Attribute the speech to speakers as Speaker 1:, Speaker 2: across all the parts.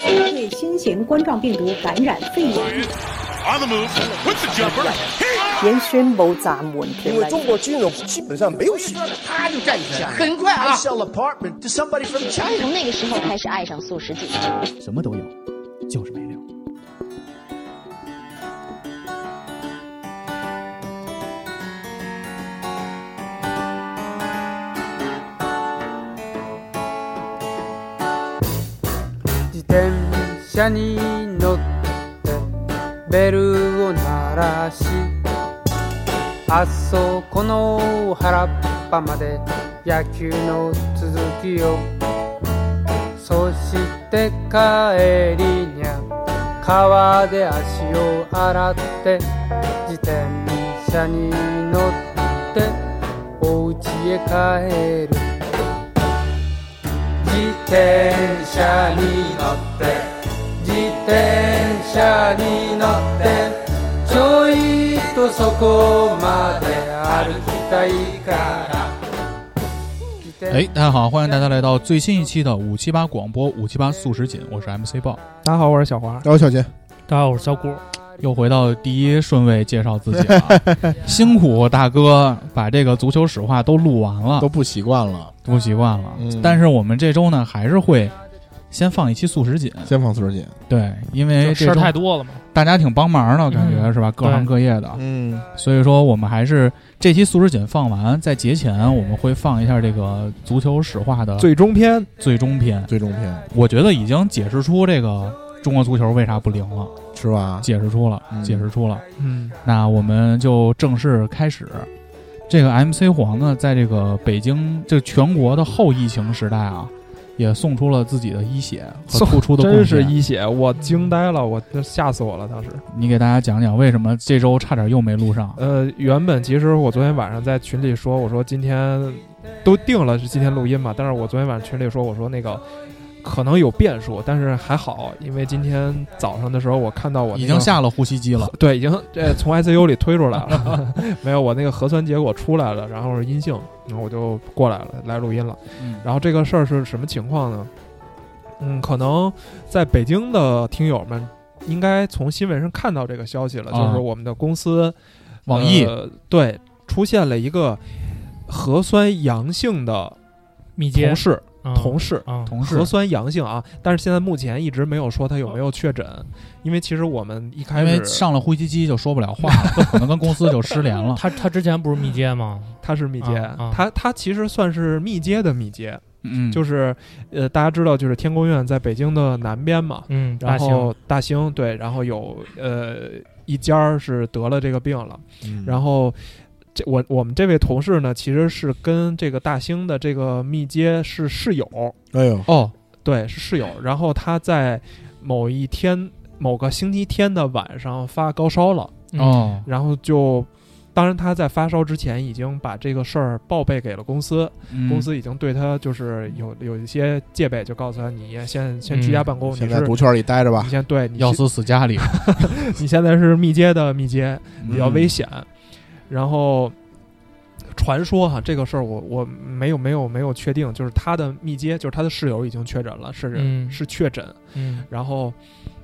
Speaker 1: 对新型冠状病毒感染肺炎
Speaker 2: On the move, puts the jumper. He
Speaker 3: 仍宣布暫緩條
Speaker 4: 因为
Speaker 3: 例。
Speaker 4: 中国金融基本上没有洗，
Speaker 5: 啪就站起来，
Speaker 6: 很快啊
Speaker 5: I sell apartment to somebody from
Speaker 7: 我是
Speaker 5: China。
Speaker 7: 从那个时候开始爱上素食锦。
Speaker 8: 什么都有，就是没料。
Speaker 9: 自転車に乗ってベルを鳴らしあそこの原っぱまで野球の続きをそして帰りにゃ川で足を洗って自転車に乗ってお家へ帰る自転車に乗って自転車に乗ってちょいとそこまで歩きたいから
Speaker 8: 哎，大家好，欢迎大家来到最新一期的五七八广播五七八素食锦，我是 MC 豹，
Speaker 10: 大家好，我是小华。
Speaker 4: 然后小杰，
Speaker 10: 大家好，我是小谷。
Speaker 8: 又回到第一顺位介绍自己 了。辛苦大哥把这个足球史 话都录完了，
Speaker 4: 都不习惯了，
Speaker 8: 不习惯了。
Speaker 4: 嗯
Speaker 8: 但是我们这周呢，还是会先放一期素食锦，
Speaker 4: 先放四十斤。
Speaker 8: 对，因为
Speaker 10: 事
Speaker 8: 这
Speaker 10: 儿
Speaker 8: 周
Speaker 10: 太多了嘛，
Speaker 8: 大家挺帮忙的，感觉、
Speaker 10: 嗯
Speaker 8: 是吧？各
Speaker 10: 对
Speaker 8: 行各业的，
Speaker 4: 嗯，
Speaker 8: 所以说我们还是这期素食锦放完，在节前我们会放一下这个足球史话的
Speaker 10: 最终篇
Speaker 8: 最终篇。
Speaker 4: 最终篇
Speaker 8: 我觉得已经解释出这个中国足球为啥不灵了，
Speaker 4: 是吧？
Speaker 8: 解释出了，
Speaker 4: 嗯
Speaker 8: 解释出了。
Speaker 10: 嗯，
Speaker 8: 那我们就正式开始。这个 MC 黄呢，在这个北京这全国的后疫情时代啊，也送出了自己的一血和突出的贡
Speaker 10: 真是
Speaker 8: 献。
Speaker 10: 一血，我惊呆了，我那吓死我了，当时。
Speaker 8: 你给大家讲讲为什么这周差点又没录上？
Speaker 10: 呃，原本其实我昨天晚上在群里说，我说今天都定了是今天录音嘛，但是我昨天晚上群里说，我说那个可能有变数，但是还好，因为今天早上的时候我看到我、那个、
Speaker 8: 已经下了呼吸机了，
Speaker 10: 对，已经呃从 ICU 里推出来了， 没有我那个核酸结果出来了，然后是阴性，然后我就过来了，来录音了。
Speaker 8: 嗯
Speaker 10: 然后这个事儿是什么情况呢？嗯，可能在北京的听友们应该从新闻上看到这个消息了，
Speaker 8: 啊
Speaker 10: 就是我们的公司
Speaker 8: 网易
Speaker 10: 呃对出现了一个核酸阳性的
Speaker 11: 密接
Speaker 10: 同事，同事。
Speaker 11: 啊，
Speaker 8: 同事
Speaker 10: 核酸阳性啊，但是现在目前一直没有说他有没有确诊，因为其实我们一开
Speaker 8: 啊因
Speaker 10: 始
Speaker 8: 为上了呼吸机就说不了话 了，可能跟公司就失联了。
Speaker 11: 他他之前不是密接吗？
Speaker 10: 他是密接，
Speaker 11: 啊啊
Speaker 10: 他他其实算是密接的密接，
Speaker 8: 嗯，
Speaker 10: 就是是呃，大家知道就是天宫院在北京的南边嘛，
Speaker 11: 嗯，
Speaker 10: 然
Speaker 11: 大兴
Speaker 10: 后大兴对，然后有呃一家儿是得了这个病了，
Speaker 4: 嗯
Speaker 10: 然后这我我们这位同事呢，其实是跟这个大兴的这个密接是室友，
Speaker 4: 哎呦，
Speaker 8: 哦，
Speaker 10: 对，是室友。然后他在某一天某个星期天的晚上发高烧了，
Speaker 8: 哦，
Speaker 10: 然后就。当然，他在发烧之前已经把这个事儿报备给了公司，
Speaker 8: 嗯
Speaker 10: 公司已经对他就是有有一些戒备，就告诉他你先先居家办公，
Speaker 4: 先
Speaker 10: 你
Speaker 4: 在
Speaker 10: 是
Speaker 4: 毒圈里待着吧
Speaker 10: 你。先对你
Speaker 8: 嗯要死死家 里，
Speaker 10: 你现在是密接的密接，比较危
Speaker 8: 嗯
Speaker 10: 险。然后传说哈，这个事儿我我没有没有没有确定，就是他的密接，就是他的室友已经确诊了，是、
Speaker 11: 嗯
Speaker 10: 是确诊，
Speaker 11: 嗯
Speaker 10: 然后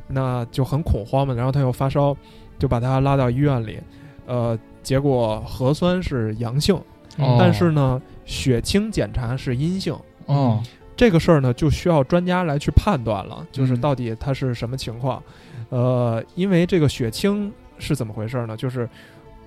Speaker 10: 那就很恐慌嘛，然后他又发烧，就把他拉到医院里，呃，结果核酸是阳性，
Speaker 8: 哦
Speaker 10: 但是呢，血清检查是阴性。
Speaker 8: 哦，
Speaker 10: 这个事儿呢，就需要专家来去判断了，就是
Speaker 8: 嗯
Speaker 10: 到底它是什么情况。呃，因为这个血清是怎么回事呢？就是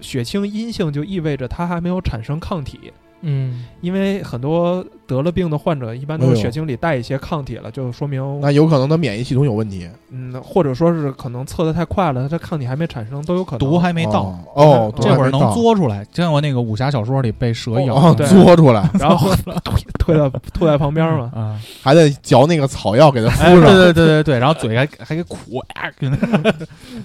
Speaker 10: 血清阴性就意味着它还没有产生抗体，
Speaker 11: 嗯
Speaker 10: 因为很多得了病的患者一般
Speaker 4: 哎
Speaker 10: 都
Speaker 4: 呦
Speaker 10: 是血清里带一些抗体了，就说明
Speaker 4: 那有可能他免疫系统有问题，
Speaker 10: 嗯，哎或者说是可能测得太快了，它抗体还没产生，都有可能。
Speaker 8: 毒还没到，嗯
Speaker 4: 哦哦，
Speaker 10: 这
Speaker 4: 毒还
Speaker 8: 这会儿
Speaker 4: 没
Speaker 8: 能
Speaker 4: 到
Speaker 8: 嘬出来，见过那个武侠小说里被蛇咬
Speaker 4: 哦，
Speaker 10: 对
Speaker 4: 嘬出来，
Speaker 10: 然后推推 到啊吐在旁边儿嘛。
Speaker 8: 啊，
Speaker 4: 还得嚼那个草药给他敷
Speaker 8: 哎，对
Speaker 4: 上。
Speaker 8: 对对对对，然后嘴还还给苦，哎给那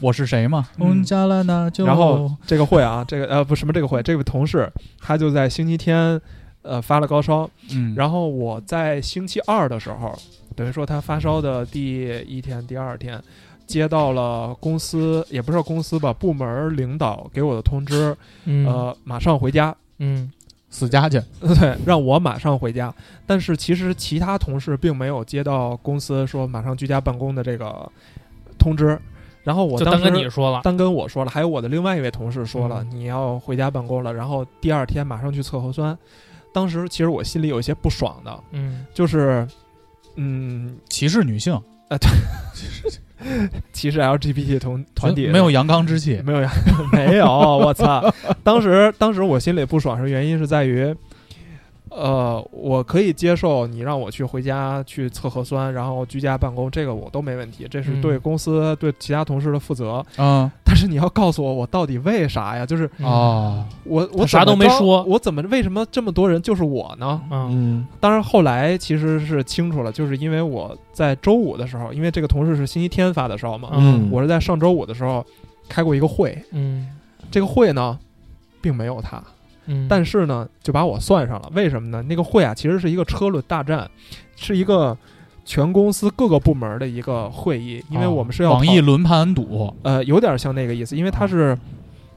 Speaker 8: 我是谁嘛？
Speaker 10: 嗯
Speaker 8: 嗯，加了呢就
Speaker 10: 然后这个会啊，这个呃不什么这个会，这位同事他就在星期天，呃发了高烧，
Speaker 8: 嗯，
Speaker 10: 然后我在星期二的时候，等于说他发烧的第一天、第二天，接到了公司也不是公司吧，部门领导给我的通知，
Speaker 11: 嗯
Speaker 10: 呃，马上回家。
Speaker 11: 嗯
Speaker 8: 死家去。
Speaker 10: 对，让我马上回家。但是其实其他同事并没有接到公司说马上居家办公的这个通知。然后我
Speaker 11: 就
Speaker 10: 当
Speaker 11: 单
Speaker 10: 时
Speaker 11: 跟你说了，
Speaker 10: 单跟我说了，还有我的另外一位同事说了，
Speaker 11: 嗯
Speaker 10: 你要回家办公了。然后第二天马上去测核酸。当时其实我心里有一些不爽的，
Speaker 11: 嗯，
Speaker 10: 就是，嗯，
Speaker 8: 歧视女性，
Speaker 10: 歧视 LGBT 同团体
Speaker 8: 没有阳刚之气。
Speaker 10: 没有呀， 没有，我操！当时当时我心里不爽是原因是在于，呃，我可以接受你让我去回家去测核酸，然后居家办公，这个我都没问题，这是对
Speaker 11: 嗯
Speaker 10: 公司、对其他同事的负责。
Speaker 8: 嗯
Speaker 10: 但是你要告诉我，我到底为啥呀？就是
Speaker 11: 嗯，
Speaker 8: 哦，
Speaker 10: 我我
Speaker 11: 他啥
Speaker 10: 怎么
Speaker 11: 都没
Speaker 10: 着
Speaker 11: 说
Speaker 10: 我怎么为什么这么多人就是我呢？
Speaker 11: 嗯
Speaker 8: 嗯
Speaker 10: 当然后来其实是清楚了，就是因为我在周五的时候，因为这个同事是星期天发的烧嘛，
Speaker 11: 嗯
Speaker 10: 我是在上周五的时候开过一个会，
Speaker 11: 嗯
Speaker 10: 这个会呢，并没有他，
Speaker 11: 嗯，
Speaker 10: 但是呢，就把我算上了。为什么呢？那个会啊，其实是一个车轮大战，是一个全公司各个部门的一个会议，因为
Speaker 11: 哦
Speaker 10: 我们是要
Speaker 8: 啊网易
Speaker 10: 讨
Speaker 8: 轮盘赌，
Speaker 10: 呃，有点像那个意思，因为
Speaker 11: 哦
Speaker 10: 它是。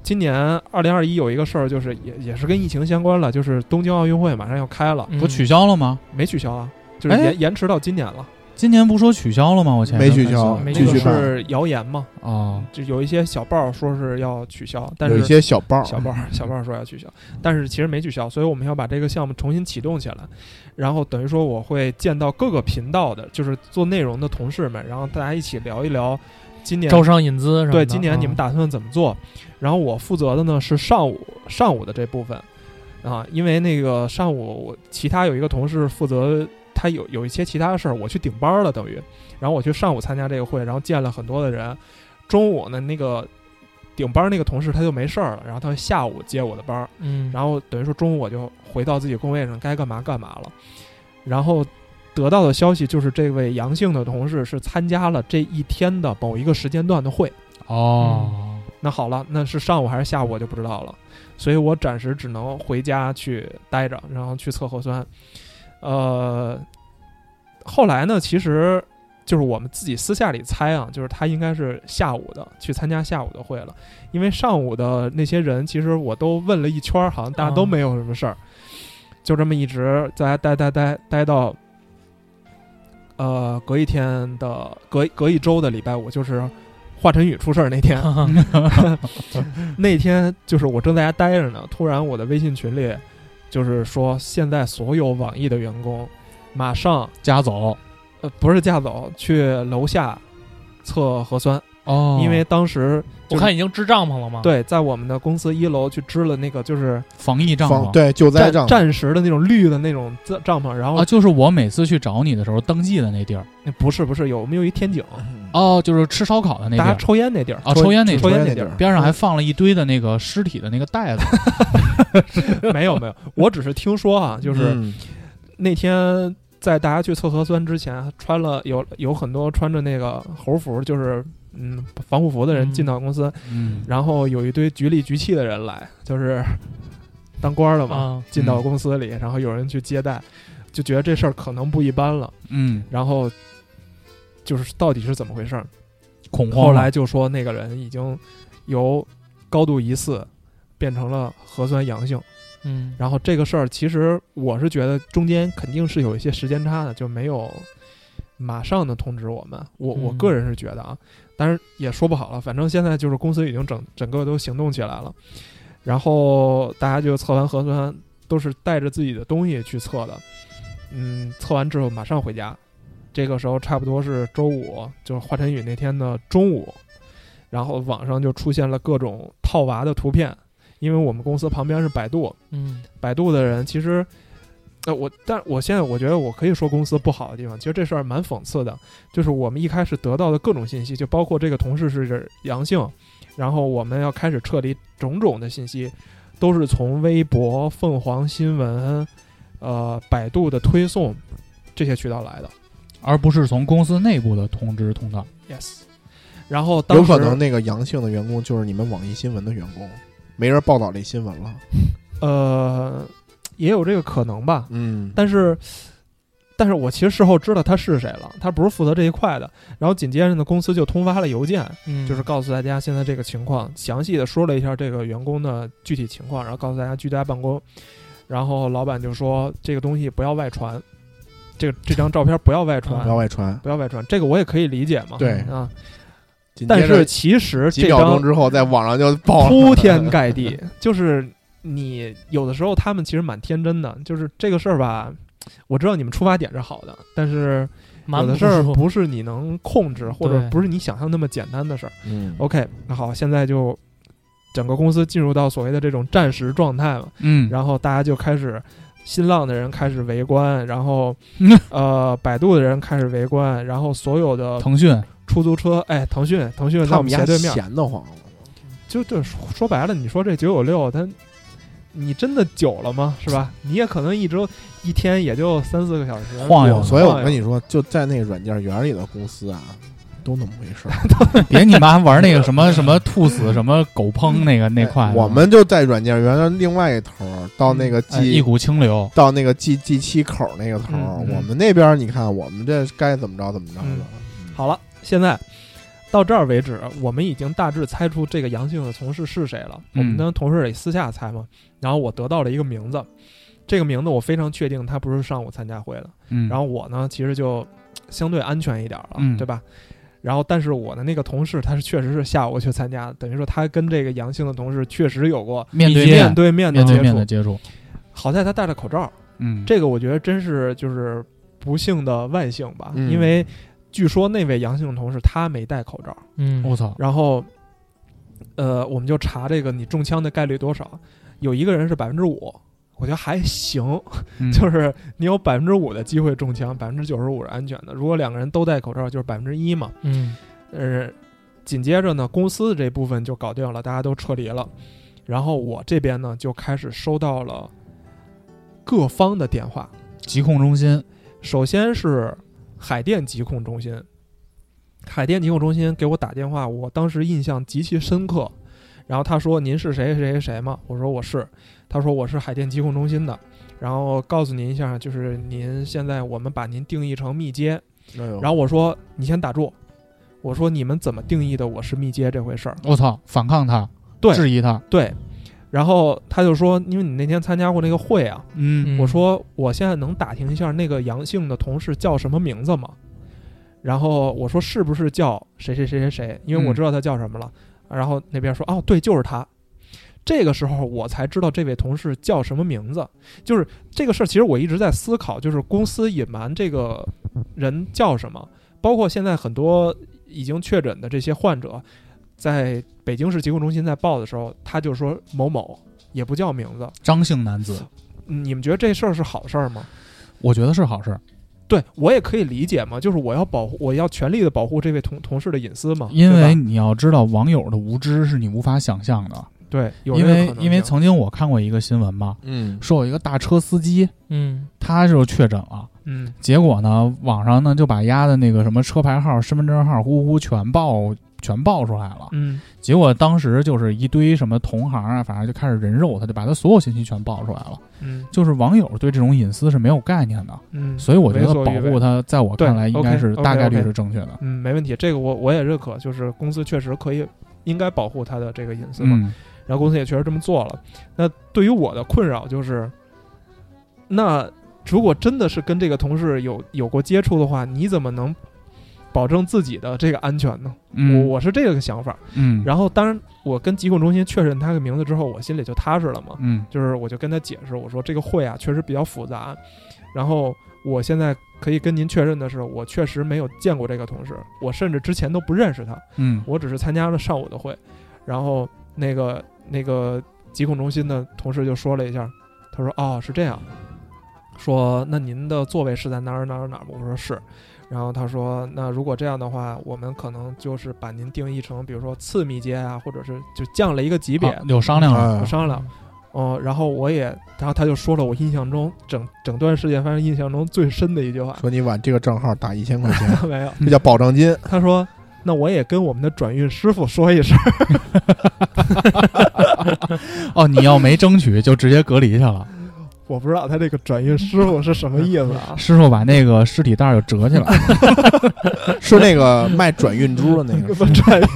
Speaker 10: 今年二零二一有一个事儿，就是也也是跟疫情相关了，就是东京奥运会马上要开了，
Speaker 11: 嗯
Speaker 8: 不取消了吗？
Speaker 10: 没取消啊，就是
Speaker 8: 哎
Speaker 10: 延延迟到今年了，
Speaker 8: 今年不说取消了吗？我前一阵
Speaker 4: 没取
Speaker 8: 看新
Speaker 4: 消
Speaker 8: 闻
Speaker 11: 没
Speaker 10: 这
Speaker 11: 取
Speaker 10: 个
Speaker 11: 消
Speaker 10: 是谣言嘛，
Speaker 8: 哦，
Speaker 10: 就有一些小报说是要取消，但
Speaker 4: 有
Speaker 10: 是
Speaker 4: 一些小报儿，
Speaker 10: 小报儿小报儿说要取消，但是其实没取消，所以我们要把这个项目重新启动起来。然后等于说我会见到各个频道的，就是做内容的同事们，然后大家一起聊一聊今年
Speaker 11: 招商引资什么的，
Speaker 10: 对今年
Speaker 11: 嗯
Speaker 10: 你们打算怎么做。然后我负责的呢是上午上午的这部分啊，因为那个上午我其他有一个同事负责。他有有一些其他的事儿，我去顶班儿了，等于，然后我去上午参加这个会，然后见了很多的人，中午呢那个顶班儿那个同事他就没事儿了，然后他下午接我的班儿，
Speaker 11: 嗯，
Speaker 10: 然后等于说中午我就回到自己工位上，该干嘛干嘛了。然后得到的消息就是，这位阳性的同事是参加了这一天的某一个时间段的会。
Speaker 8: 哦，
Speaker 10: 那好了，那是上午还是下午我就不知道了，所以我暂时只能回家去待着，然后去测核酸。呃，后来呢，其实就是我们自己私下里猜啊，就是他应该是下午的去参加下午的会了，因为上午的那些人，其实我都问了一圈儿，好像大家都
Speaker 11: 啊
Speaker 10: 没有什么事儿，就这么一直在家待待待待到。呃，隔一天的隔隔一周的礼拜五，就是华晨宇出事儿那天，那天就是我正在家待着呢，突然我的微信群里就是说，现在所有网易的员工马上
Speaker 8: 家走
Speaker 10: 呃不是架走，去楼下测核酸，
Speaker 8: 哦，
Speaker 10: 因为当时就
Speaker 11: 我
Speaker 10: 是
Speaker 11: 看已经支帐篷了嘛，，
Speaker 10: 对在我们的公司一楼去支了那个就是
Speaker 8: 防疫帐
Speaker 4: 防
Speaker 8: 篷
Speaker 4: 对救灾
Speaker 10: 暂
Speaker 4: 账，
Speaker 10: 暂时的那种绿的那种帐帐篷，然后、
Speaker 8: 啊，就是我每次去找你的时候登记的那地儿
Speaker 10: 不是不是有我们有一天井，
Speaker 8: 哦，就是吃烧烤的那地
Speaker 10: 大家
Speaker 8: 儿
Speaker 10: 抽烟那地儿。
Speaker 8: 啊，抽烟那
Speaker 10: 嗯抽
Speaker 8: 地
Speaker 10: 烟
Speaker 8: 儿，
Speaker 10: 那地
Speaker 4: 地
Speaker 10: 儿
Speaker 4: 儿
Speaker 8: 边上还放了一堆的那个尸体的那个袋子，
Speaker 10: 没有没有，我只是听说啊，就是、
Speaker 4: 嗯
Speaker 10: 那天在大家去测核酸之前，穿了有有很多穿着那个猴服，就是嗯防护服的人
Speaker 11: 嗯
Speaker 10: 进到公司，
Speaker 8: 嗯，
Speaker 10: 然后有一堆局里局气的人来，就是当官儿的嘛，
Speaker 11: 啊，
Speaker 10: 进
Speaker 8: 嗯
Speaker 10: 到公司里，然后有人去接待，就觉得这事儿可能不一般了，
Speaker 8: 嗯，
Speaker 10: 然后就是到底是怎么回事儿？
Speaker 8: 恐慌了。
Speaker 10: 后来就说那个人已经由高度疑似变成了核酸阳性。
Speaker 11: 嗯，
Speaker 10: 然后这个事儿，其实我是觉得中间肯定是有一些时间差的，就没有马上的通知我们。我我
Speaker 11: 嗯
Speaker 10: 个人是觉得啊，当然也说不好了，反正现在就是公司已经整整个都行动起来了，然后大家就测完核酸，都是带着自己的东西去测的，嗯，测完之后马上回家。这个时候差不多是周五，就是华晨宇那天的中午，然后网上就出现了各种套娃的图片，因为我们公司旁边是百度，
Speaker 11: 嗯，
Speaker 10: 百度的人，其实，呃，我但我现在我觉得我可以说公司不好的地方，其实这事儿蛮讽刺的，就是我们一开始得到的各种信息，就包括这个同事是阳性，然后我们要开始撤离种种的信息，都是从微博、凤凰新闻、呃百度的推送这些渠道来的。
Speaker 8: 而不是从公司内部的通知通道。
Speaker 10: Yes，然后当
Speaker 4: 有
Speaker 10: 时
Speaker 4: 可能那个阳性的员工就是你们网易新闻的员工，没人报道这新闻了。
Speaker 10: 呃也有这个可能吧，
Speaker 4: 嗯，
Speaker 10: 但是，但是我其实事后知道他是谁了，他不是负责这一块的。然后紧接着呢，公司就通发了邮件，
Speaker 11: 嗯
Speaker 10: 就是告诉大家现在这个情况，详细的说了一下这个员工的具体情况，然后告诉大家居家办公。然后老板就说这个东西不要外传，这
Speaker 4: 嗯
Speaker 10: 个这张照片不要外传
Speaker 4: 不，要外传。
Speaker 10: 不要外传，这个我也可以理解嘛。
Speaker 4: 嗯对
Speaker 10: 啊，
Speaker 4: 紧
Speaker 10: 但
Speaker 4: 接着
Speaker 10: 是其实
Speaker 4: 几
Speaker 10: 这
Speaker 4: 秒钟
Speaker 10: 张
Speaker 4: 之后，在网上就爆了，
Speaker 10: 铺 天盖地，就是你有的时候他们其实蛮天真的，就是这个事儿吧，我知道你们出发点是好的，但是有
Speaker 11: 瞒
Speaker 10: 的
Speaker 11: 不
Speaker 10: 事儿
Speaker 11: 住
Speaker 10: 不是你能控制或者
Speaker 11: 对
Speaker 10: 不是你想象那么简单的事儿。
Speaker 4: 嗯，
Speaker 10: OK，那好，现在就整个公司进入到所谓的这种战时状态了，
Speaker 8: 嗯，
Speaker 10: 然后大家就开始。新浪的人开始围观，然 后
Speaker 8: 嗯
Speaker 10: 呃，百度的人开始围观，然后所有的
Speaker 8: 腾讯
Speaker 10: 出租车，哎，腾讯，腾讯在
Speaker 4: 他
Speaker 10: 我们
Speaker 4: 们家
Speaker 10: 斜对面，哎
Speaker 4: 闲得慌，啊
Speaker 10: 就这说说白了，你说这九九六，它你真的久了吗？是吧？你也可能一周一天也就三四个小时
Speaker 8: 晃悠
Speaker 10: 我
Speaker 4: 所以我跟
Speaker 10: 你
Speaker 4: 你说，就在那个软件园里的公司 啊，都那么回事儿。
Speaker 8: 别你妈玩那个什么什么兔死什么狗烹那 个那
Speaker 10: 啊
Speaker 8: 块，
Speaker 4: 哎我们就在软件园的另外一头儿，到那个
Speaker 8: 哎一
Speaker 4: G
Speaker 8: 股清流，
Speaker 4: 到那个 G G 七口儿那个头儿
Speaker 10: 嗯，嗯
Speaker 4: 我们那边儿你看，我们这该怎么着怎么着了
Speaker 10: 嗯。好了，现在到这儿为止，我们已经大致猜出这个阳性的同事是谁了。
Speaker 8: 嗯
Speaker 10: 我们跟同事也私下猜嘛，然后我得到了一个名字，这个名字我非常确定他不是上午参加会的。
Speaker 8: 嗯，
Speaker 10: 然后我呢，其实就相对安全一点儿了，
Speaker 8: 嗯
Speaker 10: 对吧？然后，但是我的那个同事，他是确实是下午去参加的，等于说他跟这个阳性的同事确实有过
Speaker 8: 面对
Speaker 11: 密接
Speaker 10: 面对面的
Speaker 8: 面
Speaker 10: 接
Speaker 8: 对
Speaker 10: 触。
Speaker 8: 面的接触，
Speaker 10: 好在他戴了口罩，
Speaker 8: 嗯，
Speaker 10: 这个我觉得真是就是不幸的万幸吧，
Speaker 4: 嗯
Speaker 10: 因为据说那位阳性同事他没戴口罩，
Speaker 11: 嗯，
Speaker 8: 我操，
Speaker 10: 然后，呃，我们就查这个你中枪的概率多少，有一个人是百分之五，我觉得还行，
Speaker 8: 嗯
Speaker 10: 就是你有百分之五的机会中枪，百分之九十五是安全的。如果两个人都戴口罩，就是百分之一嘛。
Speaker 11: 嗯
Speaker 10: 呃，紧接着呢，公司的这部分就搞定了，大家都撤离了。然后我这边呢，就开始收到了各方的电话。
Speaker 8: 疾控中心，
Speaker 10: 首先是海淀疾控中心，海淀疾控中心给我打电话，我当时印象极其深刻。然后他说：“您是谁谁谁谁吗？”我说：“我是。”他说：“我是海淀疾控中心的。”然后告诉您一下，就是您现在我们把您定义成密接。
Speaker 8: 哦
Speaker 4: 然
Speaker 10: 然后我说：“你先打住。”我说：“你们怎么定义的我是密接这回事儿
Speaker 8: 我操，反抗他，？”
Speaker 10: 对
Speaker 8: 质疑他，
Speaker 10: 对。然后他就说：“因为你那天参加过那个会啊，
Speaker 8: 嗯，
Speaker 10: 我说我现在能打听一下那个阳性的同事叫什么名字吗？然后我说是不是叫谁谁谁谁谁？因为我
Speaker 8: 嗯
Speaker 10: 知道他叫什么了。然后那边说哦，对，就是他。这个时候我才知道这位同事叫什么名字。就是这个事儿，其实我一直在思考，就是公司隐瞒这个人叫什么，包括现在很多已经确诊的这些患者，在北京市疾控中心在报的时候，他就说某某，也不叫名字。
Speaker 8: 张姓男子，
Speaker 10: 你们觉得这事儿是好事儿吗？
Speaker 8: 我觉得是好事，
Speaker 10: 对我也可以理解嘛，就是我要保护，我要全力的保护这位同同事的隐私嘛，
Speaker 8: 因为
Speaker 10: 对吧
Speaker 8: 你要知道网友的无知是你无法想象的，
Speaker 10: 对，有
Speaker 8: 因
Speaker 10: 这个
Speaker 8: 为
Speaker 10: 可能
Speaker 8: 因为
Speaker 10: 性
Speaker 8: 曾经我看过一个新闻嘛，
Speaker 4: 嗯，
Speaker 8: 说有一个大车司机
Speaker 11: 嗯
Speaker 8: 他就确诊了。
Speaker 10: 嗯
Speaker 8: 结果呢，网上呢就把丫的那个什么车牌号、身份证号，呼呼全爆全爆出来了。
Speaker 10: 嗯
Speaker 8: 结果当时就是一堆什么同行啊，反正就开始人肉他，就把他所有信息全爆出来了。
Speaker 10: 嗯
Speaker 8: 就是网友对这种隐私是没有概念的，
Speaker 10: 嗯，
Speaker 8: 所以我觉得
Speaker 10: 为所欲
Speaker 8: 保
Speaker 10: 为
Speaker 8: 护他，在我
Speaker 10: 对
Speaker 8: 看来应该是
Speaker 10: OK，OK，
Speaker 8: 大概率
Speaker 10: OK
Speaker 8: 是正确的。
Speaker 10: 嗯没问题，这个我我也认可，就是公司确实可以应该保护他的这个隐私嘛，
Speaker 8: 嗯，
Speaker 10: 然后公司也确实这么做了。那对于我的困扰就是，那如果真的是跟这个同事有有过接触的话，你怎么能保证自己的这个安全呢？
Speaker 8: 嗯
Speaker 10: 我我是这个想法。
Speaker 8: 嗯，
Speaker 10: 然后当然，我跟疾控中心确认他的名字之后，我心里就踏实了嘛。
Speaker 8: 嗯
Speaker 10: 就是我就跟他解释，我说这个会啊确实比较复杂，然后我现在可以跟您确认的是，我确实没有见过这个同事，我甚至之前都不认识他，
Speaker 8: 嗯
Speaker 10: 我只是参加了上午的会，然后那个那个疾控中心的同事就说了一下，他说哦是这样，说那您的座位是在哪儿哪儿哪儿吗？我说是，然后他说那如果这样的话，我们可能就是把您定义成比如说次密接啊，或者是就降了一个级别
Speaker 8: 啊，有商量了，
Speaker 4: 啊
Speaker 10: 有商量。哦，然后我也，然后他就说了我印象中整整段事件发生印象中最深的一句话，
Speaker 4: 说你往这个账号打一千块钱，
Speaker 10: 没有，
Speaker 4: 这叫保证金。
Speaker 10: 他说那我也跟我们的转运师傅说一声，
Speaker 8: 哦，你要没争取就直接隔离去了，。
Speaker 10: 我不知道他这个转运师傅是什么意思啊
Speaker 8: 师傅把那个尸体袋儿就折起来，
Speaker 4: 是那个卖转运珠的那个，
Speaker 10: 转运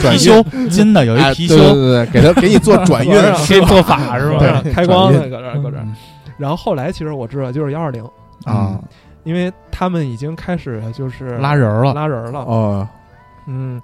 Speaker 4: 转
Speaker 8: 貔貅
Speaker 4: 运
Speaker 8: 金的有一
Speaker 4: 哎
Speaker 8: 貔
Speaker 4: 对
Speaker 8: 貅，
Speaker 4: 对对，给他给你做转运
Speaker 11: 可以做法 是
Speaker 8: 嗯
Speaker 11: 吧？
Speaker 4: 哎 对
Speaker 10: 开光
Speaker 4: 转
Speaker 10: 的搁这儿搁这儿。嗯然后后来其实我知道就是幺二零，
Speaker 4: 啊
Speaker 10: 因为他们已经开始就是
Speaker 8: 拉人儿了，
Speaker 10: 拉人儿了。
Speaker 4: 哦
Speaker 10: 嗯，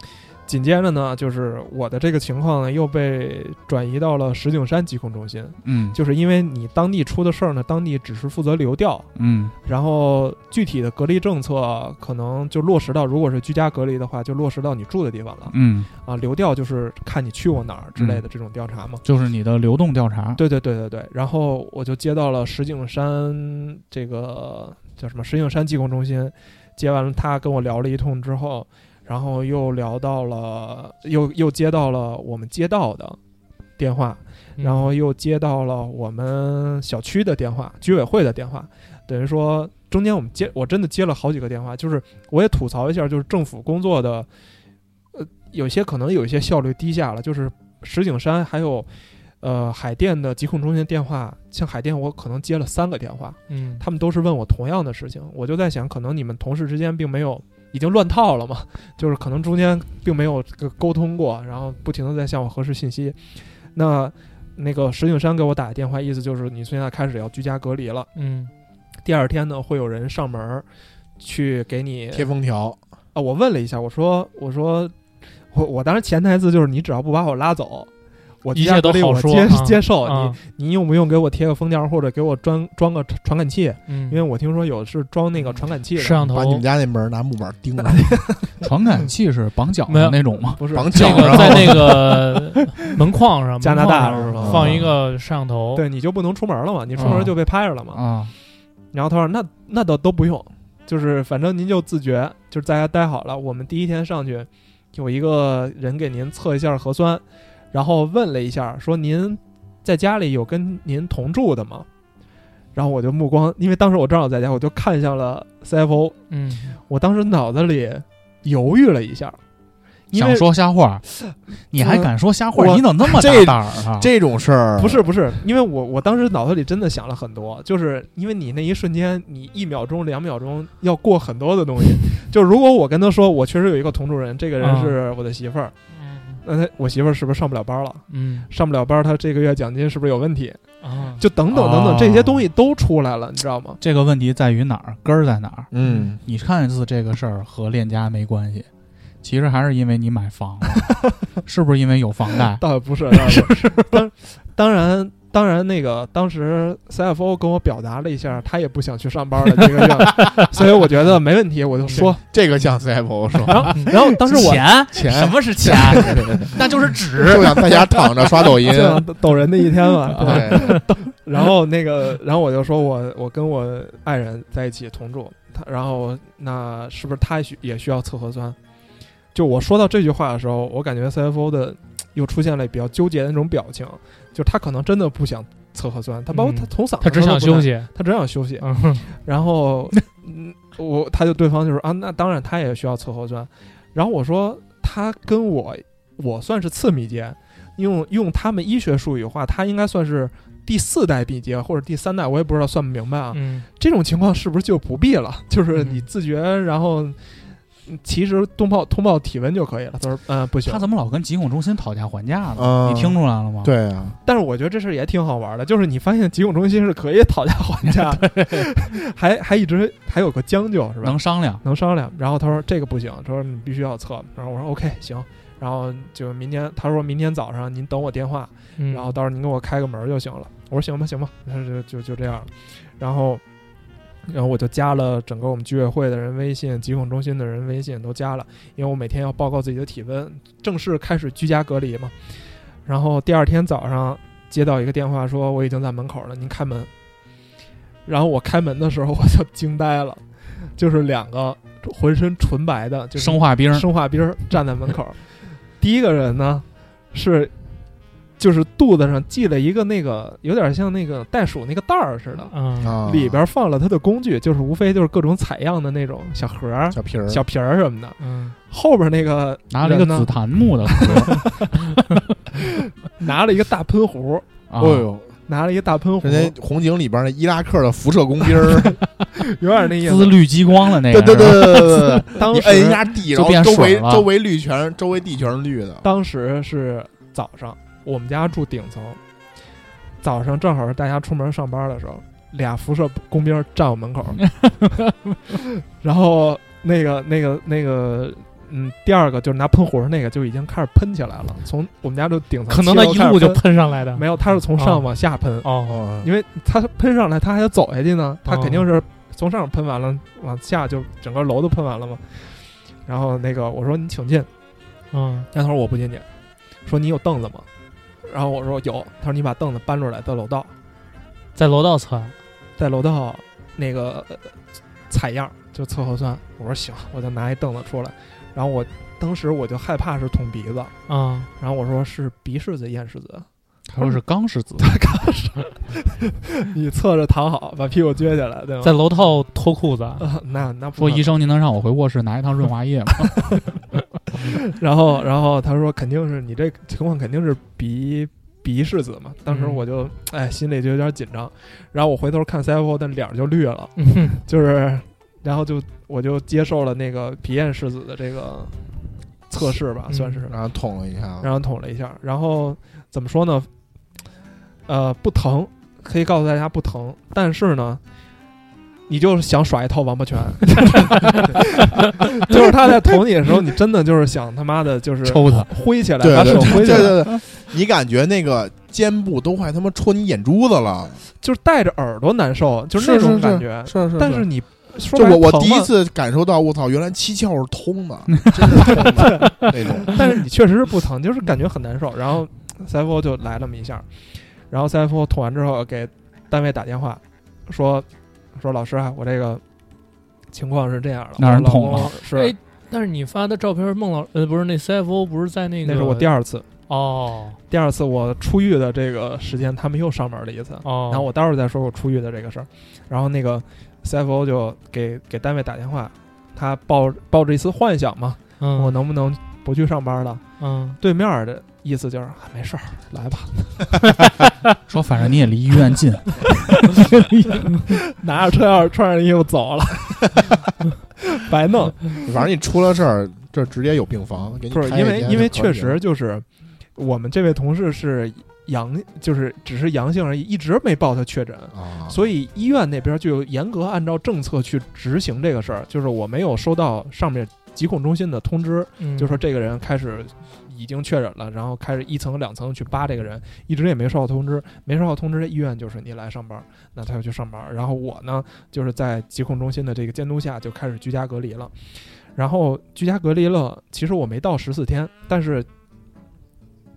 Speaker 10: 紧接着呢，就是我的这个情况呢又被转移到了石景山疾控中心，
Speaker 8: 嗯
Speaker 10: 就是因为你当地出的事儿呢，当地只是负责流调，
Speaker 8: 嗯
Speaker 10: 然后具体的隔离政策可能就落实到，如果是居家隔离的话，就落实到你住的地方了
Speaker 8: 嗯，
Speaker 10: 啊。流调就是看你去过哪儿之类的这种调查嘛。
Speaker 8: 就是你的流动调查，
Speaker 10: 对对对对对，然后我就接到了石景山这个叫什么石景山技工中心，接完了他跟我聊了一通之后，然后又聊到了，又又接到了我们街道的电话，然后又接到了我们小区的电话、居委会的电话，等于说中间我们接我真的接了好几个电话，就是我也吐槽一下，就是政府工作的，呃，有些可能有一些效率低下了，就是石景山还有。呃，海淀的疾控中心电话，像海淀我可能接了三个电话，
Speaker 11: 嗯，
Speaker 10: 他们都是问我同样的事情，我就在想，可能你们同事之间并没有已经乱套了嘛，就是可能中间并没有这个沟通过，然后不停的在向我核实信息。那那个石景山给我打的电话，意思就是你现在开始要居家隔离了，
Speaker 11: 嗯
Speaker 10: 第二天呢会有人上门儿去给你
Speaker 4: 贴封条，
Speaker 10: 啊，我问了一下，我说我说我我当时潜台词就是你只要不把我拉走，我
Speaker 11: 一
Speaker 10: 居
Speaker 11: 切
Speaker 10: 家隔
Speaker 11: 都
Speaker 10: 离
Speaker 11: 好
Speaker 10: 我
Speaker 11: 说
Speaker 10: 接
Speaker 11: 啊
Speaker 10: 接受、
Speaker 11: 啊
Speaker 10: 你你用不用给我贴个封条或者给我装装个传感器？
Speaker 11: 嗯，
Speaker 10: 因为我听说有是装那个传感器的，
Speaker 11: 摄像
Speaker 4: 把你
Speaker 11: 头
Speaker 4: 们家那门拿木板钉
Speaker 11: 哦
Speaker 4: 上，
Speaker 8: 传感器是绑脚
Speaker 11: 没有
Speaker 8: 的那种吗？
Speaker 10: 不是
Speaker 4: 绑脚
Speaker 11: 那个
Speaker 4: 上
Speaker 11: 在那个门框上，
Speaker 10: 加拿
Speaker 11: 门框
Speaker 10: 大
Speaker 11: 上
Speaker 10: 是吧
Speaker 11: 放一
Speaker 4: 啊
Speaker 11: 嗯个摄像头，
Speaker 10: 对，你就不能出门了嘛，你出门就被拍着了嘛。
Speaker 8: 啊，
Speaker 10: 然后他说那那倒都不用，就是反正您就自觉，就是在家待好了。我们第一天上去，有一个人给您测一下核酸，然后问了一下，说您在家里有跟您同住的吗？然后我就目光，因为当时我正好在家，我就看向了 CFO，
Speaker 11: 嗯，
Speaker 10: 我当时脑子里犹豫了一下，因为
Speaker 8: 想说瞎话，你还敢说瞎话？
Speaker 10: 我
Speaker 8: 你怎么那么大
Speaker 4: 这
Speaker 8: 胆儿啊？
Speaker 4: 这种事儿
Speaker 10: 不是不是，因为我我当时脑子里真的想了很多，就是因为你那一瞬间，你一秒钟、两秒钟要过很多的东 西。就如果我跟他说，我确实有一个同住人，这个人
Speaker 11: 啊
Speaker 10: 是我的媳妇儿，
Speaker 11: 嗯
Speaker 10: 那他我媳妇儿是不是上不了班了？
Speaker 11: 嗯
Speaker 10: 上不了班，她这个月奖金是不是有问题？
Speaker 11: 啊，
Speaker 10: 就等等等等，
Speaker 8: 哦
Speaker 10: 这些东西都出来了，你知道吗？
Speaker 8: 这个问题在于哪儿？根儿在哪儿？
Speaker 4: 嗯
Speaker 8: 你看似这个事儿和链家没关系，其实还是因为你买房 了，是不是因为有房贷？
Speaker 10: 倒也不是，倒也 不是当当然。当然，那个当时 CFO 跟我表达了一下，他也不想去上班了这个月，所以我觉得没问题，我就说。
Speaker 4: 这个像 CFO 说
Speaker 11: 嗯
Speaker 10: 然后当时我啊
Speaker 11: 钱
Speaker 4: 钱
Speaker 11: 什么是哎钱？那就是纸，
Speaker 4: 就想在家躺着刷抖 音
Speaker 10: 就，像啊抖人的一天
Speaker 11: 嗯
Speaker 10: 嘛，对吧
Speaker 4: 对，
Speaker 11: 啊
Speaker 10: 然后那个，然后我就说我我跟我爱人在一起同住，他然后那是不是他也需也需要测核酸？就我说到这句话的时候，我感觉 CFO 的又出现了比较纠结的那种表情，就他可能真的不想测核酸，他包括
Speaker 11: 嗯
Speaker 10: 他从嗓子
Speaker 11: 他只
Speaker 10: 上
Speaker 11: 想
Speaker 10: 都不
Speaker 11: 休
Speaker 10: 太，
Speaker 11: 息。
Speaker 10: 他只想休息。
Speaker 11: 嗯
Speaker 10: 然后嗯我他就对方就说啊，那当然他也需要测核酸。然后我说他跟我我算是次密接，用用他们医学术语的话，他应该算是第四代密接或者第三代，我也不知道算不明白啊。
Speaker 11: 嗯
Speaker 10: 这种情况是不是就不必了？就是你自觉，然后嗯其实通报通报体温就可以了。他说嗯、呃不行
Speaker 8: 他。怎么老跟疾控中心讨价还价呢？
Speaker 10: 啊
Speaker 4: 嗯
Speaker 8: 你听出来了吗？，
Speaker 4: 对啊，
Speaker 10: 但是我觉得这事儿也挺好玩的，就是你发现疾控中心是可以讨价还价的，还还一直还有个将就是吧？
Speaker 8: 能商量。
Speaker 10: 能商量。然后他说这个不行，他说你必须要测。然后我说 OK 行。然后就明天，他说明天早上您等我电话，
Speaker 11: 嗯，
Speaker 10: 然后到时候您给我开个门就行了。我说行吧行吧，他说就就就这样了。然后，然后我就加了整个我们居委会的人微信、疾控中心的人微信都加了，因为我每天要报告自己的体温，正式开始居家隔离嘛。然后第二天早上接到一个电话说我已经在门口了，您开门。然后我开门的时候我就惊呆了，就是两个浑身纯白的，就是
Speaker 8: 生化兵儿，
Speaker 10: 生化兵儿站在门口儿。第一个人呢是，就是肚子上系了一个那个有点像那个袋鼠那个袋儿似的，
Speaker 11: 嗯
Speaker 4: 啊
Speaker 10: 里边放了他的工具，就是无非就是各种采样的那种小盒儿、
Speaker 4: 小皮儿
Speaker 10: 小瓶儿什么的。
Speaker 11: 嗯
Speaker 10: 后边那个
Speaker 8: 拿了一个
Speaker 10: 人呢
Speaker 8: 紫 檀木的盒，
Speaker 10: 拿了一个大喷壶，
Speaker 8: 啊
Speaker 4: 哦呦，
Speaker 10: 拿了一个大喷壶，
Speaker 4: 人家红警里边那伊拉克的辐射工兵儿，
Speaker 10: 有点那意
Speaker 8: 自
Speaker 10: 思。
Speaker 8: 律激光了那个，
Speaker 4: 对对对对对对对，
Speaker 10: 当
Speaker 4: 你
Speaker 10: 时
Speaker 4: 摁一下地，然
Speaker 8: 就
Speaker 4: 后
Speaker 8: 变
Speaker 4: 周围
Speaker 8: 水了
Speaker 4: 周围绿全，周围地全是绿的。
Speaker 10: 当时是早上，我们家住顶层，早上正好是大家出门上班的时候，俩辐射工兵站我门口， 然后那个那个那个，嗯，第二个就是拿喷壶那个就已经开始喷起来了，从我们家就顶层
Speaker 11: 可
Speaker 10: 七楼
Speaker 11: 能
Speaker 10: 开
Speaker 11: 他
Speaker 10: 始喷，
Speaker 11: 一路就喷上来的。
Speaker 10: 没有，他是从上往下喷，
Speaker 11: 哦，
Speaker 4: 哦，
Speaker 10: 因为他喷上来他还要走下去呢，他
Speaker 11: 哦
Speaker 10: 肯定是从上喷完了往下就整个楼都喷完了嘛。然后那个我说你请进，
Speaker 11: 嗯，
Speaker 10: 丫头我不进去，说你有凳子吗？然后我说有，他说你把凳子搬出来，在楼道，
Speaker 11: 在楼道窜，
Speaker 10: 在楼道那个、呃采样就测核酸。我说行，我就拿一凳子出来，然后我当时我就害怕是捅鼻子，
Speaker 11: 嗯，
Speaker 10: 然后我说是鼻拭子、咽拭子，
Speaker 8: 他说是钢石子，
Speaker 10: 你侧着躺好，把屁股撅起来，对吗？
Speaker 11: 在楼道脱裤子，
Speaker 10: 呃那那不
Speaker 8: 说
Speaker 10: 可能
Speaker 8: 医生您能让我回卧室拿一趟润滑液吗？
Speaker 10: 然后，然后他说肯定是你这情况肯定是鼻鼻拭子嘛。当时
Speaker 11: 嗯
Speaker 10: 我就、哎心里就有点紧张，然后我回头看 CFO 的脸儿就绿了，
Speaker 11: 嗯哼
Speaker 10: 就是然后就我就接受了那个鼻咽拭子的这个测试吧，
Speaker 11: 嗯
Speaker 10: 算是，
Speaker 4: 然后捅了一下，
Speaker 10: 然后捅了一下，然后怎么说呢？呃，不疼，可以告诉大家不疼，但是呢。你就是想耍一套王八拳， 就是他在捅你的时候，你真的就是想他妈的，就是
Speaker 8: 抽他，
Speaker 10: 挥起来，
Speaker 4: 对
Speaker 10: 把
Speaker 4: 对
Speaker 10: 手
Speaker 4: 对
Speaker 10: 挥起
Speaker 4: 对
Speaker 10: 来，
Speaker 4: 对对，你感觉那个肩部都快他妈戳你眼珠子了，
Speaker 10: 就是带着耳朵难受，就是
Speaker 4: 是
Speaker 10: 那
Speaker 4: 是
Speaker 10: 种
Speaker 4: 是
Speaker 10: 感觉。
Speaker 4: 是是
Speaker 10: 但是你说
Speaker 4: 就
Speaker 10: 白
Speaker 4: 我
Speaker 10: 了
Speaker 4: 我
Speaker 10: 疼
Speaker 4: 第一
Speaker 10: 嘛，
Speaker 4: 次感受到，我操，原来七窍是 通的，真是通的那种。
Speaker 10: 但是你确实是不疼，就是感觉很难受。然后 CFO 就来那么一下，然后 CFO 捅完之后给单位打电话说说老师啊，我这个情况是这样的，
Speaker 8: 让人
Speaker 10: 我老
Speaker 8: 捅了
Speaker 10: 公
Speaker 11: 哎
Speaker 10: 是。
Speaker 11: 但是你发的照片，孟老呃不是那 CFO 不是在那个？
Speaker 10: 那是我第二次，
Speaker 11: 哦
Speaker 10: 第二次我出狱的这个时间，他们又上门了一次。
Speaker 11: 哦，
Speaker 10: 然后我待会儿再说我出狱的这个事儿。然后那个 CFO 就给给单位打电话，他抱抱着一丝幻想嘛，
Speaker 11: 嗯
Speaker 10: 我能不能不去上班了？
Speaker 11: 嗯
Speaker 10: 对面儿的意思就是、啊没事儿，来吧，
Speaker 8: 说反正你也离医院 近，
Speaker 10: 拿着车钥匙穿上衣服走 了，白弄。
Speaker 4: 反正你出了事儿，这直接有病房，啊给你
Speaker 10: 不是
Speaker 4: 开
Speaker 10: 因
Speaker 4: 一
Speaker 10: 为
Speaker 4: 间
Speaker 10: 因为
Speaker 4: 就可
Speaker 10: 确
Speaker 4: 以
Speaker 10: 实就是我们这位同事是阳，就是只是阳性而已，一直没报他确诊。
Speaker 4: 啊，
Speaker 10: 所以医院那边就严格按照政策去执行这个事儿，就是我没有收到上面疾控中心的通知，
Speaker 11: 嗯，
Speaker 10: 就说这个人开始已经确诊了，然后开始一层两层去扒这个人，一直也没收到通知，没收到通知，医院就是你来上班，那他就去上班。然后我呢，就是在疾控中心的这个监督下就开始居家隔离了。然后居家隔离了，其实我没到十四天，但是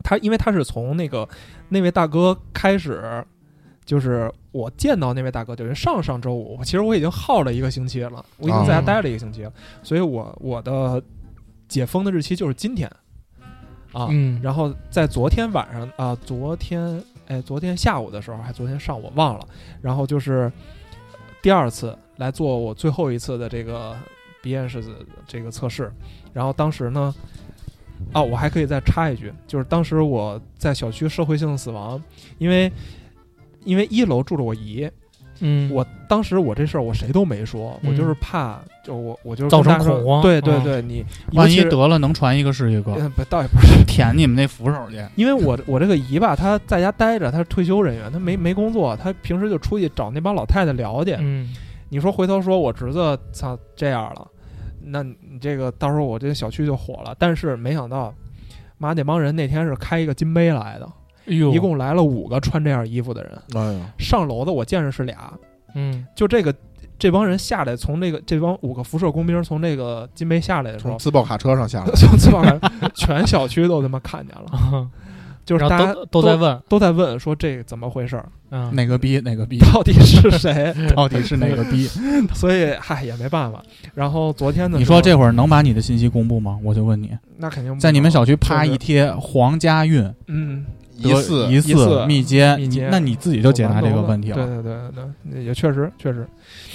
Speaker 10: 他因为他是从那个那位大哥开始，就是我见到那位大哥，就是上上周五，其实我已经耗了一个星期了，我已经在家
Speaker 11: 啊
Speaker 10: 待了一个星期了，所以我我的解封的日期就是今天啊。
Speaker 11: 嗯，
Speaker 10: 然后在昨天晚上啊、昨天哎，昨天下午的时候，还昨天上午忘了，然后就是第二次来做我最后一次的这个鼻咽拭子这个测试，然后当时呢，哦，我还可以再插一句，就是当时我在小区社会性死亡，因为因为一楼住着我姨，
Speaker 11: 嗯
Speaker 10: 我当时我这事儿我谁都没说，我
Speaker 11: 嗯
Speaker 10: 就是怕，就我我就是
Speaker 11: 造
Speaker 10: 跟
Speaker 11: 成
Speaker 10: 大家说
Speaker 11: 恐慌
Speaker 10: 对对
Speaker 11: 啊
Speaker 10: 对，你
Speaker 8: 万
Speaker 10: 尤
Speaker 8: 一
Speaker 10: 其是
Speaker 8: 得了能传一个是一个，
Speaker 10: 嗯不倒也不是，
Speaker 8: 舔你们那扶手去。
Speaker 10: 因为我我这个姨吧，她在家待着，她是退休人员，她没没工作，她平时就出去找那帮老太太聊去。
Speaker 11: 嗯
Speaker 10: 你说回头说我侄子操这样了，那你这个到时候我这小区就火了。但是没想到，妈那帮人那天是开一个金杯来的，
Speaker 11: 哎呦，
Speaker 10: 一共来了五个穿这样衣服的人，
Speaker 4: 哎呀，
Speaker 10: 上楼的我见着是俩，
Speaker 11: 嗯
Speaker 10: 就这个这帮人下来，从这个这帮五个辐射工兵从这个金杯下来的时
Speaker 4: 从
Speaker 10: 候，，
Speaker 4: 自爆卡车上下来
Speaker 10: 从这帮人全小区都他妈看见了，
Speaker 11: 啊，
Speaker 10: 就是大
Speaker 11: 然
Speaker 10: 家
Speaker 11: 后都都在问，
Speaker 10: 都在问说这怎么回事儿，
Speaker 11: 嗯，
Speaker 8: 哪个逼哪个逼，
Speaker 10: 到底是 谁？
Speaker 8: 到底是哪个逼？
Speaker 10: 所以嗨也没办法。然后昨天呢，
Speaker 8: 你说这会儿能把你的
Speaker 10: 嗯
Speaker 8: 信息公布吗？我就问你，
Speaker 10: 那肯定不
Speaker 8: 在你们
Speaker 10: 能
Speaker 8: 小区啪
Speaker 10: 就是
Speaker 8: 一贴黄家运，
Speaker 10: 嗯，
Speaker 8: 得
Speaker 4: 疑似
Speaker 8: 疑
Speaker 10: 疑似
Speaker 8: 密接，
Speaker 10: 密接
Speaker 8: 你那你自己就解答这个问题
Speaker 10: 对
Speaker 8: 了。
Speaker 10: 对对对对，也确实确实。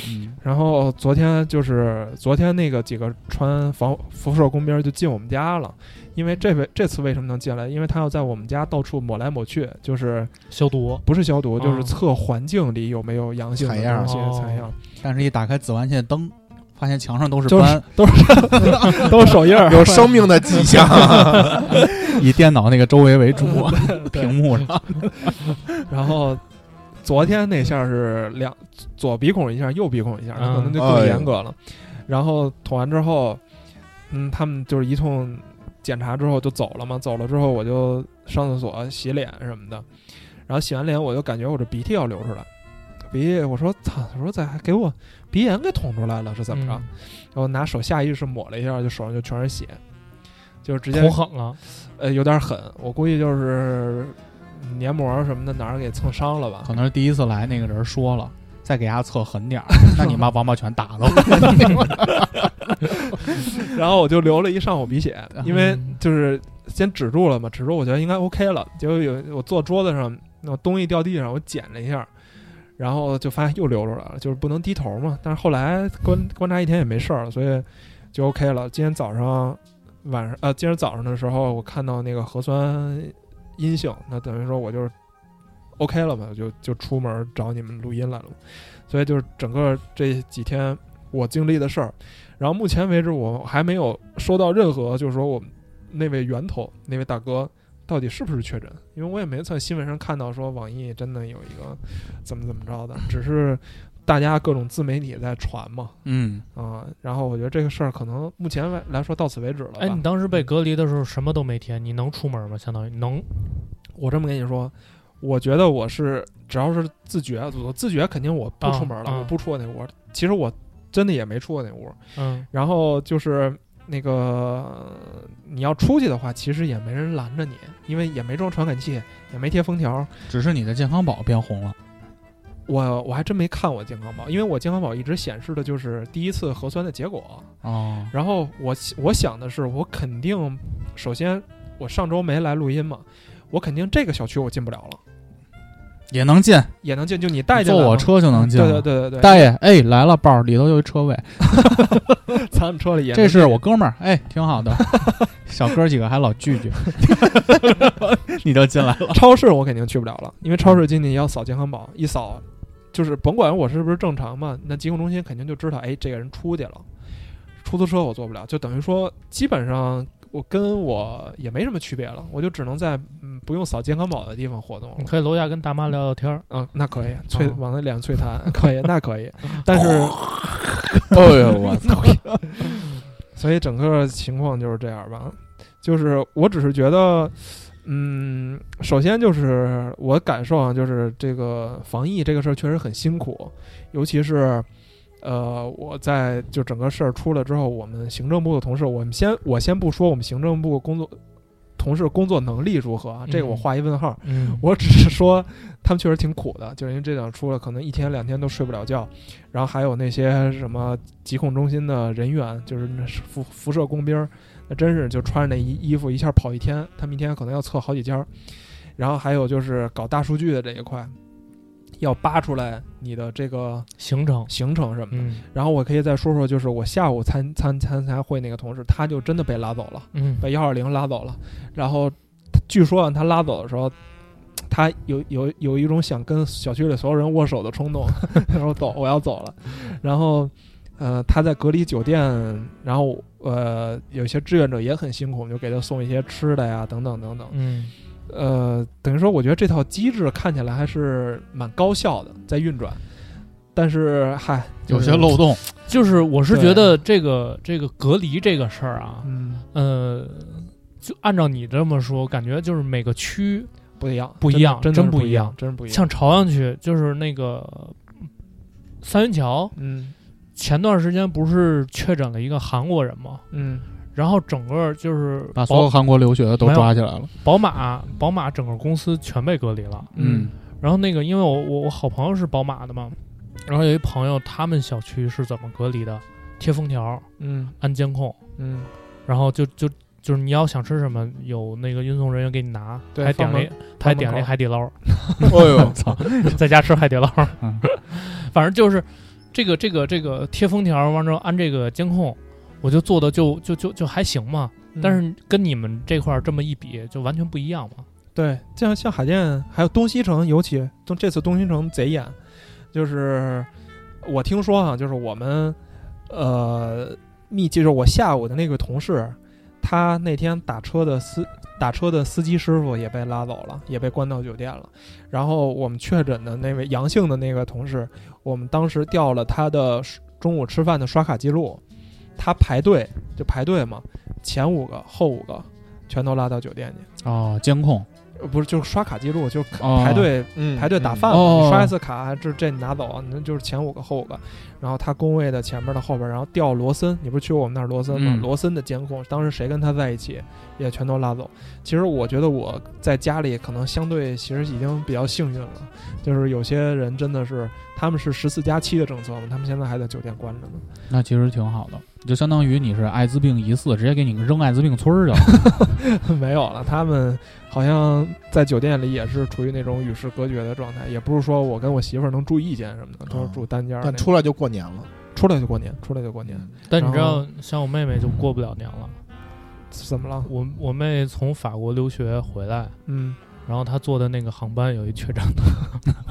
Speaker 8: 嗯
Speaker 10: 然后昨天就是昨天那个几个穿防辐射工兵儿就进我们家了，因为这位这次为什么能进来？因为他要在我们家到处抹来抹去，就是
Speaker 11: 消毒，
Speaker 10: 不是消毒，就是
Speaker 8: 哦
Speaker 11: 嗯
Speaker 10: 测环境里有没有阳性的
Speaker 4: 采样
Speaker 10: 东西
Speaker 11: 哦
Speaker 10: 采样，
Speaker 8: 但是，一打开紫外线灯，发现墙上都是
Speaker 10: 就是
Speaker 8: 斑，
Speaker 10: 都是手印儿。
Speaker 4: 有生命的迹象。
Speaker 8: 以电脑那个周围为 主， 屏幕上。
Speaker 10: 然后昨天那下是两左鼻孔一下，右鼻孔一下，
Speaker 11: 嗯
Speaker 10: 可能就更严格了。然后捅完之后，嗯，他们就是一通检查之后就走了嘛，走了之后我就上厕所洗脸什么的，然后洗完脸我就感觉我这鼻涕要流出来。鼻涕，我说操！我说咋还给我鼻炎给捅出来了？是怎
Speaker 11: 嗯
Speaker 10: 么着？然后拿手下意识抹了一下，就手上就全是血，就是直
Speaker 11: 嗯？
Speaker 10: 接
Speaker 11: 捅狠了，
Speaker 10: 呃，有点狠，我估计就是黏膜什么的哪儿给蹭伤了吧？
Speaker 8: 可能是第一次来那个人说了，再给他测狠 点儿，那你妈王八拳打了我。
Speaker 10: 然后我就流了一上午鼻血，因为
Speaker 11: 嗯
Speaker 10: 就是先止住了嘛，止住我觉得应该 OK 了。结果有我坐桌子上，那我东西掉地上，我捡了一下，然后就发现又流出来了，就是不能低头嘛。但是后来观观察一天也没事儿了，所以就 OK 了。今天早上晚上呃，今天早上的时候我看到那个核酸阴性，那等于说我就是 OK 了嘛，我就就出门找你们录音来了。所以就是整个这几天我经历的事儿。然后目前为止，我还没有收到任何，就是说我们那位源头那位大哥到底是不是确诊，因为我也没在新闻上看到说网易真的有一个怎么怎么着的，只是大家各种自媒体在传嘛，
Speaker 8: 嗯，
Speaker 10: 啊、然后我觉得这个事儿可能目前来来说到此为止了吧。嗯
Speaker 11: 哎，你当时被隔离的时候什么都没贴，你能出门吗？相当于能，
Speaker 10: 我这么跟你说，我觉得我是只要是自觉，我自觉肯定我不出门了，
Speaker 11: 啊啊
Speaker 10: 我不出我那屋。其实我真的也没出过那屋。
Speaker 11: 嗯，
Speaker 10: 然后就是那个你要出去的话，其实也没人拦着你，因为也没装传感器，也没贴封条。
Speaker 8: 只是你的健康宝变红了。
Speaker 10: 我我还真没看我健康宝，因为我健康宝一直显示的就是第一次核酸的结果。
Speaker 8: 哦，
Speaker 10: 然后我我想的是，我肯定首先我上周没来录音嘛，我肯定这个小区我进不了了，
Speaker 8: 也能进，
Speaker 10: 也能进，就你带进
Speaker 8: 坐
Speaker 10: 来
Speaker 8: 我
Speaker 10: 嘛
Speaker 8: 车就能进。
Speaker 10: 对对。对对对，
Speaker 8: 大爷，哎，来了包，里头有一车位，
Speaker 10: 咱们车里也能
Speaker 8: 这是我哥们儿，哎，挺好 的。小哥几个还老聚聚，你就进来了。
Speaker 10: 超市我肯定去不了了，因为超市进去要扫健康宝，一扫就是甭管我是不是正常嘛，那疾控中心肯定就知道，哎，这个人出去了。出租车我坐不了，就等于说基本上我跟我也没什么区别了，我就只能在嗯不用扫健康宝的地方活动了
Speaker 11: 你。可以楼下跟大妈聊聊天儿，
Speaker 10: 嗯，哦那可以，脆
Speaker 11: 哦
Speaker 10: 往那脸上脆弹， 可以，那可以。但是，
Speaker 8: 哎呦我 操！
Speaker 10: 所以整个情况就是这样吧，就是我只是觉得，嗯，首先就是我感受啊，就是这个防疫这个事儿确实很辛苦，尤其是。呃，我在就整个事儿出了之后，我们行政部的同事，我们先我先不说我们行政部工作同事工作能力如何啊，这个我
Speaker 11: 嗯
Speaker 10: 画一问号。
Speaker 11: 嗯，
Speaker 10: 我只是说，他们确实挺苦的，就是因为这两出了，可能一天两天都睡不了觉，然后还有那些什么疾控中心的人员，就是那是辐辐射工兵儿，那真是就穿着那衣衣服一下跑一天，他们一天可能要测好几家儿，然后还有就是搞大数据的这一块，要扒出来你的这个
Speaker 11: 行程，
Speaker 10: 行程什么的。
Speaker 11: 嗯
Speaker 10: 然后我可以再说说，就是我下午参参参参会那个同事，他就真的被拉走了。
Speaker 11: 嗯，
Speaker 10: 把幺二零拉走了。然后他据说啊，他拉走的时候，他有有有一种想跟小区里所有人握手的冲动， 他说走，我要走了。然后呃，他在隔离酒店，然后呃，有些志愿者也很辛苦，我们就给他送一些吃的呀，等等等等。
Speaker 11: 嗯，
Speaker 10: 呃，等于说，我觉得这套机制看起来还是蛮高效的，在运转。但是，嗨，
Speaker 8: 有
Speaker 10: 就是
Speaker 8: 些漏，洞，
Speaker 11: 就是我是觉得这个这个隔离这个事儿啊，
Speaker 10: 嗯，
Speaker 11: 呃，就按照你这么说，感觉就是每个区
Speaker 10: 不一样，
Speaker 11: 不一
Speaker 10: 真的
Speaker 11: 样
Speaker 10: 真
Speaker 11: 真
Speaker 10: 的是
Speaker 11: 不
Speaker 10: 不
Speaker 11: 一
Speaker 10: 一
Speaker 11: 样
Speaker 10: 样，真是不一样。
Speaker 11: 像朝阳区，就是那个三元桥，
Speaker 10: 嗯
Speaker 11: 前段时间不是确诊了一个韩国人吗？
Speaker 10: 嗯，
Speaker 11: 然后整个就是
Speaker 8: 把所有
Speaker 11: 宝
Speaker 8: 韩国留学的都抓起来了。
Speaker 11: 宝马宝马整个公司全被隔离了。
Speaker 10: 嗯，
Speaker 11: 然后那个，因为我我我好朋友是宝马的嘛，然后有一朋友他们小区是怎么隔离的？贴封条，
Speaker 10: 嗯
Speaker 11: 安监控，
Speaker 10: 嗯
Speaker 11: 然后就就就是你要想吃什么，有那个运送人员给你拿，
Speaker 10: 对
Speaker 11: 还点
Speaker 10: 放
Speaker 11: 了
Speaker 10: 门
Speaker 11: 一还
Speaker 10: 放门
Speaker 11: 点了一
Speaker 10: 口
Speaker 11: 海底捞，
Speaker 4: 哎呦，
Speaker 11: 操，在家吃海底捞
Speaker 8: 嗯，
Speaker 11: 反正就是这个这个这个贴封条，完之后安这个监控，我就做的就就就就还行嘛。
Speaker 10: 嗯
Speaker 11: 但是跟你们这块儿这么一比，就完全不一样嘛。
Speaker 10: 对，像像海淀还有东西城，尤其东这次东西城贼严，就是我听说啊，就是我们呃密就是我下午的那个同事，他那天打车的司打车的司机师傅也被拉走了，也被关到酒店了。然后我们确诊的那位阳性的那个同事，我们当时调了他的中午吃饭的刷卡记录，他排队就排队嘛，前五个后五个全都拉到酒店去。
Speaker 8: 哦，监控
Speaker 10: 呃不是，就是刷卡记录，就是卡
Speaker 8: 哦
Speaker 10: 排队、
Speaker 4: 嗯
Speaker 10: 排队打饭嘛，
Speaker 8: 哦
Speaker 10: 你刷一次卡，这这你拿走，那就是前五个后五个，然后他工位的前面的后边，然后调罗森，你不是去过我们那儿罗森吗？
Speaker 8: 嗯
Speaker 10: 罗森的监控，当时谁跟他在一起，也全都拉走。其实我觉得我在家里可能相对其实已经比较幸运了，就是有些人真的是他们是十四加七的政策嘛，他们现在还在酒店关着呢。
Speaker 8: 那其实挺好的，就相当于你是艾滋病疑似，直接给你扔艾滋病村儿去 了。
Speaker 10: 没有了，他们好像在酒店里也是处于那种与世隔绝的状态，也不是说我跟我媳妇儿能住一间什么的，都是住单间儿哦那
Speaker 4: 但
Speaker 10: 种。嗯
Speaker 4: 出来就过年了，嗯
Speaker 10: 出来就过年，出来就过年，
Speaker 11: 但你知
Speaker 10: 然
Speaker 11: 道
Speaker 10: 后，
Speaker 11: 像我妹妹就过不了年了。
Speaker 10: 怎么了？
Speaker 11: 我我妹从法国留学回来，
Speaker 10: 嗯，
Speaker 11: 然后她坐的那个航班有一确诊的，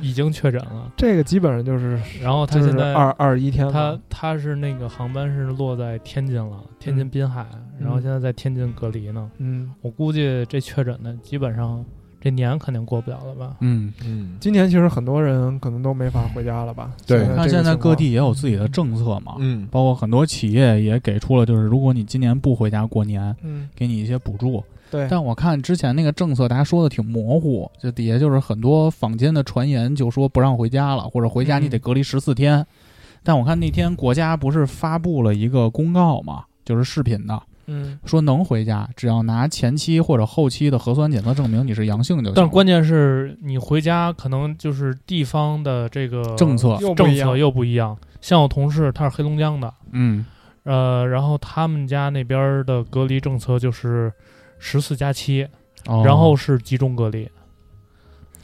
Speaker 11: 已经确诊了。
Speaker 10: 这个基本上就是
Speaker 11: 然后她
Speaker 10: 就
Speaker 11: 现
Speaker 10: 是
Speaker 11: 在
Speaker 10: 二二十一天
Speaker 11: 他
Speaker 10: 了。
Speaker 11: 他是那个航班是落在天津了，天津滨海，然后现在在天津隔离呢。
Speaker 10: 嗯，
Speaker 11: 我估计这确诊的基本上这年肯定过不了了吧？
Speaker 8: 嗯，
Speaker 4: 嗯
Speaker 10: 今年其实很多人可能都没法回家了吧？
Speaker 4: 对
Speaker 10: 这个
Speaker 8: 看现在
Speaker 10: 情
Speaker 8: 各
Speaker 10: 况
Speaker 8: 地也有自己的政策
Speaker 10: 啊
Speaker 8: 嘛，
Speaker 4: 嗯，
Speaker 8: 包括很多企业也给出了，就是如果你今年不回家过年，
Speaker 10: 嗯，
Speaker 8: 给你一些补助。
Speaker 10: 对，
Speaker 8: 但我看之前那个政策，大家说的挺模糊，就底下就是很多坊间的传言，就说不让回家了，或者回家你得隔离十四天。但我看那天国家不是发布了一个公告嘛，就是视频的，
Speaker 10: 嗯，
Speaker 8: 说能回家，只要拿前期或者后期的核酸检测证明你是阳
Speaker 10: 嗯
Speaker 8: 性就行。
Speaker 11: 但是关键是你回家可能就是地方的这个
Speaker 8: 政策，
Speaker 10: 又不
Speaker 11: 政
Speaker 10: 一样
Speaker 11: 策。又不一样。像我同事他是黑龙江的，
Speaker 8: 嗯，
Speaker 11: 呃，然后他们家那边的隔离政策就是十四加七，
Speaker 8: 哦
Speaker 11: 然后是集中隔离，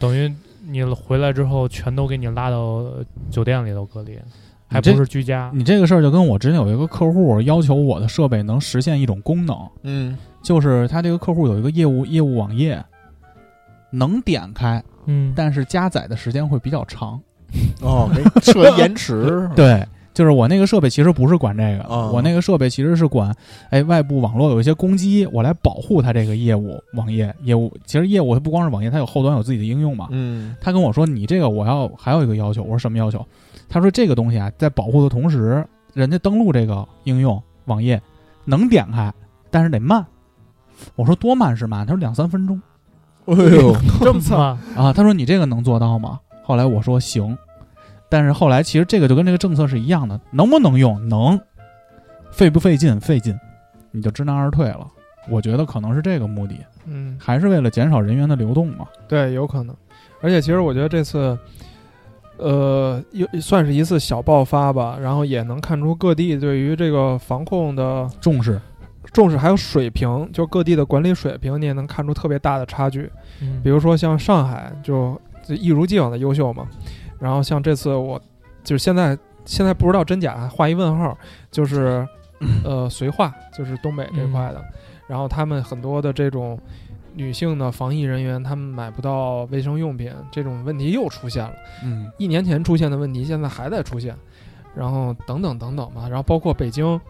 Speaker 11: 等于你回来之后全都给你拉到酒店里头隔离，还
Speaker 8: 这
Speaker 11: 不是居家。
Speaker 8: 你这个事儿就跟我之前有一个客户要求我的设备能实现一种功能，
Speaker 4: 嗯，
Speaker 8: 就是他这个客户有一个业务业务网页，能点开，
Speaker 11: 嗯，
Speaker 8: 但是加载的时间会比较长。，
Speaker 4: 哦， 给你设一延迟
Speaker 8: 对，就是我那个设备其实不是管这个的，
Speaker 4: 哦
Speaker 8: 我那个设备其实是管，哎，外部网络有一些攻击，我来保护它这个业务网页业务。其实业务它不光是网页，它有后端有自己的应用嘛。
Speaker 4: 嗯，
Speaker 8: 他跟我说：“你这个我要还有一个要求。”我说：“什么要求？”他说：“这个东西啊，在保护的同时，人家登录这个应用网页能点开，但是得慢。”我说：“多慢是慢？”他说：“两三分钟
Speaker 4: 哎 呦，
Speaker 11: 这么惨，
Speaker 8: 啊。”他说：“你这个能做到吗？”后来我说：“行。”但是后来其实这个就跟这个政策是一样的，能不能用？能，费不费劲？费劲，你就知难而退了。我觉得可能是这个目的，
Speaker 10: 嗯，
Speaker 8: 还是为了减少人员的流动嘛。
Speaker 10: 对，有可能。而且其实我觉得这次，呃，又算是一次小爆发吧，然后也能看出各地对于这个防控的
Speaker 8: 重视，
Speaker 10: 重视还有水平，就各地的管理水平，你也能看出特别大的差距。比
Speaker 11: 如
Speaker 10: 如说像上海就就一如既往的优秀嘛，然后像这次我就是现在现在不知道真假，画一问号，就是呃绥化就是东北这块的，然后他们很多的这种女性的防疫人员，他们买不到卫生用品，这种问题又出现了。
Speaker 8: 嗯，
Speaker 10: 一年前出现的问题，现在还在出现，然后等等等等吧，然后包括北京，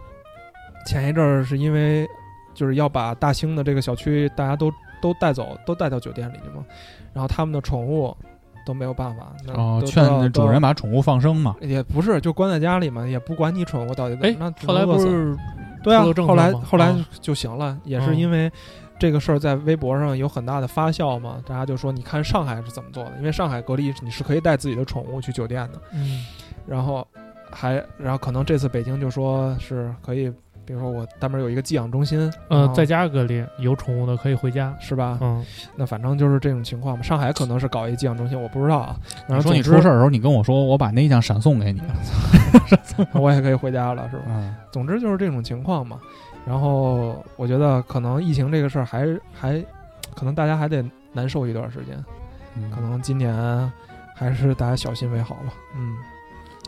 Speaker 10: 前一阵儿是因为就是要把大兴的这个小区大家都都带走，都带到酒店里去嘛，然后他们的宠物都没有办法，那
Speaker 8: 哦，
Speaker 10: 嗯都都要
Speaker 8: 劝主人
Speaker 10: 都
Speaker 8: 把宠物放生嘛。
Speaker 10: 要也不是就关在家里嘛，也不管你宠物到底怎
Speaker 11: 哎
Speaker 10: 么，那只
Speaker 11: 后来
Speaker 10: 能饿
Speaker 11: 不
Speaker 10: 死
Speaker 11: 是
Speaker 10: 对啊
Speaker 11: 出了，政
Speaker 10: 后
Speaker 11: 策
Speaker 10: 来
Speaker 11: 吗
Speaker 10: 后来
Speaker 11: 啊
Speaker 10: 就行了，也是
Speaker 11: 嗯
Speaker 10: 因为这个事儿在微博上有很大的发酵嘛，大家就说你看上海是怎么做的，因为上海隔离你是可以带自己的宠物去酒店的，
Speaker 11: 嗯
Speaker 10: 然后还然后可能这次北京就说是可以比如说我单门有一个寄养中心，然
Speaker 11: 呃，
Speaker 8: 哦
Speaker 10: 后
Speaker 11: 在家隔离，有宠物的可以回家。
Speaker 10: 是
Speaker 8: 啊
Speaker 10: 吧？
Speaker 11: 嗯，
Speaker 10: 那反正就是这种情况嘛。上海可能是搞一寄养中心，我不知道啊。然
Speaker 8: 你
Speaker 10: 后
Speaker 8: 说你
Speaker 10: 总之
Speaker 8: 出事儿的时候，你跟我说，我把那一项闪送给你。
Speaker 10: 我也可以回家了，是吧？
Speaker 8: 嗯，
Speaker 10: 总之就是这种情况嘛。然后我觉得可能疫情这个事儿还还，可能大家还得难受一段时间。
Speaker 8: 嗯
Speaker 10: 可能今年还是大家小心为好吧。嗯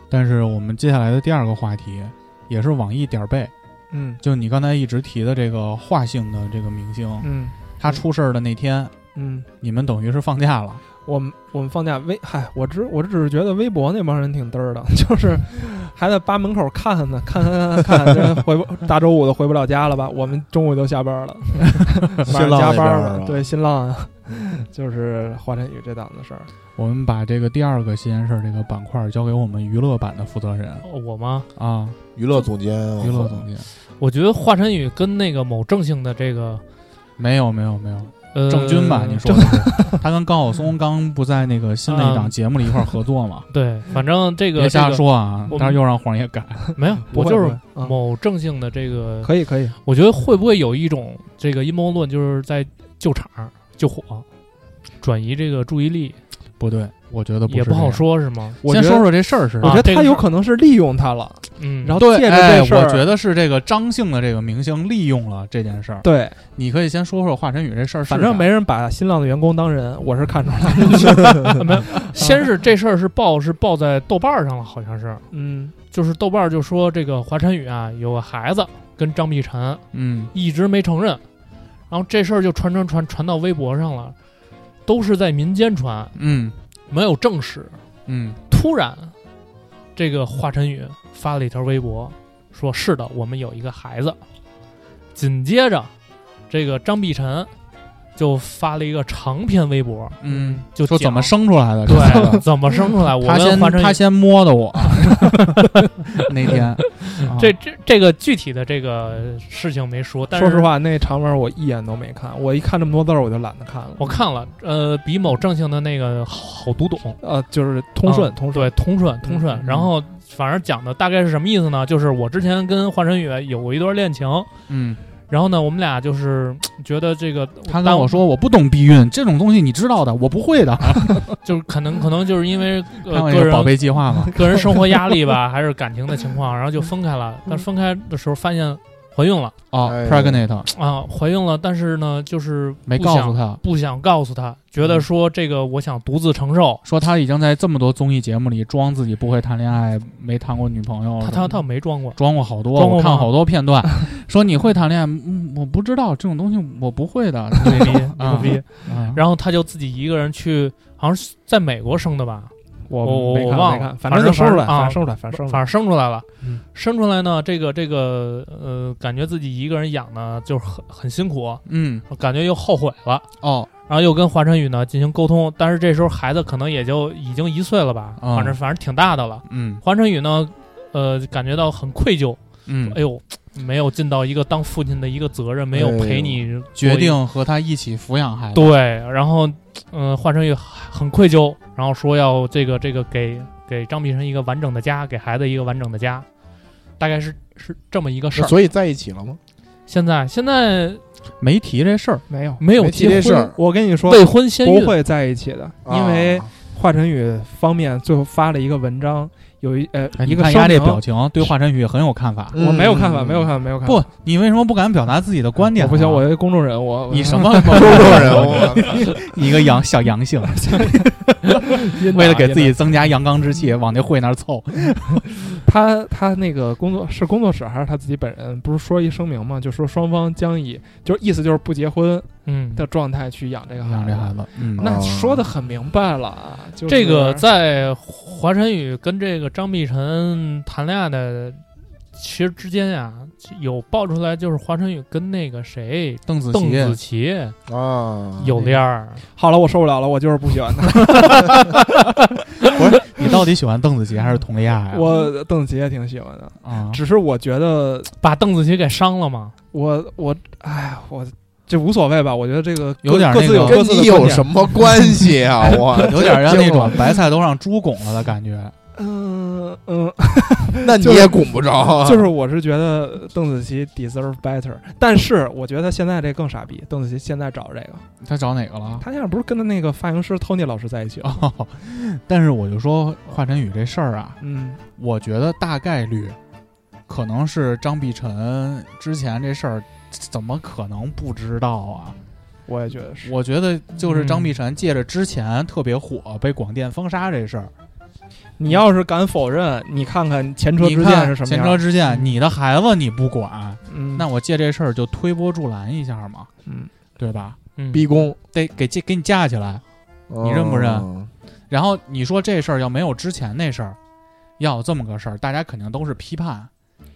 Speaker 8: 但是我们接下来的第二个话题，也是网易点儿背，
Speaker 10: 嗯
Speaker 8: 就你刚才一直提的这个华姓的这个明星，
Speaker 10: 嗯
Speaker 8: 他出事儿的那天，
Speaker 10: 嗯，
Speaker 8: 你们等于是放假了。
Speaker 10: 我们我们放假微嗨，我只我只是觉得微博那帮人挺嘚儿的， 就是还在吧门口看呢，看看看看，这回不大周五的回不了家了吧？我们中午就下班了，晚上
Speaker 4: 新浪
Speaker 10: 加
Speaker 4: 那边
Speaker 10: 班
Speaker 4: 儿是
Speaker 10: 了，
Speaker 4: 吧
Speaker 10: 对，新浪啊， 就是华晨宇这档子事儿。
Speaker 8: 我们把这个第二个新鲜事儿这个板块交给我们娱乐版的负责人
Speaker 11: 哦我吗？
Speaker 8: 啊，
Speaker 4: 娱乐总监，
Speaker 8: 娱乐总监。
Speaker 11: 我觉得华晨宇跟那个某正性的这个
Speaker 8: 没有没有没有，
Speaker 11: 呃
Speaker 8: 郑钧吧？你说
Speaker 11: 郑
Speaker 8: 的是 他跟高晓松刚不在那个新的一档节目里一块儿合作嘛？
Speaker 11: 对，反正这个
Speaker 8: 别瞎
Speaker 11: 这个
Speaker 8: 说啊！
Speaker 11: 我们
Speaker 8: 但是又让黄爷改，
Speaker 11: 没有，
Speaker 10: 不
Speaker 11: 我
Speaker 10: 会
Speaker 11: 就
Speaker 10: 不
Speaker 11: 是
Speaker 10: 会嗯
Speaker 11: 某正性的这个，
Speaker 10: 可以可以，
Speaker 11: 我觉得会不会有一种这个阴谋论，就是在救场救火，转移这个注意力，
Speaker 8: 不对，我觉得
Speaker 11: 也
Speaker 8: 不
Speaker 11: 不好
Speaker 8: 是这样。
Speaker 11: 说是吗？
Speaker 10: 我
Speaker 8: 先
Speaker 10: 觉
Speaker 8: 说
Speaker 10: 得。
Speaker 8: 说这事儿是
Speaker 10: 我
Speaker 8: 吧
Speaker 11: 啊？
Speaker 10: 觉得
Speaker 11: 这个
Speaker 10: 他
Speaker 11: 事
Speaker 10: 有
Speaker 11: 儿
Speaker 10: 可能是利用他了，
Speaker 11: 嗯，
Speaker 10: 然后
Speaker 8: 对，
Speaker 10: 借着
Speaker 8: 哎
Speaker 10: 这事儿
Speaker 8: 我觉得是这个张姓的这个明星利用了这件事儿。
Speaker 10: 对，
Speaker 11: 啊
Speaker 8: 你可以先说说华晨宇这事儿是啥，
Speaker 10: 反正没人把新浪的员工当人，我是看出 来了。
Speaker 11: 先是这事儿是报是报在豆瓣儿上了，好像是，
Speaker 10: 嗯
Speaker 11: 就是豆瓣儿就说这个华晨宇啊有个孩子跟张碧晨
Speaker 8: 嗯，
Speaker 11: 一直没承认，然后这事儿就传传传传到微博上了，都是在民间传，
Speaker 8: 嗯
Speaker 11: 没有证实。
Speaker 8: 嗯
Speaker 11: 突然，这个华晨宇发了一条微博，说是的，我们有一个孩子。紧接着，这个张碧晨就发了一个长篇微博，
Speaker 8: 嗯，
Speaker 11: 就
Speaker 8: 说
Speaker 11: 讲
Speaker 8: 怎么生出来的？这孩
Speaker 11: 对
Speaker 8: 子
Speaker 11: 怎么生出来，我
Speaker 8: 他
Speaker 11: 跟
Speaker 8: 先
Speaker 11: 华晨宇
Speaker 8: 他先摸的我， 那 天啊
Speaker 11: 这这这个具体的这个事情没说，但是
Speaker 10: 说实话，那长文我一眼都没看，我一看这么多字儿，我就懒得看了。
Speaker 11: 我看了，呃，比某正性的那个好读懂，
Speaker 10: 呃，就是通顺、
Speaker 11: 啊
Speaker 10: 通顺，
Speaker 11: 对，通顺通顺。
Speaker 10: 嗯
Speaker 11: 然后反正讲的大概是什么意思呢？就是我之前跟华晨宇有过一段恋情，
Speaker 8: 嗯，
Speaker 11: 然后呢，我们俩就是觉得这个
Speaker 8: 他跟我，说我不懂避孕这种东西，你知道的，我不会的。
Speaker 11: 当就是可 能可能就是因为呃
Speaker 8: 看过一
Speaker 11: 个
Speaker 8: 个宝
Speaker 11: 人
Speaker 8: 贝 计划嘛，
Speaker 11: 个人生活压力吧，还是感情的情况，然后就分开
Speaker 8: 嗯
Speaker 11: 了。但分开的时候发现怀孕了
Speaker 8: 哦
Speaker 4: 哎
Speaker 8: ，pregnant
Speaker 11: 啊，怀孕了，但是呢，就是
Speaker 8: 没
Speaker 11: 不
Speaker 8: 告
Speaker 11: 想
Speaker 8: 诉他，
Speaker 11: 不想告诉他，觉得说这个我想独自承受。
Speaker 8: 说他已经在这么多综艺节目里装自己不会谈恋爱，没谈过女朋友
Speaker 11: 他
Speaker 8: 什么
Speaker 11: 他
Speaker 8: 的，
Speaker 11: 他没装过，
Speaker 8: 装过好多，
Speaker 11: 装过
Speaker 8: 我看
Speaker 11: 吗
Speaker 8: 好多 片段，说你会谈恋爱，嗯，我不知道这种东西，我不 会的。
Speaker 11: 牛逼 牛
Speaker 10: 嗯
Speaker 8: 啊
Speaker 11: 逼。
Speaker 8: 啊
Speaker 11: 然后他就自己一个人去，好像是在美国生的吧，
Speaker 10: 我
Speaker 11: 我
Speaker 10: 没
Speaker 11: 我
Speaker 10: 看
Speaker 11: 忘
Speaker 10: 没
Speaker 11: 了
Speaker 10: 看，反正就
Speaker 11: 反
Speaker 10: 说
Speaker 11: 正
Speaker 10: 出来，
Speaker 11: 啊
Speaker 10: 反正说出来，反正说
Speaker 11: 反
Speaker 10: 出来。
Speaker 11: 正生出来了。
Speaker 10: 嗯
Speaker 11: 生出来呢，这个这个呃，感觉自己一个人养呢，就是很很辛苦，
Speaker 8: 嗯，
Speaker 11: 感觉又后悔了。
Speaker 8: 哦，
Speaker 11: 然后又跟华晨宇呢进行沟通，但是这时候孩子可能也就已经一岁了吧，
Speaker 8: 嗯
Speaker 11: 反正反正挺大的了。
Speaker 8: 嗯
Speaker 11: 华晨宇呢，呃，感觉到很愧疚，
Speaker 8: 嗯
Speaker 11: 哎，呦，没有尽到一个当父亲的一个责任，没有陪你做一
Speaker 8: 决定和他一起抚养孩子。
Speaker 11: 对，然后，嗯、华晨宇很愧疚，然后说要这个这个给给张碧晨一个完整的家，给孩子一个完整的家，大概是是这么一个事儿。
Speaker 4: 所以在一起了吗？
Speaker 11: 现在现在
Speaker 8: 没提这事儿，
Speaker 10: 没有，
Speaker 11: 没有
Speaker 4: 没提
Speaker 11: 结
Speaker 4: 这
Speaker 11: 婚，
Speaker 4: 事儿，
Speaker 10: 我跟你说，
Speaker 11: 未婚先
Speaker 10: 不
Speaker 11: 孕，
Speaker 10: 会在一起的，
Speaker 4: 嗯啊
Speaker 10: 因为华晨宇方面最后发了一个文章，有一呃
Speaker 8: 哎，
Speaker 10: 一
Speaker 8: 你
Speaker 10: 个
Speaker 8: 看
Speaker 10: 声
Speaker 8: 丫这
Speaker 10: 明
Speaker 8: 表，情，对华晨宇也很有看法。
Speaker 4: 嗯
Speaker 10: 我没有看法，
Speaker 4: 嗯
Speaker 10: 没有看法，没有看法。
Speaker 8: 不，你为什么不敢表达自己的观点
Speaker 10: 我
Speaker 8: 呢？
Speaker 10: 不行，我一个公众人，我
Speaker 8: 你什
Speaker 10: 么
Speaker 8: 么
Speaker 4: 公众人物，
Speaker 8: 你一个阳小阳性，为了给自己增加阳刚之气，往那会那儿凑。
Speaker 10: 他他那个工作是工作室还是他自己本人？不是说一声明吗？就说双方将以就是意思就是不结婚
Speaker 11: 嗯，
Speaker 10: 的状态去养这个孩
Speaker 8: 养
Speaker 10: 子。
Speaker 8: 这孩子，嗯，
Speaker 10: 哎那说的很明白了啊，就是
Speaker 11: 这个在华晨宇跟这个张碧晨谈恋爱的，其实之间呀、有爆出来，就是华晨宇跟那个谁
Speaker 8: 邓紫
Speaker 11: 邓
Speaker 8: 棋
Speaker 11: 紫棋
Speaker 10: 嗯
Speaker 4: 啊，
Speaker 11: 有恋儿，
Speaker 10: 好了，我受不了了，我就是不喜欢他。
Speaker 8: 不是你到底喜欢邓紫棋还是佟丽娅呀？
Speaker 10: 我邓紫棋也挺喜欢的，
Speaker 8: 啊，
Speaker 10: 只是我觉得
Speaker 11: 把邓紫棋给伤了嘛？
Speaker 10: 我我哎我这无所谓吧，我觉得这个
Speaker 8: 有点
Speaker 10: 各
Speaker 8: 那
Speaker 10: 各自有
Speaker 8: 个
Speaker 10: 各
Speaker 4: 跟
Speaker 10: 自的
Speaker 4: 你有
Speaker 10: 观点
Speaker 4: 什么关系啊？我
Speaker 8: 有点像那种白菜都让猪拱了的感觉。
Speaker 10: 嗯嗯，
Speaker 8: 啊
Speaker 4: 那你也拱不着啊，
Speaker 10: 就是我是觉得邓紫棋 deserve better，但是我觉得现在这更傻逼。邓紫棋现在找这个，
Speaker 8: 他找哪个了？
Speaker 10: 她现在不是跟她那个发型师 Tony 老师在一起啊？
Speaker 8: 哦，但是我就说华晨宇这事儿啊，
Speaker 10: 嗯
Speaker 8: 我觉得大概率可能是张碧晨之前这事儿，怎么可能不知道啊？
Speaker 10: 我也觉得是。
Speaker 8: 我觉得就是张
Speaker 10: 嗯
Speaker 8: 碧晨借着之前特别火被广电封杀这事儿，
Speaker 10: 你要是敢否认，你看看前车
Speaker 8: 你
Speaker 10: 之鉴
Speaker 8: 看
Speaker 10: 是什么
Speaker 8: 前
Speaker 10: 样？
Speaker 8: 车之鉴，
Speaker 10: 嗯
Speaker 8: 你的孩子你不管，
Speaker 10: 嗯，
Speaker 8: 那我借这事儿就推波助澜一下嘛，
Speaker 10: 嗯，
Speaker 8: 对吧？
Speaker 11: 嗯
Speaker 4: 逼宫，
Speaker 8: 得给架给你架起来。
Speaker 4: 你
Speaker 8: 认不认
Speaker 4: 嗯
Speaker 8: 然后你说这事儿要没有之前那事儿，要有这么个事儿，大家肯定都是批判。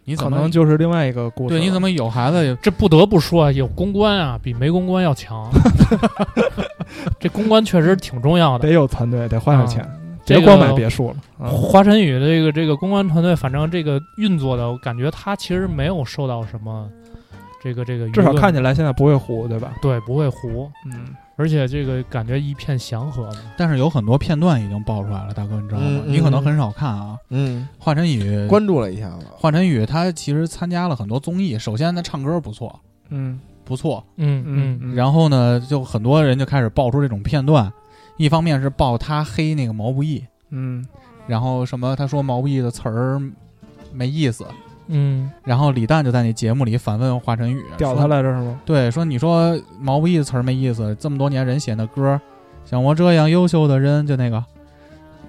Speaker 8: 你
Speaker 10: 可
Speaker 8: 怎么
Speaker 10: 能就是另外一个故事了。
Speaker 8: 对？你怎么有孩子也
Speaker 11: 这不得不说啊，有公关啊，比没公关要强。 这公关确实挺重要的。
Speaker 10: 得有团队，得花
Speaker 8: 啊
Speaker 10: 点钱，
Speaker 11: 这
Speaker 10: 别
Speaker 11: 个
Speaker 10: 光买别墅了。啊
Speaker 11: 华晨宇这个这个公关团队，反正这个运作的，我感觉他其实没有受到什么这个这个，
Speaker 10: 至少看起来现在不会糊，对吧？
Speaker 11: 对不会糊，
Speaker 10: 嗯，
Speaker 11: 而且这个感觉一片祥和嘛。
Speaker 8: 但是有很多片段已经爆出来了，大哥，你知道吗？
Speaker 4: 嗯嗯
Speaker 8: 你可能很少看啊。
Speaker 4: 嗯，
Speaker 8: 华晨宇，
Speaker 4: 关注了一下子，
Speaker 8: 华晨宇他其实参加了很多综艺。首先，他唱歌不错，
Speaker 10: 嗯
Speaker 8: 不错。
Speaker 11: 嗯
Speaker 10: 嗯，嗯
Speaker 8: 然后呢，就很多人就开始爆出这种片段，一方面是爆他黑那个毛不易，
Speaker 10: 嗯
Speaker 8: 然后什么他说毛不易的词儿没意思，
Speaker 11: 嗯
Speaker 8: 然后李诞就在那节目里反问华晨宇，
Speaker 10: 屌
Speaker 8: 说
Speaker 10: 他来着是吗？
Speaker 8: 对，说你说毛不易的词儿没意思，这么多年人写的歌，像我这样优秀的人，就那个，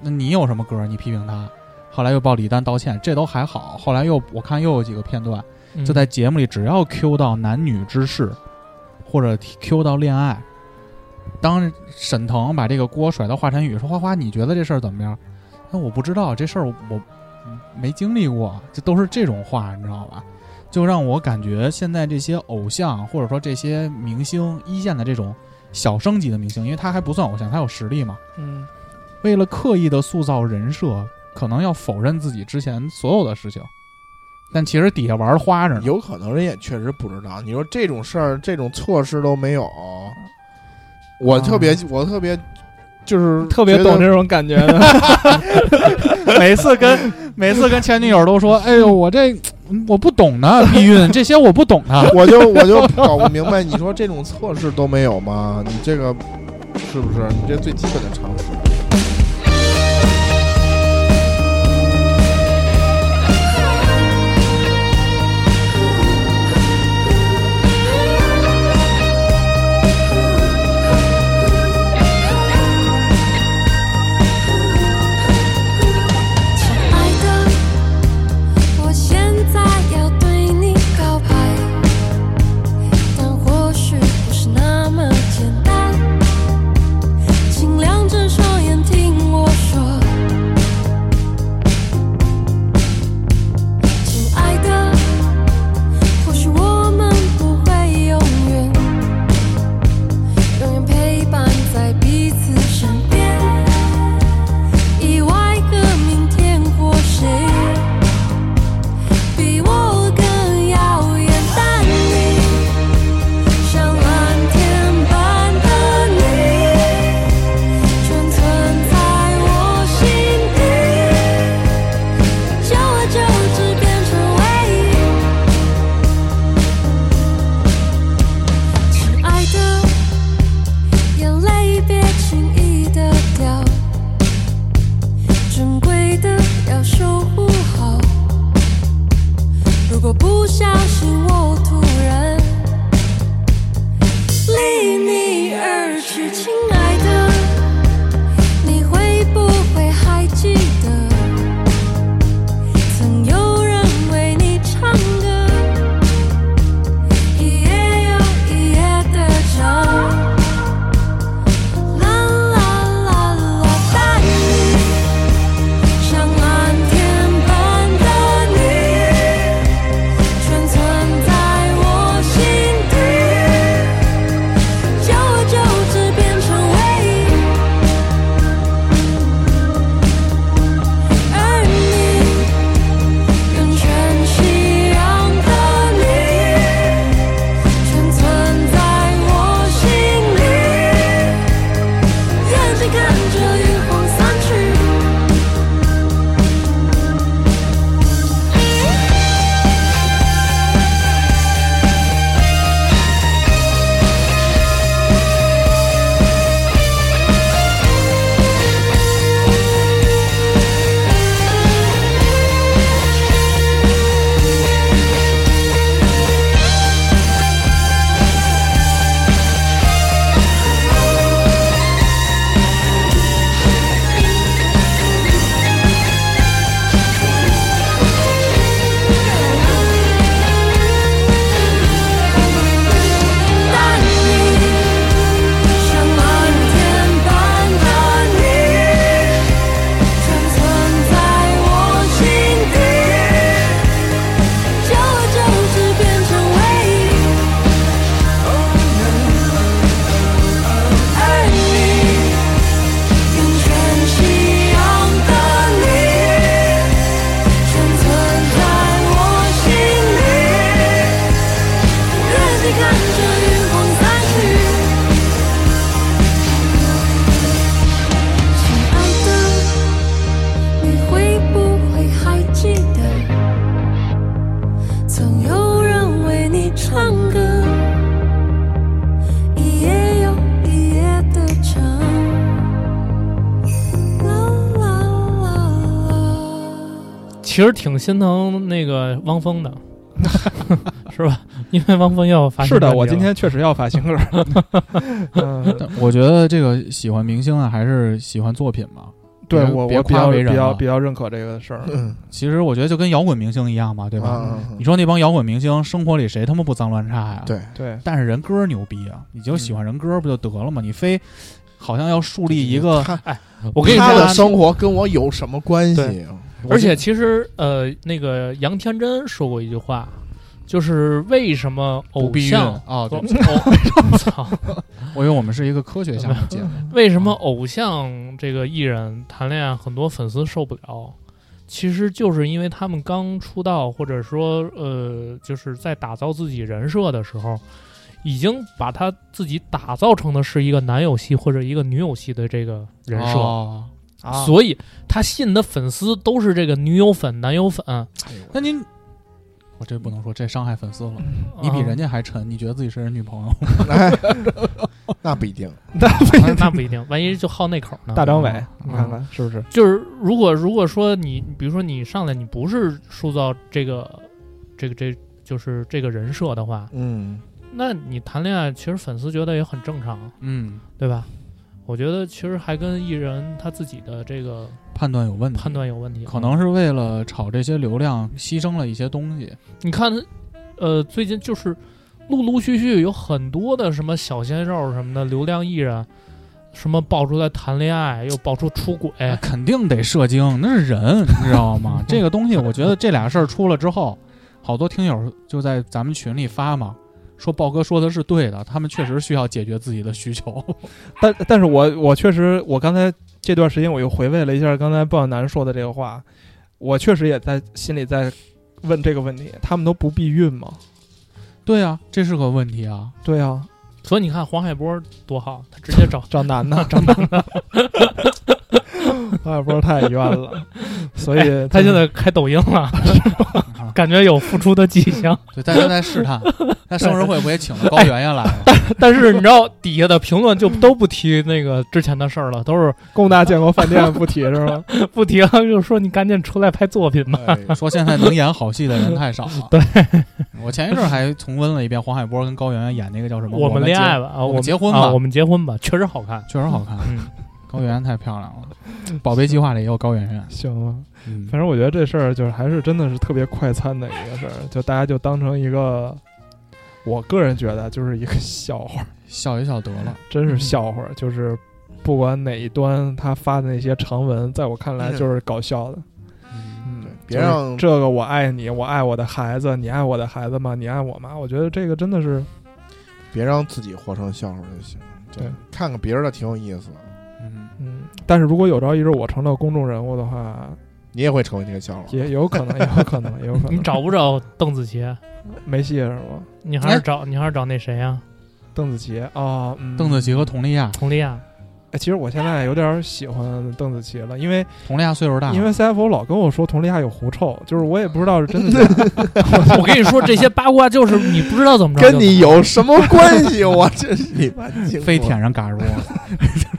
Speaker 8: 那你有什么歌？你批评他？后来又报李诞道歉，这都还好。后来又我看又有几个片段，
Speaker 11: 嗯，
Speaker 8: 就在节目里，只要 Q 到男女之事，或者 Q 到恋爱，当沈腾把这个锅甩到华晨宇，说花花，你觉得这事儿怎么样？那我不知道这事儿我我没经历过，这都是这种话，你知道吧？就让我感觉现在这些偶像或者说这些明星一线的这种小生级的明星，因为他还不算偶像，他有实力嘛，
Speaker 10: 嗯，
Speaker 8: 为了刻意的塑造人设，可能要否认自己之前所有的事情，但其实底下玩花着呢。
Speaker 4: 有可能人也确实不知道。你说这种事儿，这种措施都没有，我特别，我特别，就是
Speaker 10: 特别
Speaker 4: 觉得
Speaker 10: 懂这种感觉 的。
Speaker 8: 每次跟每次跟前女友都说：“哎呦，我这我不懂呢，避孕这些我不懂呢。
Speaker 4: 我就我就搞不明白，你说这种措施都没有吗？你这个是不是你这最基本的常识？
Speaker 6: 亲爱的，我现在要对你告白，但或许不是那么简单。请两只双眼听我说，亲爱的，或许我们不会永远，永远陪伴在彼此身边。意外和明天或谁比我更耀眼？但你像蓝天般的你，全存在我心底，久而久之变成唯一。亲爱的，眼泪别轻易的掉。珍贵的要守护好。如果不小心我突然离你而去，亲爱的，你会不会还记得曾有人为你唱歌，一夜又一夜的唱，啦啦啦啦，但你。像蓝天般的你，全存
Speaker 11: 其实挺心疼那个汪峰的， 是吧？因为汪峰要发行
Speaker 10: 是的，
Speaker 11: 专辑
Speaker 10: 我
Speaker 11: 了
Speaker 10: 今天确实要发新歌。 嗯，
Speaker 8: 我觉得这个喜欢明星啊，还是喜欢作品嘛。
Speaker 10: 对
Speaker 8: 别
Speaker 10: 我
Speaker 8: 别
Speaker 10: 我比
Speaker 8: 夸
Speaker 10: 较
Speaker 8: 为人
Speaker 10: 比较
Speaker 8: 了
Speaker 10: 比较认可这个事儿。
Speaker 4: 嗯，
Speaker 8: 其实我觉得就跟摇滚明星一样嘛，对吧？
Speaker 4: 啊
Speaker 8: 你说那帮摇滚明星生活里谁他妈不脏乱差呀、
Speaker 4: 对，
Speaker 10: 对，
Speaker 8: 但是人歌牛逼啊，你就喜欢人歌不就得了嘛？你非好像要树立一个，
Speaker 4: 他
Speaker 11: 我跟你
Speaker 4: 他
Speaker 11: 说
Speaker 4: 的
Speaker 11: 啊，
Speaker 4: 生活跟我有什么关系啊
Speaker 11: 对？而且其实呃，那个杨天真说过一句话，就是为什么
Speaker 8: 不
Speaker 11: 偶
Speaker 8: 避孕
Speaker 11: 像
Speaker 8: 啊、哦
Speaker 11: 不
Speaker 8: 对，
Speaker 11: 偶操，
Speaker 8: 我以为我们是一个科学向的节目。
Speaker 11: 为什么偶像这个艺人谈恋爱很多粉丝受不了？其实就是因为他们刚出道，或者说呃，就是在打造自己人设的时候，已经把他自己打造成的是一个男友系或者一个女友系的这个人设，
Speaker 8: 哦
Speaker 10: 啊，
Speaker 11: 所以他吸引的粉丝都是这个女友粉、男友粉。
Speaker 8: 那您，我这不能说，这伤害粉丝了。你比人家还沉，你觉得自己是人女朋友？
Speaker 4: 哎， 那不一定。
Speaker 11: 啊、 那那不一定，万一就好那口呢？
Speaker 10: 大张伟
Speaker 8: 嗯，
Speaker 10: 你看看是不是？
Speaker 11: 就是如果如果说你，比如说你上来你不是塑造这个这个这就是这个人设的话，
Speaker 4: 嗯，
Speaker 11: 那你谈恋爱其实粉丝觉得也很正常，
Speaker 8: 嗯，
Speaker 11: 对吧？我觉得其实还跟艺人他自己的这个
Speaker 8: 判断有问题，
Speaker 11: 判断有问题。
Speaker 8: 可能是为了炒这些流量，牺牲了一些东西。
Speaker 11: 你看，呃，最近就是陆陆续续有很多的什么小鲜肉什么的流量艺人，什么爆出来谈恋爱，又爆出出轨，
Speaker 8: 那肯定得射精，那是人，你知道吗？这个东西，我觉得这俩事儿出了之后，好多听友就在咱们群里发嘛，说豹哥说的是对的，他们确实需要解决自己的需求。
Speaker 10: 但但是我我确实，我刚才这段时间我又回味了一下刚才鲍楠说的这个话，我确实也在心里在问这个问题：他们都不避孕吗？
Speaker 8: 对啊，这是个问题啊。
Speaker 10: 对啊，
Speaker 11: 所以你看黄海波多好，他直接找
Speaker 10: 找男的，找男 的，哎，不是太冤了，所 以
Speaker 11: 他现在开抖音 了，感觉有复出的迹象。
Speaker 8: 对，大家在试 探，那生日会不也请了高圆圆来了？
Speaker 11: 但是你知道底下的评论就都不提那个之前的事儿了，都是
Speaker 10: 供大建国饭店不提是吗？
Speaker 11: 不提了，就说你赶紧出来拍作品吧。
Speaker 4: 哎
Speaker 8: 说现在能演好戏的人太少了。对，我前一阵儿还重温了一遍黄海波跟高圆圆演那个叫什么？
Speaker 11: 我们
Speaker 8: 结
Speaker 11: 恋爱吧，啊，
Speaker 8: 我
Speaker 11: 我
Speaker 8: 们
Speaker 11: 们
Speaker 8: 结婚吧
Speaker 11: 啊，我们结婚吧，确实好 看。
Speaker 8: 确实好看，
Speaker 11: 嗯，
Speaker 8: 高圆圆太漂亮了。宝贝计划里也有高圆圆，
Speaker 10: 行吧，
Speaker 8: 嗯，
Speaker 10: 反正我觉得这事儿就是还是真的是特别快餐的一个事儿，就大家就当成一个，我个人觉得就是一个笑话，
Speaker 8: 笑也笑得了。
Speaker 10: 真是笑话，就是不管哪一端他发的那些长文，在我看来就是搞笑的。
Speaker 8: 嗯
Speaker 10: 嗯
Speaker 4: 对，别让
Speaker 10: 就是这个我爱你，我爱我的孩子，你爱我的孩子吗？你爱我吗？我觉得这个真的是
Speaker 4: 别让自己活成笑话就行。对
Speaker 10: 对，
Speaker 4: 看看别人的挺有意思，
Speaker 8: 嗯
Speaker 10: 嗯，但是如果有朝一日我成了公众人物的话，
Speaker 4: 你也会成为那个笑话。
Speaker 10: 也有可能， 也有可能，也有可能。
Speaker 11: 你找不找邓紫棋？啊
Speaker 10: 梅西是吗？
Speaker 11: 你还是找你还是找那谁呀？
Speaker 10: 邓紫棋啊，嗯
Speaker 8: 邓紫棋和佟丽娅，
Speaker 11: 佟丽娅。
Speaker 10: 哎其实我现在有点喜欢邓紫棋了，因为
Speaker 8: 佟丽娅岁数大，
Speaker 10: 因为 CFO 老跟我说佟丽娅有狐臭，就是我也不知道是真的假 的。
Speaker 11: 我跟你说，这些八卦就是你不知道怎么着就
Speaker 4: 跟
Speaker 11: 能，
Speaker 4: 你有什么关 系？我真是你妈惊
Speaker 8: 非
Speaker 4: 了
Speaker 8: 舔上嘎如，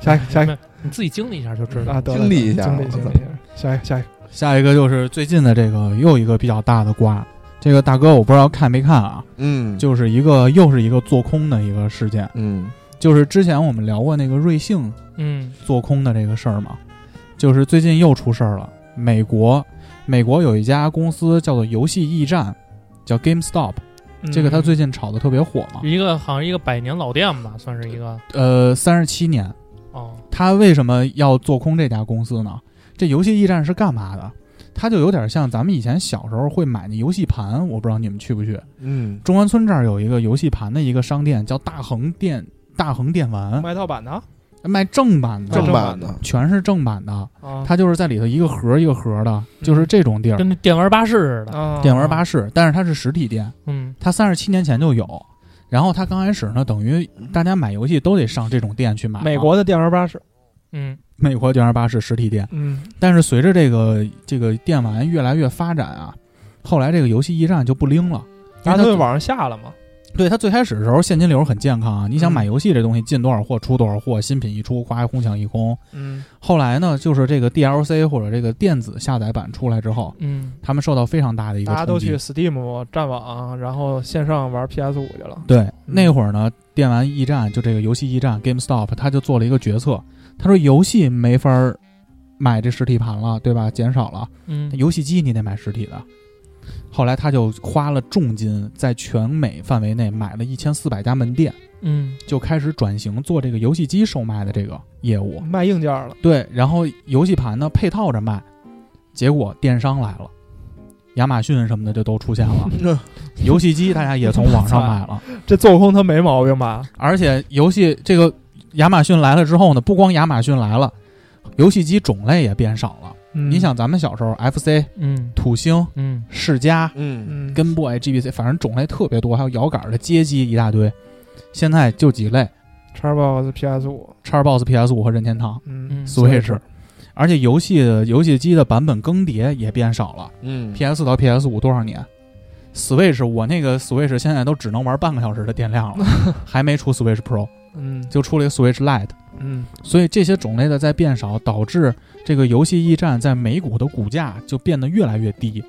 Speaker 10: 下一个，下一个
Speaker 11: 哎你自己经历一下就知道。
Speaker 10: 啊，得了
Speaker 4: 经历一下
Speaker 10: 经历经历一下。下一个，下一个，
Speaker 8: 下一个就是最近的这个又一个比较大的瓜，这个大哥我不知道看没看啊，
Speaker 4: 嗯，
Speaker 8: 就是一个又是一个做空的一个事件，
Speaker 4: 嗯
Speaker 8: 就是之前我们聊过那个瑞幸
Speaker 11: 嗯，
Speaker 8: 做空的这个事儿嘛，就是最近又出事儿了。美国，美国有一家公司叫做游戏驿站，叫 GameStop，
Speaker 11: 嗯
Speaker 8: 这个它最近炒的特别火嘛。
Speaker 11: 一个好像一个百年老店吧，算是一个
Speaker 8: 呃，三十七年，
Speaker 11: 哦，
Speaker 8: 它为什么要做空这家公司呢？这游戏驿站是干嘛的？它就有点像咱们以前小时候会买那游戏盘，我不知道你们去不去。
Speaker 4: 嗯，
Speaker 8: 中关村这儿有一个游戏盘的一个商店，叫大恒电大恒电玩，
Speaker 10: 卖盗版的啊
Speaker 8: 卖正版的，
Speaker 4: 嗯正
Speaker 10: 正
Speaker 4: 版
Speaker 10: 版的
Speaker 4: 的，
Speaker 8: 全是正版的。
Speaker 10: 啊嗯
Speaker 8: 它就是在里头一个盒儿一个盒儿的，就是这种地儿，
Speaker 11: 跟那电玩巴士似的。
Speaker 10: 啊
Speaker 8: 电玩巴士，但是它是实体店，
Speaker 11: 嗯，
Speaker 8: 它三十七年前就有。然后它刚开始呢，等于大家买游戏都得上这种店去买嘛。
Speaker 10: 美国的电玩巴士，
Speaker 11: 嗯，
Speaker 8: 美国电玩巴士实体店，
Speaker 10: 嗯，
Speaker 8: 但是随着这个这个电玩越来越发展啊，后来这个游戏驿站就不灵了，因
Speaker 10: 大
Speaker 8: 为
Speaker 10: 家都
Speaker 8: 它
Speaker 10: 在网上下了嘛，
Speaker 8: 对他最开始的时候现金流很健康啊，你想
Speaker 10: 嗯
Speaker 8: 买游戏这东西进多少货出多少货，新品一出，夸哄抢一空。
Speaker 10: 嗯
Speaker 8: 后来呢，就是这个 DLC 或者这个电子下载版出来之后，
Speaker 11: 嗯，
Speaker 8: 他们受到非常大的一个
Speaker 10: 大家都
Speaker 8: 冲击
Speaker 10: 去。Steam 战网，啊然后线上玩 PS 五去了。
Speaker 8: 对，那会儿呢，电玩驿站就这个游戏驿站 GameStop，他就做了一个决策，他说游戏没法儿买这实体盘了，对吧？减少了，
Speaker 11: 嗯
Speaker 8: 游戏机你得买实体的。后来他就花了重金，在全美范围内买了一千四百家门店，
Speaker 11: 嗯
Speaker 8: 就开始转型做这个游戏机售卖的这个业务。
Speaker 10: 卖硬件了，
Speaker 8: 对，然后游戏盘呢配套着卖，结果电商来了，亚马逊什么的就都出现了，游戏机大家也从网上买了，
Speaker 10: 这做空他没毛病吧？
Speaker 8: 而且游戏这个亚马逊来了之后呢，不光亚马逊来了，游戏机种类也变少了。
Speaker 10: 嗯
Speaker 8: 你想，咱们小时候 FC、
Speaker 11: 嗯
Speaker 8: 土星、
Speaker 11: 嗯
Speaker 8: 世嘉、
Speaker 4: 嗯，
Speaker 10: 嗯，
Speaker 8: 跟 boy、GBC，反正种类特别多，还有摇杆的街机一大堆。现在就几类
Speaker 10: Xbox、PS 五，
Speaker 8: ：Xbox、PS 五和任天堂、
Speaker 10: 嗯
Speaker 11: 嗯，
Speaker 8: Switch，而且游戏的游戏机的版本更迭也变少了。
Speaker 4: 嗯
Speaker 8: PS 到 PS 五多少年？Switch，我那个 Switch 现在都只能玩半个小时的电量了，还没出 Switch Pro，
Speaker 10: 嗯
Speaker 8: 就出了一个 Switch Lite。
Speaker 10: 嗯
Speaker 8: 所以这些种类的在变少，导致这个游戏驿站在美股的股价就变得越来越低。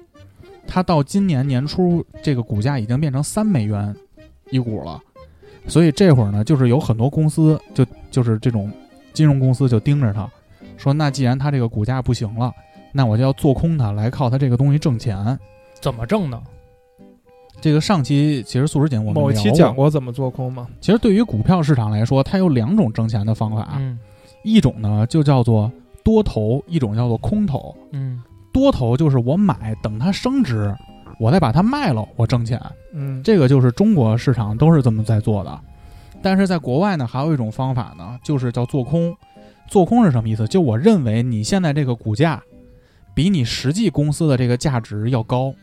Speaker 8: 它到今年年初，这个股价已经变成三美元一股了。所以这会儿呢，就是有很多公司就就是这种金融公司就盯着它，说那既然它这个股价不行了，那我就要做空它，来靠它这个东西挣钱。
Speaker 11: 怎么挣呢？
Speaker 8: 这个上期其实素食锦我们
Speaker 10: 某期
Speaker 8: 聊
Speaker 10: 讲，过怎么做空嘛？
Speaker 8: 其实对于股票市场来说，它有两种挣钱的方法。啊
Speaker 11: 嗯
Speaker 8: 一种呢就叫做多头，一种叫做空头。
Speaker 11: 嗯
Speaker 8: 多头就是我买，等它升值，我再把它卖了，我挣钱。
Speaker 10: 嗯，
Speaker 8: 这个就是中国市场都是这么在做的。但是在国外呢，还有一种方法呢，就是叫做空。做空是什么意思？就我认为你现在这个股价比你实际公司的这个价值要高。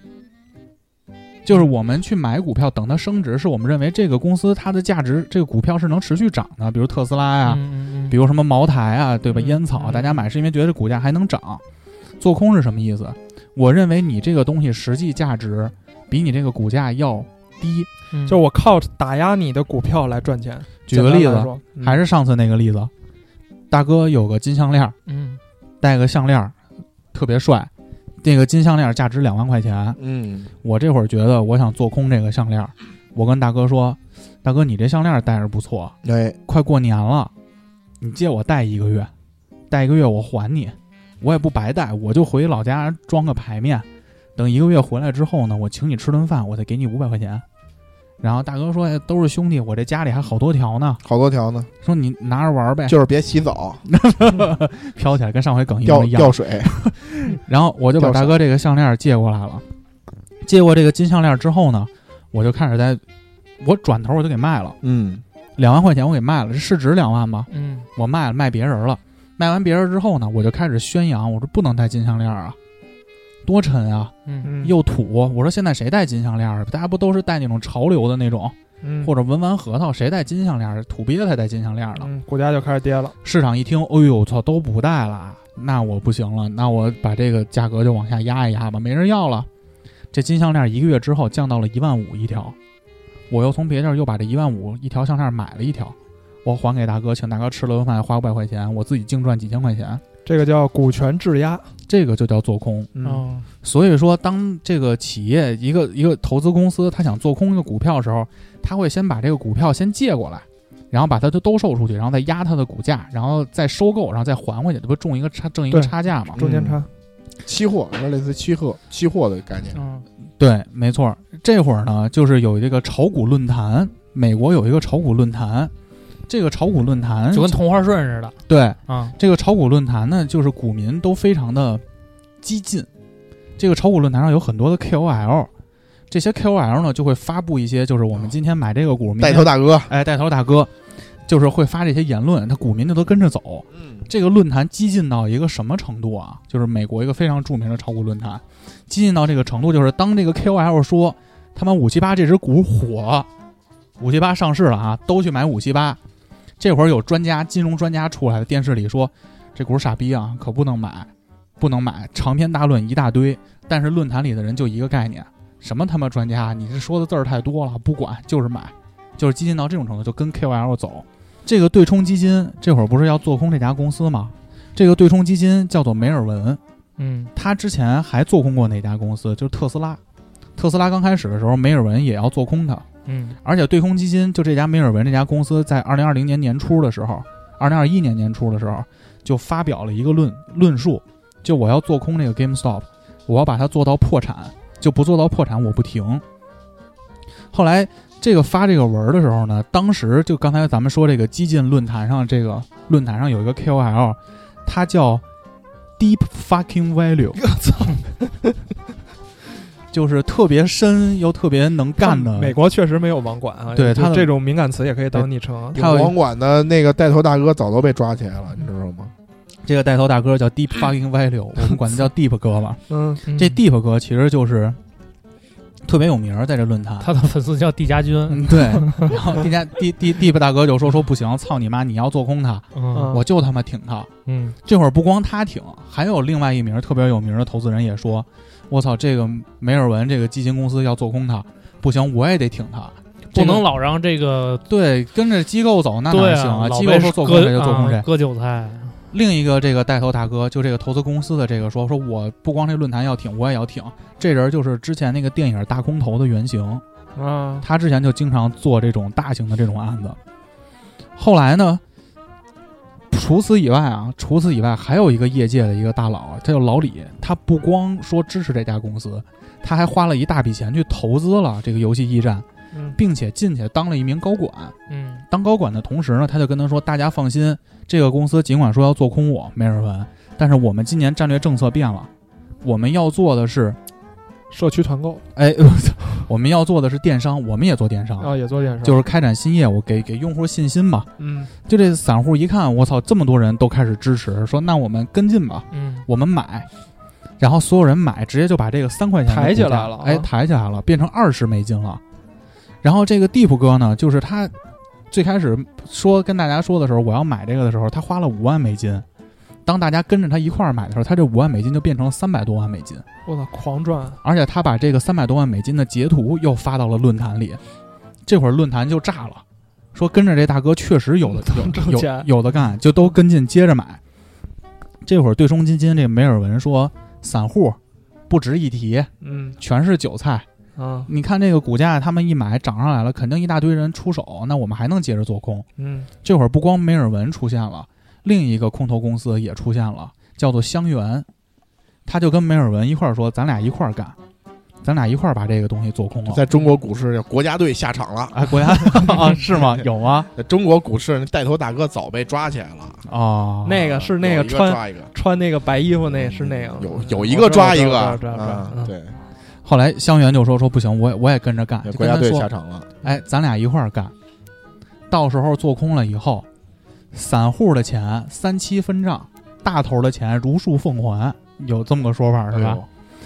Speaker 8: 就是我们去买股票，等它升值，是我们认为这个公司它的价值，这个股票是能持续涨的，比如特斯拉呀、
Speaker 11: 嗯嗯
Speaker 8: 比如什么茅台啊，对吧？
Speaker 11: 嗯
Speaker 8: 烟草，
Speaker 11: 嗯
Speaker 8: 大家买是因为觉得这股价还能涨。做空是什么意思？我认为你这个东西实际价值比你这个股价要低。
Speaker 11: 嗯
Speaker 10: 就是我靠打压你的股票来赚钱。
Speaker 8: 举个例
Speaker 10: 简单来
Speaker 8: 子，
Speaker 10: 说，嗯
Speaker 8: 还是上次那个例子，大哥有个金项链儿，
Speaker 11: 嗯
Speaker 8: 戴个项链儿，特别帅。这个金项链儿价值两万块钱，
Speaker 4: 嗯
Speaker 8: 我这会儿觉得我想做空这个项链儿，我跟大哥说：“大哥，你这项链儿戴着不错，
Speaker 4: 哎，
Speaker 8: 快过年了，你借我戴一个月，戴一个月我还你，我也不白戴，我就回老家装个牌面，等一个月回来之后呢，我请你吃顿饭，我再给你五百块钱。然后大哥说、哎都是兄弟，我这家里还好多条呢，
Speaker 4: 好多条呢，
Speaker 8: 说你拿着玩儿呗，
Speaker 4: 就是别洗澡，
Speaker 8: 飘起来跟上回梗一
Speaker 4: 掉
Speaker 8: 模一样
Speaker 4: 掉。水，
Speaker 8: 然后我就把大哥这个项链借过来了，借过这个金项链之后呢，我就开始在，我转头我就给卖了，
Speaker 4: 嗯
Speaker 8: 两万块钱我给卖了，这市值两万吧，
Speaker 11: 嗯
Speaker 8: 我卖了卖别人了，卖完别人之后呢，我就开始宣扬，我说不能戴金项链啊，多沉啊，
Speaker 11: 嗯
Speaker 10: 嗯
Speaker 8: 又土。我说现在谁戴金项链啊？大家不都是戴那种潮流的那种，
Speaker 10: 嗯
Speaker 8: 或者文玩核桃，谁戴金项链儿？土鳖才戴金项链儿呢。
Speaker 10: 嗯，股价就开始跌了。
Speaker 8: 市场一听，哎呦，我操，都不戴了，那我不行了，那我把这个价格就往下压一压吧，没人要了。这金项链一个月之后降到了一万五一条，我又从别地儿又把这一万五一条项链买了一条，我还给大哥，请大哥吃了顿饭，花五百块钱，我自己净赚几千块钱，
Speaker 10: 这个叫股权质押。
Speaker 8: 这个就叫做空。
Speaker 10: 嗯
Speaker 11: 哦
Speaker 8: 所以说，当这个企业一个一个投资公司，他想做空一个股票的时候，他会先把这个股票先借过来，然后把它都兜售出去，然后再压它的股价，然后再收购，然后再还回去，这不中一个差挣一个
Speaker 10: 对
Speaker 8: 差价嘛？
Speaker 10: 中间差。
Speaker 4: 期货，有点类似期货期货的概念，
Speaker 11: 嗯
Speaker 8: 对，没错。这会儿呢，就是有这个炒股论坛，美国有一个炒股论坛，这个炒股论坛
Speaker 11: 就跟同花顺似的
Speaker 8: 对
Speaker 11: 啊
Speaker 8: 这个炒股论坛呢，就是股民都非常的激进。这个炒股论坛上有很多的 KOL，这些 KOL 呢就会发布一些，就是我们今天买这个股，明
Speaker 4: 带
Speaker 8: 天
Speaker 4: 头大哥，
Speaker 8: 哎带头大哥，就是会发这些言论，他股民就都跟着走。
Speaker 4: 嗯
Speaker 8: 这个论坛激进到一个什么程度啊？就是美国一个非常著名的炒股论坛，激进到这个程度，就是当这个 KOL 说他妈五七八这只股火，五七八上市了啊，都去买五七八。这会儿有专家，金融专家出来了，电视里说这股傻逼啊，可不能买，不能买，长篇大论一大堆。但是论坛里的人就一个概念，什么他妈专家，你这说的字儿太多了，不管就是买，就是激进到这种程度，就跟 KOL 走。这个对冲基金这会儿不是要做空这家公司吗？这个对冲基金叫做梅尔文，
Speaker 11: 嗯
Speaker 8: 他之前还做空过哪家公司？就是特斯拉。特斯拉刚开始的时候，梅尔文也要做空它，
Speaker 11: 嗯
Speaker 8: 而且对空基金就这家梅尔文这家公司在二零二零年年初的时候，二零二一年年初的时候就发表了一个论论述，就我要做空这个 GameStop，我要把它做到破产，就不做到破产我不停。后来这个发这个文儿的时候呢，当时就刚才咱们说这个激进论坛上，这个论坛上有一个 KOL，他叫 Deep Fucking Value，我操， 就是特别深又特别能干的
Speaker 10: 美国确实没有网管啊，
Speaker 8: 对
Speaker 10: 就
Speaker 8: 他的
Speaker 10: 这种敏感词也可以当昵称啊。
Speaker 8: 还有
Speaker 4: 有网管的那个带头大哥早都被抓起来了，你知道吗？
Speaker 8: 这个带头大哥叫 Deep Fucking Value，我们管他叫 Deep 哥嘛。
Speaker 10: 嗯，
Speaker 11: 嗯
Speaker 8: 这 Deep 哥其实就是特别有名儿，在这论坛。
Speaker 11: 他的粉丝叫地家军，
Speaker 8: 嗯， 对。然后 D 家 D D Deep 大哥就说说不行，操你妈！你要做空他，
Speaker 11: 嗯
Speaker 8: 我就他妈挺他。
Speaker 11: 嗯
Speaker 8: 这会儿不光他挺，还有另外一名特别有名的投资人也说，我操，这个梅尔文这个基金公司要做空他，不行，我也得挺他。
Speaker 11: 不
Speaker 8: 这个
Speaker 11: 能老让这个
Speaker 8: 对跟着机构走，那
Speaker 11: 对
Speaker 8: 哪行啊？
Speaker 11: 老
Speaker 8: 机
Speaker 11: 被
Speaker 8: 构说做空谁就做空谁
Speaker 11: 割啊。割韭菜，
Speaker 8: 另一个这个带头大哥，就这个投资公司的这个说说，我不光这论坛要挺，我也要挺。这人就是之前那个电影《大空头》的原型，
Speaker 10: 啊，
Speaker 8: 他之前就经常做这种大型的这种案子。后来呢，除此以外啊，除此以外还有一个业界的一个大佬，他叫老李，他不光说支持这家公司，他还花了一大笔钱去投资了这个游戏驿站，
Speaker 11: 嗯
Speaker 8: 并且进去当了一名高管。
Speaker 11: 嗯
Speaker 8: 当高管的同时呢，他就跟他说：“大家放心，这个公司尽管说要做空我梅尔文，但是我们今年战略政策变了，我们要做的是，
Speaker 10: 社区团购
Speaker 8: 哎，我操 我们要做的是电商，我们也做电商，
Speaker 10: 啊也做电商，
Speaker 8: 就是开展新业务，给给用户信心嘛。
Speaker 10: 嗯
Speaker 8: 就这散户一看，我操，这么多人都开始支持，说那我们跟进吧，
Speaker 11: 嗯
Speaker 8: 我们买。”然后所有人买，直接就把这个三块钱的
Speaker 10: 抬起
Speaker 8: 股价
Speaker 10: 来了啊
Speaker 8: 哎，抬起来了，变成二十美金了。然后这个 Deep 哥呢，就是他最开始说跟大家说的时候，我要买这个的时候，他花了五万美金。当大家跟着他一块儿买的时候，他这五万美金就变成三百多万美金，
Speaker 10: 我操，狂赚，啊
Speaker 8: 而且他把这个三百多万美金的截图又发到了论坛里，这会儿论坛就炸了，说跟着这大哥确实有的有
Speaker 10: 挣
Speaker 8: 有
Speaker 10: 钱
Speaker 8: 有的干，就都跟进接着买。这会儿对冲基金这梅尔文说，散户不值一提，
Speaker 10: 嗯
Speaker 8: 全是韭菜，
Speaker 10: 啊
Speaker 8: 你看这个股价，他们一买涨上来了，肯定一大堆人出手，那我们还能接着做空。
Speaker 10: 嗯
Speaker 8: 这会儿不光梅尔文出现了，另一个空头公司也出现了，叫做香源，他就跟梅尔文一块儿说，咱俩一块儿干，咱俩一块儿把这个东西做空了。
Speaker 4: 在中国股市，叫国家队下场了。
Speaker 8: 哎，国家 啊是吗？有 吗？
Speaker 4: 在中国股市，那带头大哥早被抓起来了。啊
Speaker 8: 哦，
Speaker 10: 那个是那
Speaker 4: 有
Speaker 10: 个
Speaker 4: 一个
Speaker 10: 穿
Speaker 4: 抓一个，
Speaker 10: 穿那个白衣服那是那个
Speaker 4: 有有一个抓一个，
Speaker 10: 我知道我知道我知道我知道
Speaker 4: 啊
Speaker 10: 嗯
Speaker 4: 对，
Speaker 8: 后来香源就说说不行，我也我也跟着干，就
Speaker 4: 国
Speaker 8: 跟
Speaker 4: 家
Speaker 8: 他
Speaker 4: 队
Speaker 8: 说
Speaker 4: 下，场了。
Speaker 8: 哎，咱俩一块儿干，到时候做空了以后，散户的钱三七分账，大头的钱如数奉还，有这么个说法是吧？
Speaker 4: 哎呦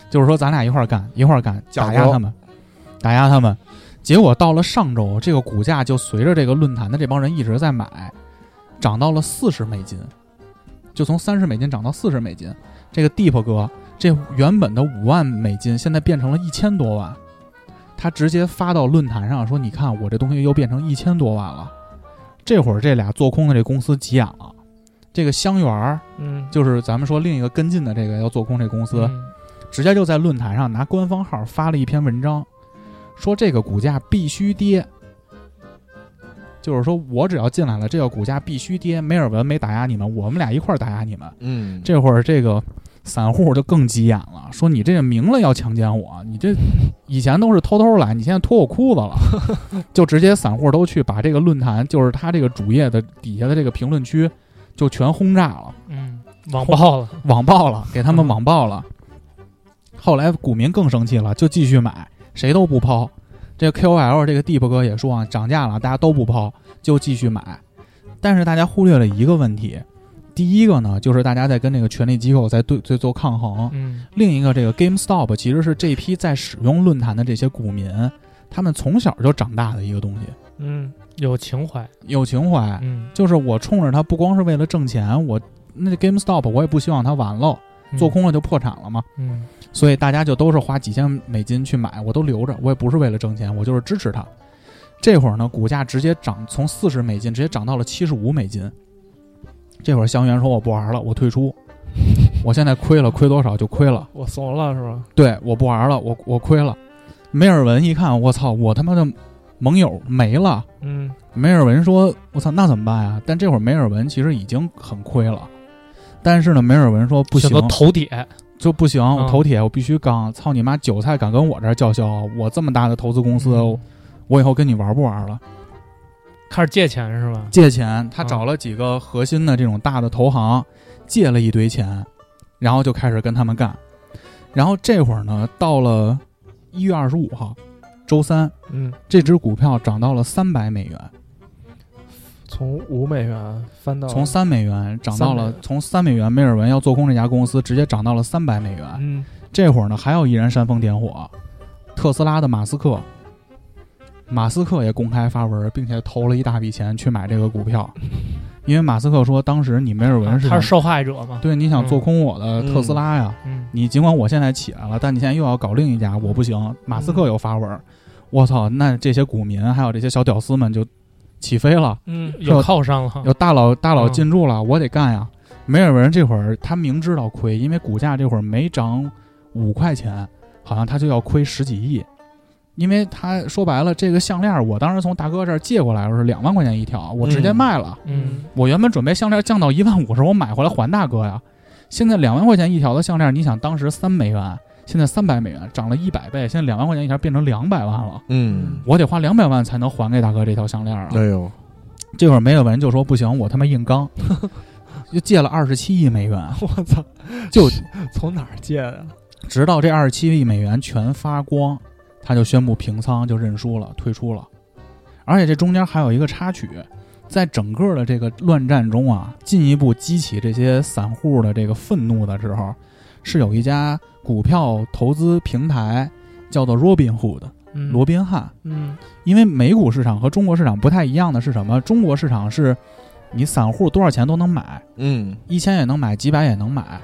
Speaker 8: 就是说咱俩一块儿干，一块儿干，
Speaker 4: 讲
Speaker 8: 打
Speaker 4: 究
Speaker 8: 压他们，打压他们。结果到了上周，这个股价就随着这个论坛的这帮人一直在买，涨到了四十美金，就从三十美金涨到四十美金。这个 Deep 哥，这原本的五万美金现在变成了一千多万，他直接发到论坛上说：“你看我这东西又变成一千多万了。”这会儿这俩做空的这公司急眼了，这个香园儿
Speaker 10: 嗯
Speaker 8: 就是咱们说另一个跟进的这个要做空这公司，
Speaker 11: 嗯
Speaker 8: 直接就在论坛上拿官方号发了一篇文章，说这个股价必须跌。就是说我只要进来了，这个股价必须跌。梅尔文没打压你们，我们俩一块儿打压你们。
Speaker 4: 嗯，
Speaker 8: 这会儿这个散户就更急眼了，说你这明了要强奸我，你这以前都是偷偷来，你现在脱我裤子了， 就直接散户都去把这个论坛，就是他这个主页的底下的这个评论区就全轰炸了。
Speaker 11: 嗯，网爆了，
Speaker 8: 网爆了，给他们网爆了。后来股民更生气了，就继续买，谁都不抛。这 KOL 这个 Deep 哥也说啊，涨价了，大家都不抛，就继续买。但是大家忽略了一个问题，第一个呢，就是大家在跟这个权力机构在对在做抗衡；
Speaker 11: 嗯
Speaker 8: 另一个，这个 GameStop 其实是这批在使用论坛的这些股民，他们从小就长大的一个东西，
Speaker 10: 嗯
Speaker 11: 有情怀，
Speaker 8: 有情怀，
Speaker 11: 嗯
Speaker 8: 就是我冲着它不光是为了挣钱，我那 GameStop 我也不希望它完了，做空了就破产了嘛。
Speaker 11: 嗯
Speaker 8: 所以大家就都是花几千美金去买，我都留着，我也不是为了挣钱，我就是支持它。这会儿呢，股价直接涨，从四十美金直接涨到了七十五美金。这会儿香园说：“我不玩了，我退出。我现在亏了，亏多少就亏了。
Speaker 10: 我怂了是吧？
Speaker 8: 对，我不玩了，我我亏了。”梅尔文一看，我操，我他妈的盟友没了。
Speaker 10: 嗯，
Speaker 8: 梅尔文说：“我操，那怎么办呀？”但这会儿梅尔文其实已经很亏了，但是呢，梅尔文说：“不行
Speaker 11: 选，择头铁，
Speaker 8: 就不行，我
Speaker 11: 嗯
Speaker 8: 头铁，我必须刚。操你妈，韭菜敢跟我这儿叫嚣，我这么大的投资公司，
Speaker 11: 嗯
Speaker 8: 我以后跟你玩不玩了？
Speaker 11: 开始借钱是吧？
Speaker 8: 借钱，他
Speaker 11: 嗯
Speaker 8: 找了几个核心的这种大的投行，借了一堆钱，然后就开始跟他们干。然后这会儿呢，到了一月二十五号，周三，
Speaker 10: 嗯，
Speaker 8: 这只股票涨到了三百美元，
Speaker 10: 从五美元翻到
Speaker 8: 从三美元涨到
Speaker 10: 3美
Speaker 8: 了
Speaker 10: 元
Speaker 8: 从三美元，梅尔文要做空这家公司，直接涨到了三百美元。
Speaker 10: 嗯
Speaker 8: 这会儿呢，还有一人煽风点火，特斯拉的马斯克，马斯克也公开发文，并且投了一大笔钱去买这个股票，因为马斯克说，当时你梅尔文是
Speaker 11: 啊他是受害者嘛？
Speaker 8: 对你想做空我的特斯拉呀，
Speaker 11: 嗯，
Speaker 8: 你尽管我现在起来了，但你现在又要搞另一家，我不行。马斯克有发文，我操，那这些股民还有这些小屌丝们就起飞了。
Speaker 10: 嗯
Speaker 11: 有靠山了，
Speaker 8: 有大佬大佬
Speaker 11: 嗯
Speaker 8: 进驻了，我得干呀。梅尔文这会儿他明知道亏，因为股价这会儿每涨五块钱，好像他就要亏十几亿。因为他说白了，这个项链儿我当时从大哥这儿借过来是两万块钱一条，我直接
Speaker 4: 嗯
Speaker 8: 卖了。
Speaker 11: 嗯，
Speaker 8: 我原本准备项链降到一万五时候，我买回来还大哥呀。现在两万块钱一条的项链，你想当时三美元，现在三百美元，涨了一百倍，现在两万块钱一条变成两百万了，
Speaker 4: 嗯，
Speaker 8: 我得花两百万才能还给大哥这条项链啊。
Speaker 4: 哎呦，
Speaker 8: 这会儿梅尔文就说不行，我他妈硬刚，就借了二十七亿美 元，啊
Speaker 10: 我操，
Speaker 8: 就
Speaker 10: 从哪儿借的？
Speaker 8: 直到这二十七亿美元全发光，他就宣布平仓，就认输了，退出了。而且这中间还有一个插曲，在整个的这个乱战中啊，进一步激起这些散户的这个愤怒的时候，是有一家股票投资平台叫做 Robinhood
Speaker 10: 嗯
Speaker 8: 罗宾汉，
Speaker 10: 嗯
Speaker 8: 因为美股市场和中国市场不太一样的是什么？中国市场是你散户多少钱都能买，
Speaker 4: 嗯
Speaker 8: 一千也能买，几百也能买。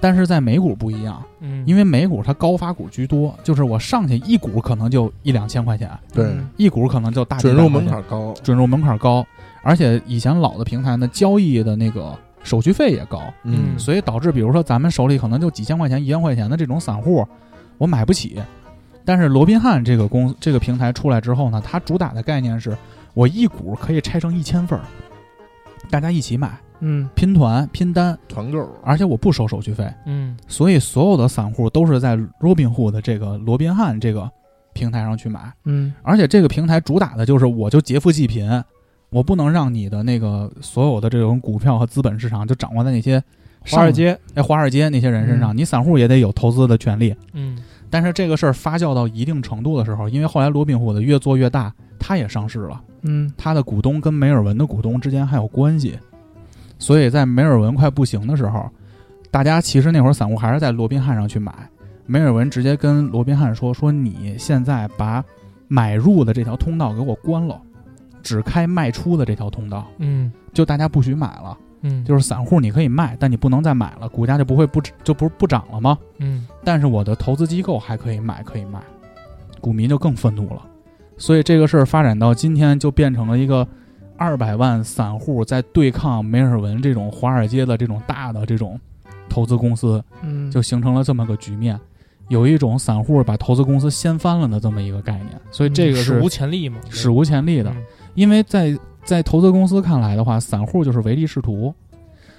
Speaker 8: 但是在美股不一样，
Speaker 11: 嗯，
Speaker 8: 因
Speaker 11: 为
Speaker 8: 为美股它高发股居多，就是我上去一股可能就一两千块钱，
Speaker 4: 对，
Speaker 8: 一股可能就大几
Speaker 4: 准
Speaker 8: 百
Speaker 4: 入
Speaker 8: 块
Speaker 4: 门
Speaker 8: 钱，
Speaker 4: 槛高，
Speaker 8: 准入门槛高，而且以前老的平台呢，交易的那个手续费也高，
Speaker 11: 嗯
Speaker 8: 所以导致比如说咱们手里可能就几千块钱、一万块钱的这种散户，我买不起。但是罗宾汉这个公这个平台出来之后呢，它主打的概念是我一股可以拆成一千份儿，大家一起买，
Speaker 10: 嗯
Speaker 8: 拼团拼单，
Speaker 4: 团购，
Speaker 8: 而且我不收手续费，
Speaker 11: 嗯
Speaker 8: 所以所有的散户都是在 Robinhood 的这个罗宾汉这个平台上去买，
Speaker 10: 嗯
Speaker 8: 而且这个平台主打的就是我就劫富济贫，我不能让你的那个所有的这种股票和资本市场就掌握在那些
Speaker 10: 华尔街嗯
Speaker 8: 哎，华尔街那些人身上，你散户也得有投资的权利。
Speaker 11: 嗯
Speaker 8: 但是这个事儿发酵到一定程度的时候，因为后来罗宾虎的越做越大，它也上市了，
Speaker 10: 嗯
Speaker 8: 它的股东跟梅尔文的股东之间还有关系，所以在梅尔文快不行的时候，大家其实那会儿散户还是在罗宾汉上去买，梅尔文直接跟罗宾汉说：“说你现在把买入的这条通道给我关了，只开卖出的这条通道，
Speaker 11: 嗯
Speaker 8: 就大家不许买了。”
Speaker 11: 嗯，
Speaker 8: 就是散户你可以卖，但你不能再买了，股价就不会不就不不涨了吗？
Speaker 11: 嗯
Speaker 8: 但是我的投资机构还可以买，可以卖，股民就更愤怒了。所以这个事儿发展到今天，就变成了一个二百万散户在对抗梅尔文这种华尔街的这种大的这种投资公司，
Speaker 10: 嗯
Speaker 8: 就形成了这么个局面。有一种散户把投资公司掀翻了的这么一个概念，所以这
Speaker 11: 嗯
Speaker 8: 个
Speaker 11: 史
Speaker 8: 是
Speaker 11: 无前例嘛，
Speaker 8: 史无前例的。
Speaker 11: 嗯
Speaker 8: 因为在在投资公司看来的话，散户就是唯利是图。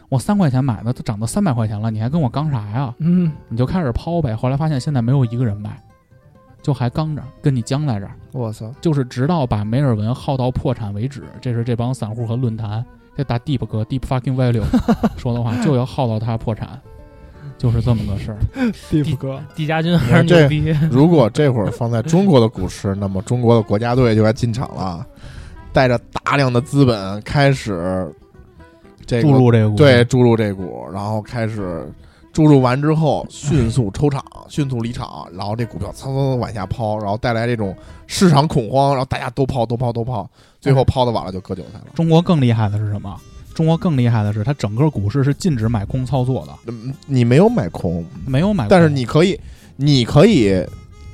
Speaker 8: 我三块钱买的，它涨到三百块钱了，你还跟我刚啥呀？
Speaker 10: 嗯
Speaker 8: 你就开始抛呗。后来发现现在没有一个人买，就还刚着，跟你僵在这儿，
Speaker 10: 我操，
Speaker 8: 就是直到把梅尔文耗到破产为止。这是这帮散户和论坛，这大 Deep 哥 Deep fucking value 说的话，就要耗到他破产，就是这么个事儿。
Speaker 10: 蒂夫哥，
Speaker 11: 地家军还是牛逼，
Speaker 4: 如果这会儿放在中国的股市，那么中国的国家队就该进场了，带着大量的资本开始这个
Speaker 8: 注入这个股市
Speaker 4: 对注入这股，然后开始注入完之后迅速抽场、迅速离场，然后这股票蹭蹭蹭往下抛，然后带来这种
Speaker 8: 嗯
Speaker 4: 市场恐慌，然后大家都抛、都抛、都抛，最后抛的晚了就割韭菜了。
Speaker 8: 中国更厉害的是什么？中国更厉害的是，它整个股市是禁止买空操作的，
Speaker 4: 嗯你没有买空，
Speaker 8: 没有买空。
Speaker 4: 但是你可以，你可以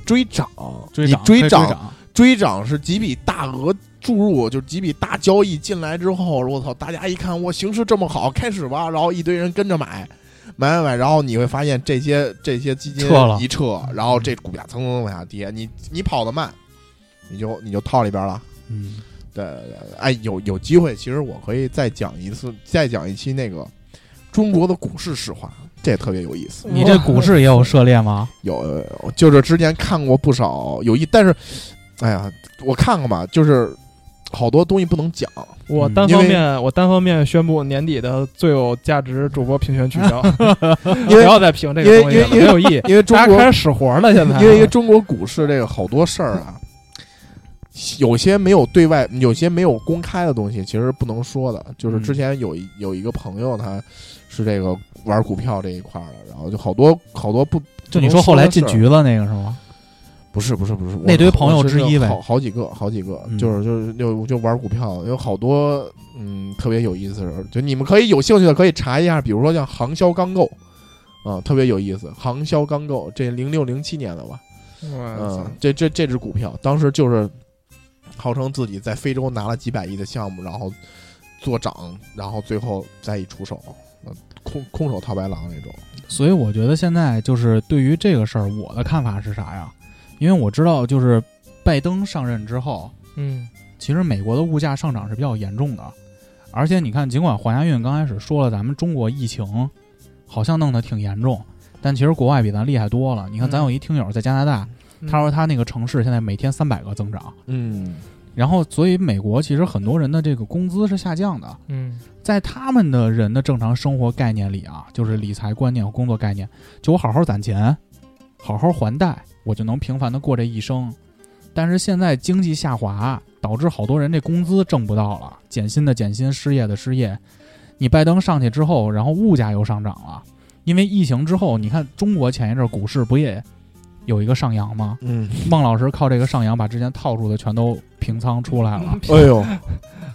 Speaker 4: 追涨，
Speaker 8: 追
Speaker 4: 你
Speaker 8: 涨可以
Speaker 4: 追
Speaker 8: 追
Speaker 4: 涨，
Speaker 8: 涨，
Speaker 4: 追涨是几笔大额注入，就是几笔大交易进来之后，我操，大家一看我形势这么好，开始吧，然后一堆人跟着买。买买买，然后你会发现这些这些基金
Speaker 11: 撤了
Speaker 4: 一撤，然后这股价蹭蹭蹭往下跌，你你跑得慢，你就你就套里边了。
Speaker 8: 嗯，
Speaker 4: 对对对，哎，有有机会，其实我可以再讲一次，再讲一期那个中国的股市史话，这也特别有意思。
Speaker 8: 你这股市也有涉猎吗？
Speaker 4: 有有就是之前看过不少有意，但是，哎呀，我看看吧，就是好多东西不 能讲，
Speaker 10: 我
Speaker 8: 嗯
Speaker 10: 单
Speaker 4: 因
Speaker 10: 方
Speaker 4: 为
Speaker 10: 面，我单方面宣布年底的最有价值主播评选取消，
Speaker 4: 因
Speaker 10: 不
Speaker 4: 为
Speaker 10: 要再评这
Speaker 4: 因
Speaker 10: 个
Speaker 4: 为
Speaker 10: 东西了，
Speaker 4: 因
Speaker 10: 没
Speaker 4: 为
Speaker 10: 有意义。
Speaker 4: 因为中
Speaker 10: 大家
Speaker 4: 国
Speaker 10: 开始使活了，现在
Speaker 4: 因为因为中国股市这个好多事儿啊，有些没有对外，有些没有公开的东西，其实是不能说的。就是
Speaker 10: 嗯
Speaker 4: 之前有一有一个朋友，他是这个玩股票这一块儿的，然后就好多好多不
Speaker 8: 就你说后来进，
Speaker 4: 不能的事
Speaker 8: 局了那个是吗？
Speaker 4: 儿不是不是不是，我
Speaker 8: 那堆朋友之一呗
Speaker 4: 好好几个好几个
Speaker 8: 嗯，
Speaker 4: 就是就是就就玩股票，有好多嗯特别有意思的事儿，就你们可以有兴趣的可以查一下，比如说像航销钢构。啊、特别有意思，航销钢构这零六零七年了吧？
Speaker 10: 哎我
Speaker 4: 嗯，这这这只股票当时就是号称自己在非洲拿了几百亿的项目，然后做涨，然后最后再一出手，呃空空手套白狼那种。
Speaker 8: 所以我觉得现在就是对于这个事儿，我的看法是啥呀？因为我知道，就是拜登上任之后，
Speaker 11: 嗯，
Speaker 8: 其实美国的物价上涨是比较严重的，而且你看，尽管黄家韵刚开始说了咱们中国疫情好像弄得挺严重，但其实国外比咱厉害多了。你看，咱有一听友在加拿大，他说他那个城市现在每天三百个增长，
Speaker 4: 嗯，
Speaker 8: 然后所以美国其实很多人的这个工资是下降的，
Speaker 11: 嗯，
Speaker 8: 在他们的人的正常生活概念里啊，就是理财观念和工作概念，就我好好攒钱，好好还贷，我就能平凡的过这一生。但是现在经济下滑，导致好多人这工资挣不到了，减薪的减薪，失业的失业。你拜登上去之后，然后物价又上涨了，因为疫情之后，你看中国前一阵股市不也有一个上扬吗？
Speaker 4: 嗯，
Speaker 8: 孟老师靠这个上扬把之前套住的全都平仓出来了，
Speaker 4: 哎呦，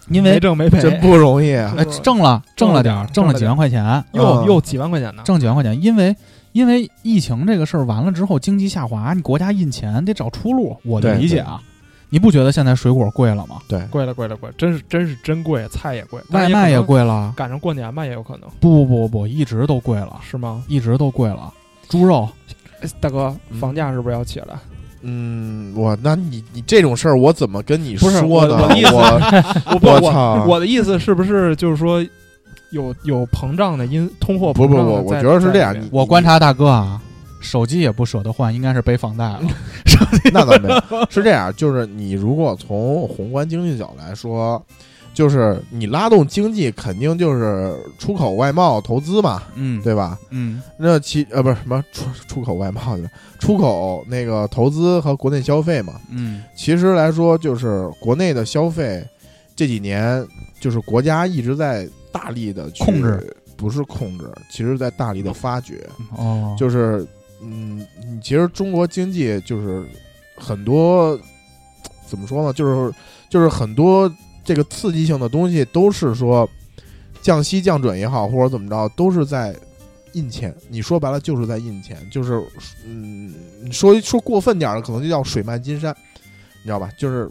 Speaker 8: 因
Speaker 10: 没
Speaker 8: 为
Speaker 10: 挣 没赔，
Speaker 4: 真不容易啊！
Speaker 8: 哎挣了挣了点儿，
Speaker 10: 挣
Speaker 8: 挣
Speaker 10: 了
Speaker 8: 了
Speaker 10: 点儿
Speaker 8: 几万块钱，
Speaker 10: 又
Speaker 4: 嗯
Speaker 10: 又几万块钱呢。
Speaker 8: 挣几万块钱，因为因为疫情这个事儿完了之后，经济下滑，你国家印钱得找出路，我的
Speaker 4: 对
Speaker 8: 理解啊。你不觉得现在水果贵了吗？
Speaker 10: 贵了贵了贵了，真是真是真贵，菜也贵，
Speaker 8: 外卖也
Speaker 10: 也可能
Speaker 8: 贵了？
Speaker 10: 赶上过年吧，也有可能
Speaker 8: 不不不不，一直都贵了，
Speaker 10: 是吗？
Speaker 8: 一直都贵了。猪肉
Speaker 10: 哎大哥，
Speaker 4: 嗯
Speaker 10: 房价是不是要起来？
Speaker 4: 嗯，我那你你这种事儿我怎么跟你
Speaker 10: 不是
Speaker 4: 说呢？
Speaker 10: 我我的意思
Speaker 4: 我
Speaker 10: 我
Speaker 4: 我操
Speaker 10: 我我的意思是不是就是说有有膨胀的因通货
Speaker 4: 不
Speaker 10: 膨
Speaker 4: 不
Speaker 10: 胀的
Speaker 4: 我我
Speaker 10: 在
Speaker 4: 觉得是
Speaker 10: 在
Speaker 4: 这样
Speaker 10: 里面，
Speaker 8: 我观察大哥啊，手机也不舍得换，应该是背房贷 了。
Speaker 4: 那倒没有，是这样，就是你如果从宏观经济角度来说，就是你拉动经济，肯定就是出口、外贸、投资嘛，
Speaker 8: 嗯，
Speaker 4: 对吧？
Speaker 8: 嗯
Speaker 4: 那其呃不是什么出出口外贸的，出口那个投资和国内消费嘛。
Speaker 8: 嗯
Speaker 4: 其实来说，就是国内的消费这几年，就是国家一直在大力的
Speaker 8: 控制，嗯
Speaker 4: 不是控制，其实在大力的发掘。
Speaker 8: 哦，
Speaker 4: 就是嗯，你其实中国经济就是很多怎么说呢，就是就是很多这个刺激性的东西都是说降息降准也好，或者怎么着，都是在印钱。你说白了就是在印钱，就是嗯，说说过分点儿的，可能就叫水漫金山，你知道吧？就是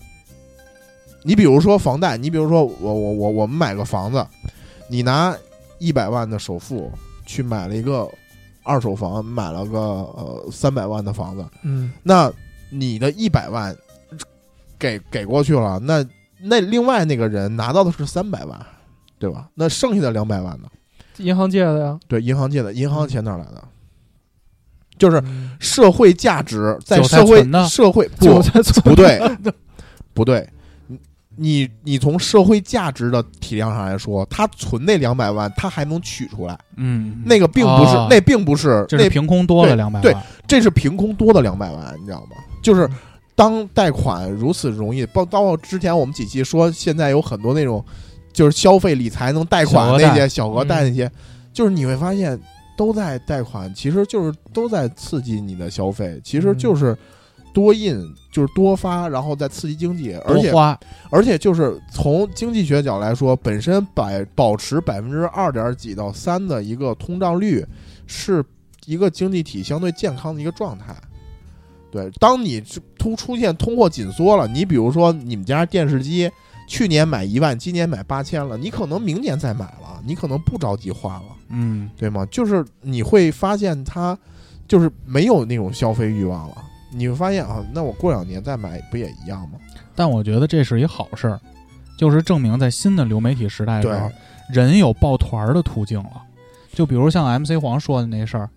Speaker 4: 你比如说房贷，你比如说我我我我们买个房子，你拿一百万的首付去买了一个二手房，买了个呃三百万的房子，
Speaker 10: 嗯，
Speaker 4: 那你的一百万给给过去了，那那另外那个人拿到的是三百万，对吧？那剩下的两百万呢？
Speaker 10: 银行借的呀，
Speaker 4: 对，银行借的，银行钱哪儿来的？就是
Speaker 10: 嗯
Speaker 4: 社会价值在
Speaker 8: 韭菜
Speaker 4: 社会
Speaker 8: 存的
Speaker 4: 社会
Speaker 10: 韭
Speaker 4: 不
Speaker 10: 菜做
Speaker 4: 不对不对，你你你从社会价值的体量上来说，他存那两百万，他还能取出来，
Speaker 8: 嗯，
Speaker 4: 那个并不是，
Speaker 8: 哦
Speaker 4: 那并不是，
Speaker 8: 这
Speaker 4: 那
Speaker 8: 是凭空多了
Speaker 4: 对
Speaker 8: 两百
Speaker 4: 对
Speaker 8: 万。
Speaker 4: 这是凭空多的两百万，你知道吗？就是当贷款如此容易，包包括之前我们几期说，现在有很多那种就是消费理财能贷款
Speaker 8: 小额贷
Speaker 4: 那些小额贷那
Speaker 8: 嗯
Speaker 4: 些，就是你会发现都在
Speaker 8: 嗯
Speaker 4: 贷款，其实就是都在刺激你的消费，其实就是多印就是多发，然后再刺激经济，而
Speaker 8: 多
Speaker 4: 且
Speaker 8: 花，
Speaker 4: 而且就是从经济学角来说，本身百保持百分之二点几到三的一个通胀率，是一个经济体相对健康的一个状态。对，当你出突出现通货紧缩了，你比如说你们家电视机去年买一万，今年买八千了，你可能明年再买了，你可能不着急花了，
Speaker 8: 嗯，
Speaker 4: 对吗？就是你会发现它就是没有那种消费欲望了，你会发现啊，那我过两年再买不也一样吗？
Speaker 8: 但我觉得这是一好事儿，就是证明在新的流媒体时代的时候
Speaker 4: 对，
Speaker 8: 人有抱团儿的途径了。就比如像 MC 黄说的那事儿，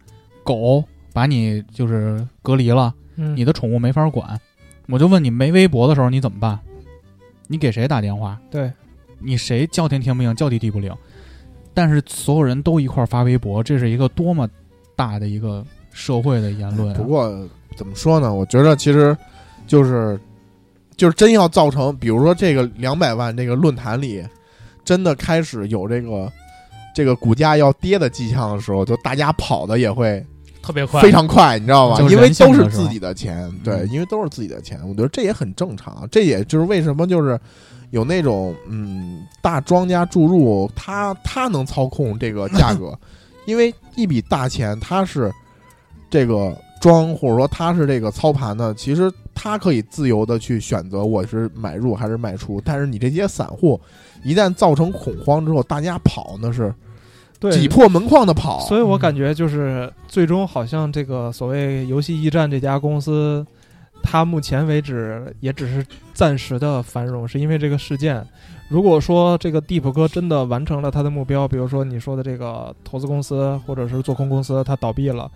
Speaker 8: 狗把你就是隔离了，
Speaker 10: 嗯
Speaker 8: 你的宠物没法管。我就问你，没微博的时候你怎么办？你给谁打电话？
Speaker 10: 对，
Speaker 8: 你谁叫天天不应，叫地地不灵。但是所有人都一块儿发微博，这是一个多么大的一个社会的言论、啊。
Speaker 4: 不过怎么说呢？我觉得其实就是就是真要造成，比如说这个两百万这个论坛里，真的开始有这个这个股价要跌的迹象的时候，就大家跑的也会
Speaker 11: 特别快，
Speaker 4: 非常快，你知道吗？
Speaker 8: 就是
Speaker 4: 因为
Speaker 8: 人性
Speaker 4: 都
Speaker 8: 的
Speaker 4: 是
Speaker 8: 时候
Speaker 4: 自己的钱，对，
Speaker 8: 嗯
Speaker 4: 因为都是自己的钱，我觉得这也很正常。这也就是为什么就是有那种嗯大庄家注入，他他能操控这个价 格，因为一笔大钱他是这个庄或者说他是这个操盘的，其实他可以自由的去选择我是买入还是卖出，但是你这些散户一旦造成恐慌之后，大家跑那是
Speaker 10: 对，
Speaker 4: 挤破门框的跑，
Speaker 10: 所以我
Speaker 8: 嗯
Speaker 10: 感觉就是最终好像这个所谓游戏驿站这家公司，它目前为止也只是暂时的繁荣，是因为这个事件。如果说这个 Deep 哥真的完成了他的目标，比如说你说的这个投资公司或者是做空公司，它倒闭了，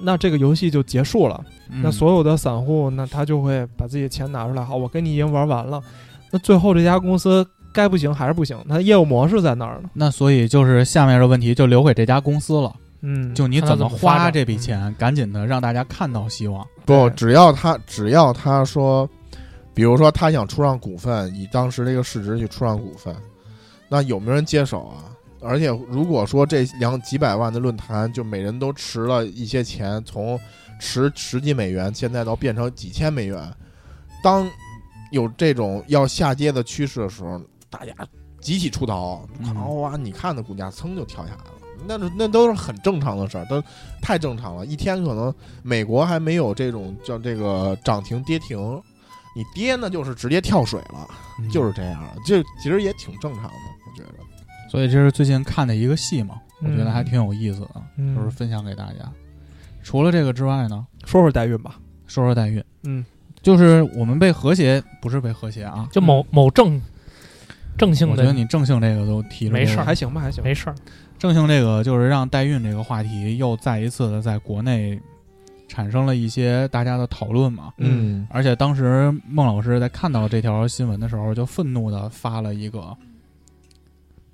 Speaker 10: 那这个游戏就结束了。
Speaker 8: 嗯
Speaker 10: 那所有的散户，那他就会把自己的钱拿出来，好，我跟你已经玩完了，那最后这家公司该不行还是不行，那业务模式在那儿呢。
Speaker 8: 那所以就是下面的问题就留给这家公司了，
Speaker 10: 嗯，
Speaker 8: 就你
Speaker 11: 看他
Speaker 8: 怎
Speaker 11: 怎
Speaker 8: 么
Speaker 11: 么发
Speaker 8: 花
Speaker 11: 展
Speaker 8: 这笔
Speaker 10: 嗯
Speaker 8: 钱，赶紧的让大家看到希望。
Speaker 4: 不，
Speaker 10: 对
Speaker 4: 只要他只要他说，比如说他想出让股份，以当时这个市值去出让股份，那有没有人接手啊？而且如果说这两几百万的论坛，就每人都持了一些钱，从持十几美元，现在到变成几千美元，当有这种要下跌的趋势的时候，大家集体出逃，
Speaker 8: 嗯
Speaker 4: 哇哇，你看那股价噌就跳下来了。那是那都是很正常的事儿，都太正常了。一天可能美国还没有这种叫这个涨停跌停，你跌呢就是直接跳水了，
Speaker 8: 嗯
Speaker 4: 就是这样了。这其实也挺正常的，我觉得。
Speaker 8: 所以这是最近看的一个戏嘛，我
Speaker 10: 嗯
Speaker 8: 觉得还挺有意思的，
Speaker 10: 嗯
Speaker 8: 就是分享给大家。除了这个之外呢，
Speaker 10: 说说代孕吧。
Speaker 8: 说说代孕，
Speaker 10: 嗯，
Speaker 8: 就是我们被和谐，不是被和谐啊，
Speaker 11: 就某某正正性
Speaker 8: 我
Speaker 11: 的，
Speaker 8: 觉得你正性这个都提出来
Speaker 11: 没事
Speaker 8: 了
Speaker 11: 儿
Speaker 10: 还行吧，还行吧。
Speaker 11: 没事儿，
Speaker 8: 正性这个就是让代孕这个话题又再一次的在国内产生了一些大家的讨论嘛。
Speaker 10: 嗯，
Speaker 8: 而且当时孟老师在看到这条新闻的时候，就愤怒的发了一个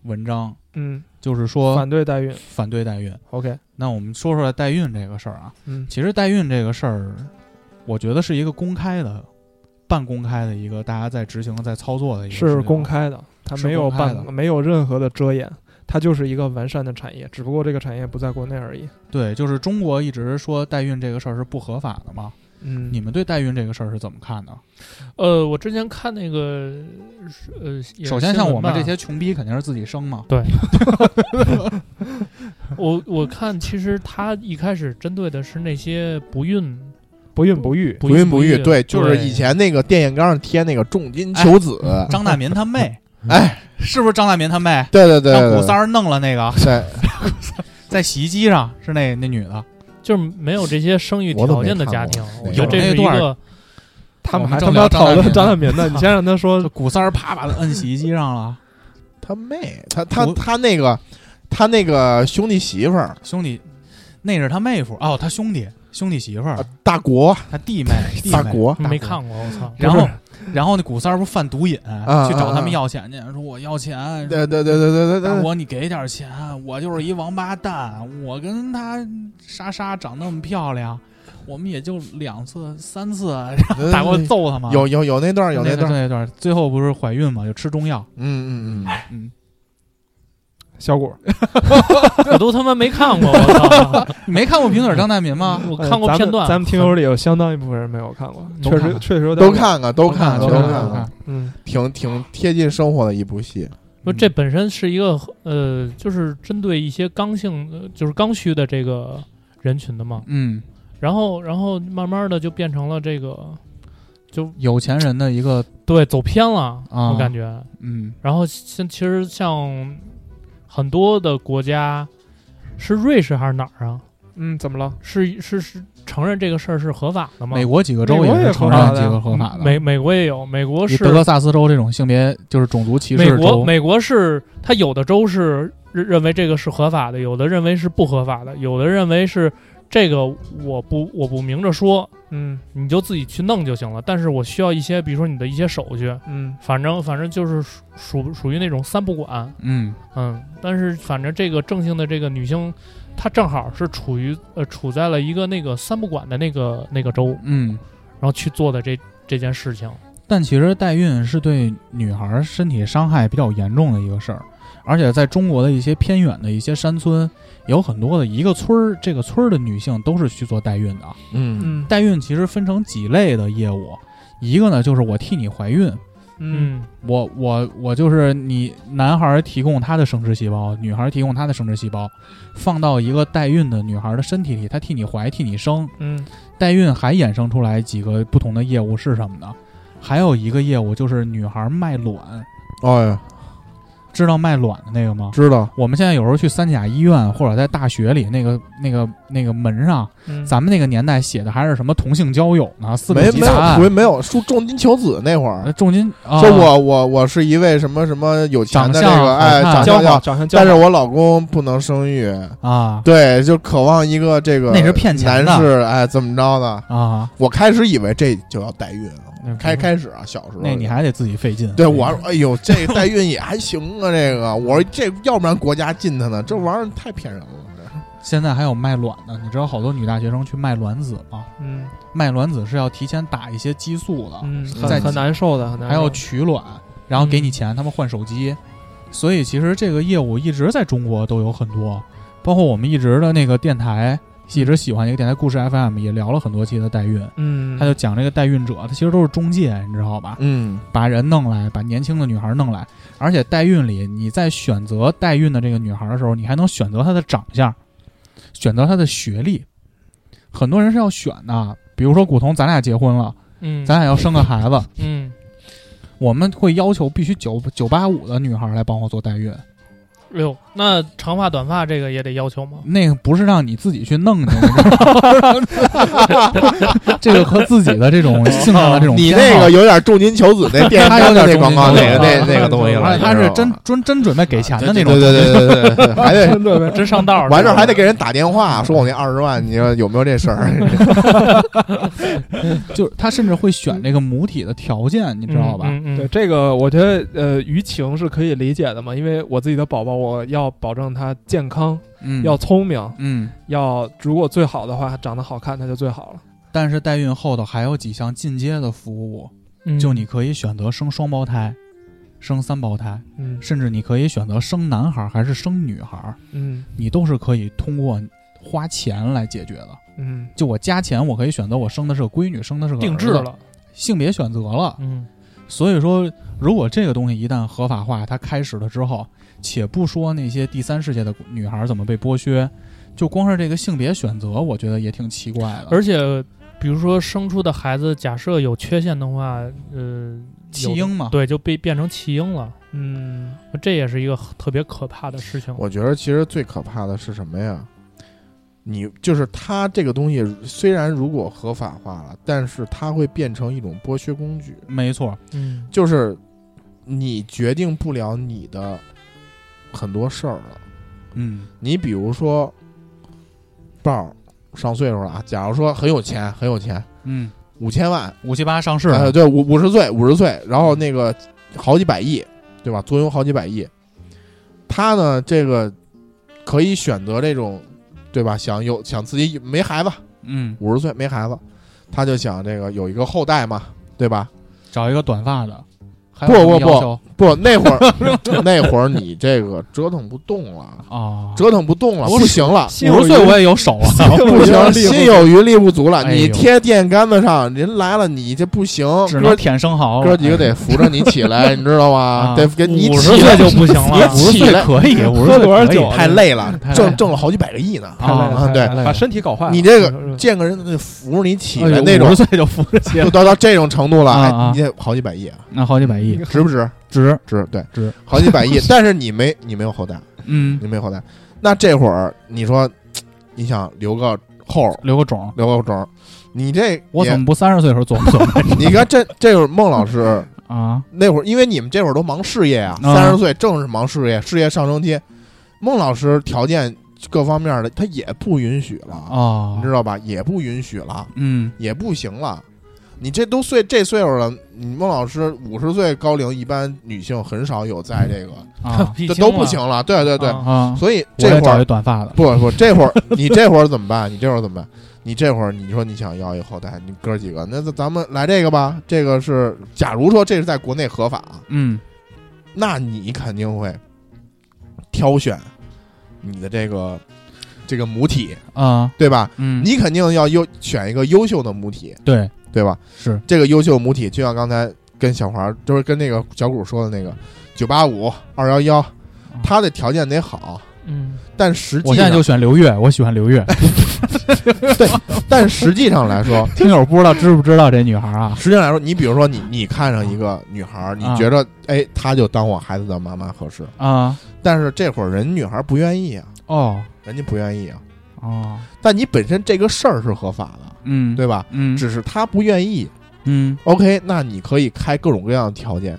Speaker 8: 文章，
Speaker 10: 嗯，
Speaker 8: 就是说
Speaker 10: 反对代孕。
Speaker 8: 反对代孕。
Speaker 10: OK，
Speaker 8: 那我们说说代孕这个事儿啊，
Speaker 10: 嗯
Speaker 8: 其实代孕这个事儿，我觉得是一个公开的、半公开的一个大家在执行、在操作的一个事
Speaker 10: 是
Speaker 8: 情啊
Speaker 10: 公开的，
Speaker 8: 嗯
Speaker 10: 它
Speaker 8: 是
Speaker 10: 没有
Speaker 8: 公开
Speaker 10: 办
Speaker 8: 的
Speaker 10: 没有任何的遮掩，它就是一个完善的产业，只不过这个产业不在国内而已。
Speaker 8: 对，就是中国一直说代孕这个事儿是不合法的嘛。
Speaker 10: 嗯，
Speaker 8: 你们对代孕这个事儿是怎么看的？
Speaker 11: 呃，我之前看那个，呃，也是
Speaker 8: 首先，
Speaker 11: 新
Speaker 8: 像
Speaker 11: 闻
Speaker 8: 我们
Speaker 11: 吧
Speaker 8: 这些穷逼肯定是自己生嘛。
Speaker 11: 对，我我看其实他一开始针对的是那些不孕
Speaker 10: 不孕不育，
Speaker 11: 不
Speaker 4: 孕
Speaker 11: 不
Speaker 4: 育，对，就是
Speaker 8: 对
Speaker 4: 以前那个电线杆上贴那个重金求子，
Speaker 8: 张大民他 妹，
Speaker 4: 哎，
Speaker 8: 是不是张大民他妹？
Speaker 4: 对对对，
Speaker 8: 让
Speaker 4: 对
Speaker 8: 古三儿弄了那个，
Speaker 4: 对，
Speaker 8: 在洗衣机上是那那女的，
Speaker 11: 就是没有这些生育条件的家庭，
Speaker 4: 我都没看过
Speaker 11: 我觉得这是一
Speaker 8: 有那
Speaker 11: 个
Speaker 10: 他们
Speaker 8: 我
Speaker 10: 还
Speaker 8: 们
Speaker 10: 他
Speaker 8: 正
Speaker 10: 妈
Speaker 8: 聊
Speaker 10: 讨论张
Speaker 8: 张
Speaker 10: 大
Speaker 8: 大
Speaker 10: 民呢，你先让他
Speaker 8: 就
Speaker 10: 说。
Speaker 8: 古三儿啪把她摁洗衣机上了，
Speaker 4: 他妹，他他
Speaker 8: 我
Speaker 4: 他那个他那个兄弟媳妇儿，
Speaker 8: 兄弟，那是他妹夫哦，他兄弟兄弟媳妇儿
Speaker 4: 啊，大国
Speaker 8: 他弟妹，嗯弟
Speaker 4: 大
Speaker 8: 妹
Speaker 4: 国，
Speaker 11: 嗯没看过，我 操！
Speaker 8: 然后，然后那古三儿不是犯毒瘾，
Speaker 4: 啊
Speaker 8: 去找他
Speaker 4: 啊
Speaker 8: 们要钱去，说我要钱，
Speaker 4: 对对对对对
Speaker 8: 大
Speaker 4: 对对，
Speaker 8: 国你给点钱，我就是一王八蛋，我跟她莎莎长那么漂亮，我们也就两次三次，啊
Speaker 4: 对
Speaker 8: 大国揍他嘛。
Speaker 4: 有有有那段儿嗯有
Speaker 8: 那
Speaker 4: 那段儿，
Speaker 8: 那段儿，最后不是怀孕嘛，就吃中药，
Speaker 4: 嗯嗯嗯，
Speaker 8: 嗯，
Speaker 10: 小果，
Speaker 11: 我都他妈没看过，我 操！
Speaker 8: 你没看过《平嘴张大民》
Speaker 4: 啊
Speaker 8: 吗？
Speaker 11: 我看过片段，
Speaker 10: 呃
Speaker 11: 啊
Speaker 10: 咱们咱们听友里有相当一部分人没有看过，
Speaker 11: 都
Speaker 10: 确
Speaker 11: 看
Speaker 10: 实
Speaker 11: 了
Speaker 10: 确实有点
Speaker 4: 都，看看，都看
Speaker 8: 都
Speaker 4: 看，
Speaker 8: 看
Speaker 4: 看
Speaker 8: 都看，
Speaker 10: 嗯，
Speaker 4: 挺挺贴近生活的一部戏。
Speaker 11: 不，这本身是一个呃，就是针对一些刚性，呃就是刚需的这个人群的嘛。
Speaker 8: 嗯，
Speaker 11: 然后，然后慢慢的就变成了这个，就
Speaker 8: 有钱人的一个
Speaker 11: 对走偏了，
Speaker 8: 啊
Speaker 11: 我感觉。
Speaker 8: 嗯
Speaker 11: 然后像其实像很多的国家，是瑞士还是哪儿啊？
Speaker 10: 嗯，怎么了？
Speaker 11: 是是是承认这个事儿是合法的吗？
Speaker 8: 美国几个州
Speaker 10: 美国
Speaker 8: 也是
Speaker 10: 也
Speaker 8: 承
Speaker 10: 合法
Speaker 8: 认
Speaker 10: 的
Speaker 8: 几
Speaker 10: 呀
Speaker 8: 个合法
Speaker 11: 嗯
Speaker 8: 的，
Speaker 11: 美美国也有，美国
Speaker 8: 以
Speaker 11: 是
Speaker 8: 德克萨斯州这种性别就是种族歧视
Speaker 11: 美
Speaker 8: 州，
Speaker 11: 国美国是它有的州是认认为这个是合法的，有的认为是不合法的，有的认为是这个我不我不明着说，
Speaker 10: 嗯
Speaker 11: 你就自己去弄就行了。但是我需要一些，比如说你的一些手续，
Speaker 10: 嗯
Speaker 11: 反正反正就是属属属于那种三不管，
Speaker 8: 嗯
Speaker 11: 嗯。但是反正这个正性的这个女性，她正好是处于呃处在了一个那个三不管的那个那个州，
Speaker 8: 嗯。
Speaker 11: 然后去做的这这件事情。
Speaker 8: 但其实代孕是对女孩儿身体伤害比较严重的一个事儿，而且在中国的一些偏远的一些山村，有很多的一个村儿，这个村儿的女性都是去做代孕的。
Speaker 4: 嗯
Speaker 10: 嗯
Speaker 8: 代孕其实分成几类的业务，一个呢就是我替你怀孕，
Speaker 10: 嗯，
Speaker 8: 我我我就是你男孩儿提供他的生殖细胞，女孩儿提供她的生殖细胞，放到一个代孕的女孩儿的身体里，她替你怀，替你生。
Speaker 10: 嗯
Speaker 8: 代孕还衍生出来几个不同的业务是什么呢？还有一个业务就是女孩卖卵，
Speaker 4: 哎呀，
Speaker 8: 知道卖卵的那个吗？
Speaker 4: 知道
Speaker 8: 我们现在有时候去三甲医院或者在大学里那个那个那个门上，
Speaker 10: 嗯，
Speaker 8: 咱们那个年代写的还是什么同性交友呢？四
Speaker 4: 没
Speaker 8: 六级
Speaker 4: 没
Speaker 8: 答
Speaker 4: 有
Speaker 8: 案，
Speaker 4: 没有说重金求子那会儿
Speaker 8: 呃，重金啊，
Speaker 4: 说我我我是一位什么什么有钱的这
Speaker 8: 长相啊
Speaker 4: 个哎
Speaker 8: 好看
Speaker 4: 长
Speaker 10: 交
Speaker 4: 相要
Speaker 10: 好，，长相交
Speaker 4: 但
Speaker 10: 好，
Speaker 4: 是我老公不能生育，
Speaker 8: 啊
Speaker 4: 对，就渴望一个这个
Speaker 8: 那是骗钱的
Speaker 4: 男士哎怎么着的？
Speaker 8: 啊，
Speaker 4: 我开始以为这就要代孕，开开始啊，小时候
Speaker 8: 嗯那你还得自己费劲。
Speaker 4: 对我说，哎呦，这代孕也还行啊，这个我说这要不然国家禁他呢，这玩意儿太骗人了。
Speaker 8: 现在还有卖卵的，你知道好多女大学生去卖卵子吗？
Speaker 10: 嗯
Speaker 8: 卖卵子是要提前打一些激素的，
Speaker 10: 嗯，
Speaker 8: 在
Speaker 10: 很很难受的，很难受。
Speaker 8: 还要取卵，然后给你钱，他们换手机。
Speaker 10: 嗯
Speaker 8: 所以其实这个业务一直在中国都有很多，包括我们一直的那个电台，一直喜欢一个电台故事 FM 也聊了很多期的代孕。
Speaker 10: 嗯，
Speaker 8: 他就讲这个代孕者，他其实都是中介，你知道吧？
Speaker 4: 嗯，
Speaker 8: 把人弄来，把年轻的女孩弄来，而且代孕里，你在选择代孕的这个女孩的时候，你还能选择她的长相，选择她的学历。很多人是要选的，比如说古潼，咱俩结婚了，
Speaker 11: 嗯，
Speaker 8: 咱俩要生个孩子，
Speaker 11: 嗯，
Speaker 8: 我们会要求必须九九八五的女孩来帮我做代孕，
Speaker 11: 哎呦，那长发短发这个也得要求吗？
Speaker 8: 那个不是让你自己去弄去，你知道吗 这个和自己的这种性上的这种
Speaker 4: 你
Speaker 8: 偏
Speaker 4: 那
Speaker 8: 好
Speaker 4: 个有点重金求子 那电
Speaker 8: 他有
Speaker 4: 商
Speaker 8: 点
Speaker 4: 的那广告
Speaker 8: 重金求
Speaker 4: 那个
Speaker 8: 子
Speaker 4: 那那个东西
Speaker 8: 而
Speaker 4: 了，
Speaker 8: 且他
Speaker 4: 你知
Speaker 8: 是
Speaker 4: 道
Speaker 8: 真
Speaker 4: 吗
Speaker 8: 真真准备给钱的那
Speaker 4: 对
Speaker 8: 种，
Speaker 4: 对对对对对对， 还得
Speaker 10: 真准备，
Speaker 11: 真上道儿，
Speaker 4: 完事儿还得给人打电话说我那二十万，你说有没有这事儿？
Speaker 8: 就是他甚至会选这个母体的条件，
Speaker 11: 你
Speaker 8: 你知道吧？
Speaker 11: 嗯嗯
Speaker 10: 对这个，我觉得呃，舆情是可以理解的嘛，因为我自己的宝宝，我要保证他健康，
Speaker 8: 嗯，
Speaker 10: 要聪明，
Speaker 8: 嗯，
Speaker 10: 要如果最好的话，长得好看那就最好了。
Speaker 8: 但是代孕后头还有几项进阶的服务，
Speaker 11: 嗯
Speaker 8: 就你可以选择生双胞胎。生三胞胎，
Speaker 10: 嗯
Speaker 8: 甚至你可以选择生男孩还是生女孩，
Speaker 10: 嗯
Speaker 8: 你都是可以通过花钱来解决的。
Speaker 10: 嗯
Speaker 8: 就我加钱，我可以选择我生的是个闺女，生的是个儿子
Speaker 11: 定制，了，
Speaker 8: 性别选择了。
Speaker 11: 嗯
Speaker 8: 所以说，如果这个东西一旦合法化，它开始了之后，且不说那些第三世界的女孩怎么被剥削，就光是这个性别选择，我觉得也挺奇怪的。
Speaker 11: 而且比如说生出的孩子，假设有缺陷的话，呃，
Speaker 8: 弃婴
Speaker 4: 啊
Speaker 8: 嘛，
Speaker 11: 对，就被变成弃婴了，
Speaker 10: 嗯
Speaker 11: 这也是一个特别可怕的事情。
Speaker 4: 我觉得其实最可怕的是什么呀？你就是它这个东西，虽然如果合法化了，但是它会变成一种剥削工具，
Speaker 8: 没错，
Speaker 11: 嗯
Speaker 4: 就是你决定不了你的很多事儿了。
Speaker 8: 嗯
Speaker 4: 你比如说，豹儿上岁数了啊，假如说很有钱，很有钱，
Speaker 8: 嗯，
Speaker 4: 五千万，
Speaker 8: 五七八上市
Speaker 4: 呃，
Speaker 8: 了，
Speaker 4: 对，五五十岁，五十岁，然后那个好几百亿，对吧？坐拥好几百亿，他呢，这个可以选择这种，对吧？想有想自己没孩子，
Speaker 8: 嗯，
Speaker 4: 五十岁没孩子，他就想这个有一个后代嘛，对吧？
Speaker 8: 找一个短发的，还
Speaker 4: 不
Speaker 8: 有什么
Speaker 4: 不不
Speaker 8: 要求
Speaker 4: 不，那会儿那会儿你这个折腾不动了，
Speaker 8: 啊，
Speaker 4: 折腾不动了，
Speaker 8: 不是
Speaker 4: 不行了，
Speaker 10: 心有
Speaker 8: 五十
Speaker 10: 余
Speaker 8: 岁我也有手啊了，
Speaker 4: 不行，心有余力不足了。
Speaker 8: 哎呦
Speaker 4: 你贴电杆子上，人来了，你这不行，
Speaker 8: 只
Speaker 4: 哥
Speaker 8: 能舔生蚝了。哎
Speaker 4: 哥几个得扶着你起来，你知道吗？
Speaker 8: 啊
Speaker 4: 得给你
Speaker 11: 五
Speaker 4: 起
Speaker 11: 十岁
Speaker 4: 来
Speaker 11: 就不行
Speaker 4: 别
Speaker 11: 了
Speaker 8: 五，十
Speaker 4: 起
Speaker 8: 岁
Speaker 4: 来
Speaker 8: 可以，五十
Speaker 10: 喝
Speaker 8: 岁
Speaker 10: 多少
Speaker 8: 可以
Speaker 10: 酒
Speaker 4: 太累了
Speaker 8: 嗯太，累
Speaker 4: 挣
Speaker 8: 了
Speaker 4: 挣了好几百个亿呢。
Speaker 10: 太累了
Speaker 4: 啊
Speaker 10: 太
Speaker 4: 对
Speaker 10: 累了把身体搞坏了。
Speaker 4: 你这个
Speaker 10: 是是
Speaker 4: 见个人得扶着你起
Speaker 8: 哎
Speaker 4: 来
Speaker 8: 呦
Speaker 4: 那
Speaker 8: 五
Speaker 4: 种
Speaker 8: 十，岁就扶着起来
Speaker 4: 就， 到到这种程度了，
Speaker 8: 啊
Speaker 4: 哎
Speaker 8: 啊
Speaker 4: 你得好几百亿啊，
Speaker 8: 那好几百亿，
Speaker 4: 值不值？
Speaker 8: 值，
Speaker 4: 值，对，
Speaker 8: 值，
Speaker 4: 好几百亿。但是你没你没有后代，
Speaker 8: 嗯，
Speaker 4: 你没有后代。那这会儿你说，你想留个后儿，
Speaker 8: 留个种。
Speaker 4: 留个种儿，你这
Speaker 8: 我
Speaker 4: 也
Speaker 8: 怎么不三十岁的时候琢磨琢磨
Speaker 4: 你看这这会儿孟老师
Speaker 8: 啊？
Speaker 4: 那会儿，因为你们这会儿都忙事业啊，
Speaker 8: 啊
Speaker 4: 三十岁正是忙事业，事业上升期。孟老师条件各方面的他也不允许了， 啊
Speaker 8: 哦
Speaker 4: 你，知道吧？也不允许了，
Speaker 8: 嗯，
Speaker 4: 也不行了。你这都岁这岁数了，你孟老师五十岁高龄，一般女性很少有在这个，
Speaker 8: 啊
Speaker 11: 比
Speaker 4: 这
Speaker 11: 轻
Speaker 4: 都不
Speaker 11: 了
Speaker 4: 行了。对对对，
Speaker 11: 啊
Speaker 8: 啊，
Speaker 4: 所以
Speaker 8: 我也
Speaker 4: 这会
Speaker 8: 找
Speaker 4: 儿
Speaker 8: 一短发的，
Speaker 4: 不不，这会儿你这会儿怎么办？你这会儿怎么办？你这会儿你说你想要一后代，你哥几个，那咱咱们来这个吧。这个是，假如说这是在国内合法啊，
Speaker 8: 嗯，
Speaker 4: 那你肯定会挑选你的这个这个母体，
Speaker 8: 啊，
Speaker 4: 对吧？
Speaker 8: 嗯，
Speaker 4: 你肯定要优选一个优秀的母体，
Speaker 8: 对
Speaker 4: 对吧？
Speaker 8: 是，
Speaker 4: 这个优秀母体，就像刚才跟小华，就是跟那个小谷说的那个九八五、二幺幺，他的条件得好，
Speaker 11: 嗯，
Speaker 4: 但实际
Speaker 8: 嗯我现在
Speaker 4: 上
Speaker 8: 就选刘越，我喜欢刘 越。
Speaker 4: 但实际上 来说，
Speaker 8: 听友不知道知不知道这女孩啊？
Speaker 4: 实际上来说，你比如说你你看上一个女孩儿，你
Speaker 8: 啊
Speaker 4: 觉得哎，她就当我孩子的妈妈合适，
Speaker 8: 啊，
Speaker 4: 但是这会儿人女孩儿不愿意啊，
Speaker 8: 哦，
Speaker 4: 人家不愿意啊。
Speaker 8: 哦，
Speaker 4: 但你本身这个事儿是合法的，
Speaker 8: 嗯，
Speaker 4: 对，吧？
Speaker 8: 嗯，
Speaker 4: 只是她不愿意。
Speaker 8: 嗯，
Speaker 4: OK，那你可以开各种各样的条件，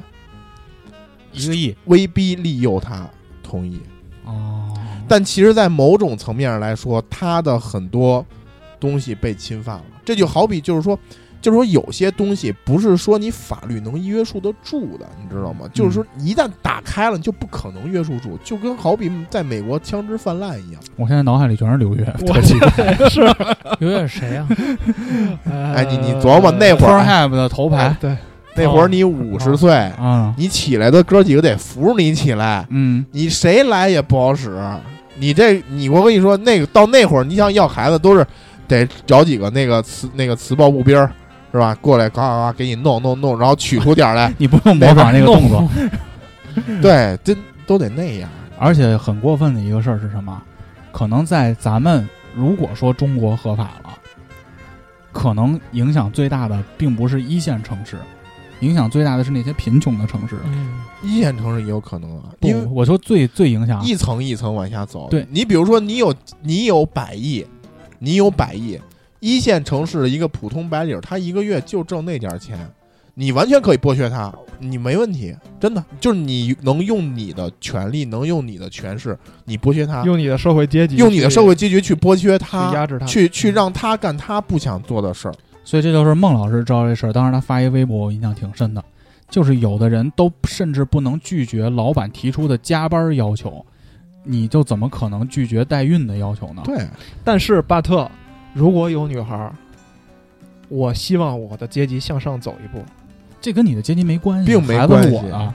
Speaker 8: 一个亿，
Speaker 4: 威逼利诱她同意。
Speaker 8: 哦，
Speaker 4: 但其实，在某种层面上来说，她的很多东西被侵犯了。这就好比就是说，就是说有些东西不是说你法律能约束得住的，你知道吗？就是说，一旦打开了，你就不可能约束住，就跟好比在美国枪支泛滥一样。
Speaker 8: 我现在脑海里全是刘越，
Speaker 11: 我
Speaker 8: 特技
Speaker 11: 有点谁 啊？
Speaker 4: 哎，
Speaker 10: 呃
Speaker 11: 哎
Speaker 4: 你你琢磨那会儿，哎
Speaker 8: Pornhub 的头牌
Speaker 10: 嗯哎，对，
Speaker 4: 那会儿你五十岁，
Speaker 8: 啊，
Speaker 4: 你起来的哥几个得扶着你起来，
Speaker 8: 嗯，
Speaker 4: 你谁来也不好使。你这你我跟你说，那个到那会儿，你想要孩子都是得找几个那个磁那个磁暴步兵儿是吧？过来嘎嘎嘎给你弄弄弄，然后取出点
Speaker 8: 。
Speaker 4: 儿来
Speaker 8: 你不用模仿那个动作，
Speaker 4: 对，真都得那样。
Speaker 8: 而且很过分的一个事儿是什么？可能在咱们如果说中国合法了，可能影响最大的并不是一线城市，影响最大的是那些贫穷的城市。
Speaker 11: 嗯
Speaker 4: 一线城市也有可能啊，
Speaker 8: 不
Speaker 4: 因为，
Speaker 8: 我说最最影
Speaker 10: 啊
Speaker 8: 响
Speaker 4: 一层一层往下走。
Speaker 8: 对
Speaker 4: 你比如说，你有你有百亿，你有百亿，一线城市的一个普通白领儿，他一个月就挣那点儿钱，你完全可以剥削他，你没问题，真的，就是你能用你的权利，能用你的权势，你剥削他，
Speaker 10: 用你的社会阶级，
Speaker 4: 用你的社会阶级去剥削他，
Speaker 10: 去压制他嗯
Speaker 4: 去去让他干他不想做的事儿。
Speaker 8: 所以这就是孟老师知道这事儿，当时他发一微博，我印象挺深的，就是有的人都甚至不能拒绝老板提出的加班要求，你就怎么可能拒绝代孕的要求呢？
Speaker 4: 对，
Speaker 10: 但是巴特，如果有女孩儿，我希望我的阶级向上走一步。
Speaker 8: 这跟你的阶级没关系，
Speaker 4: 并没
Speaker 8: 孩子
Speaker 4: 关
Speaker 8: 是
Speaker 4: 系
Speaker 8: 我啊的。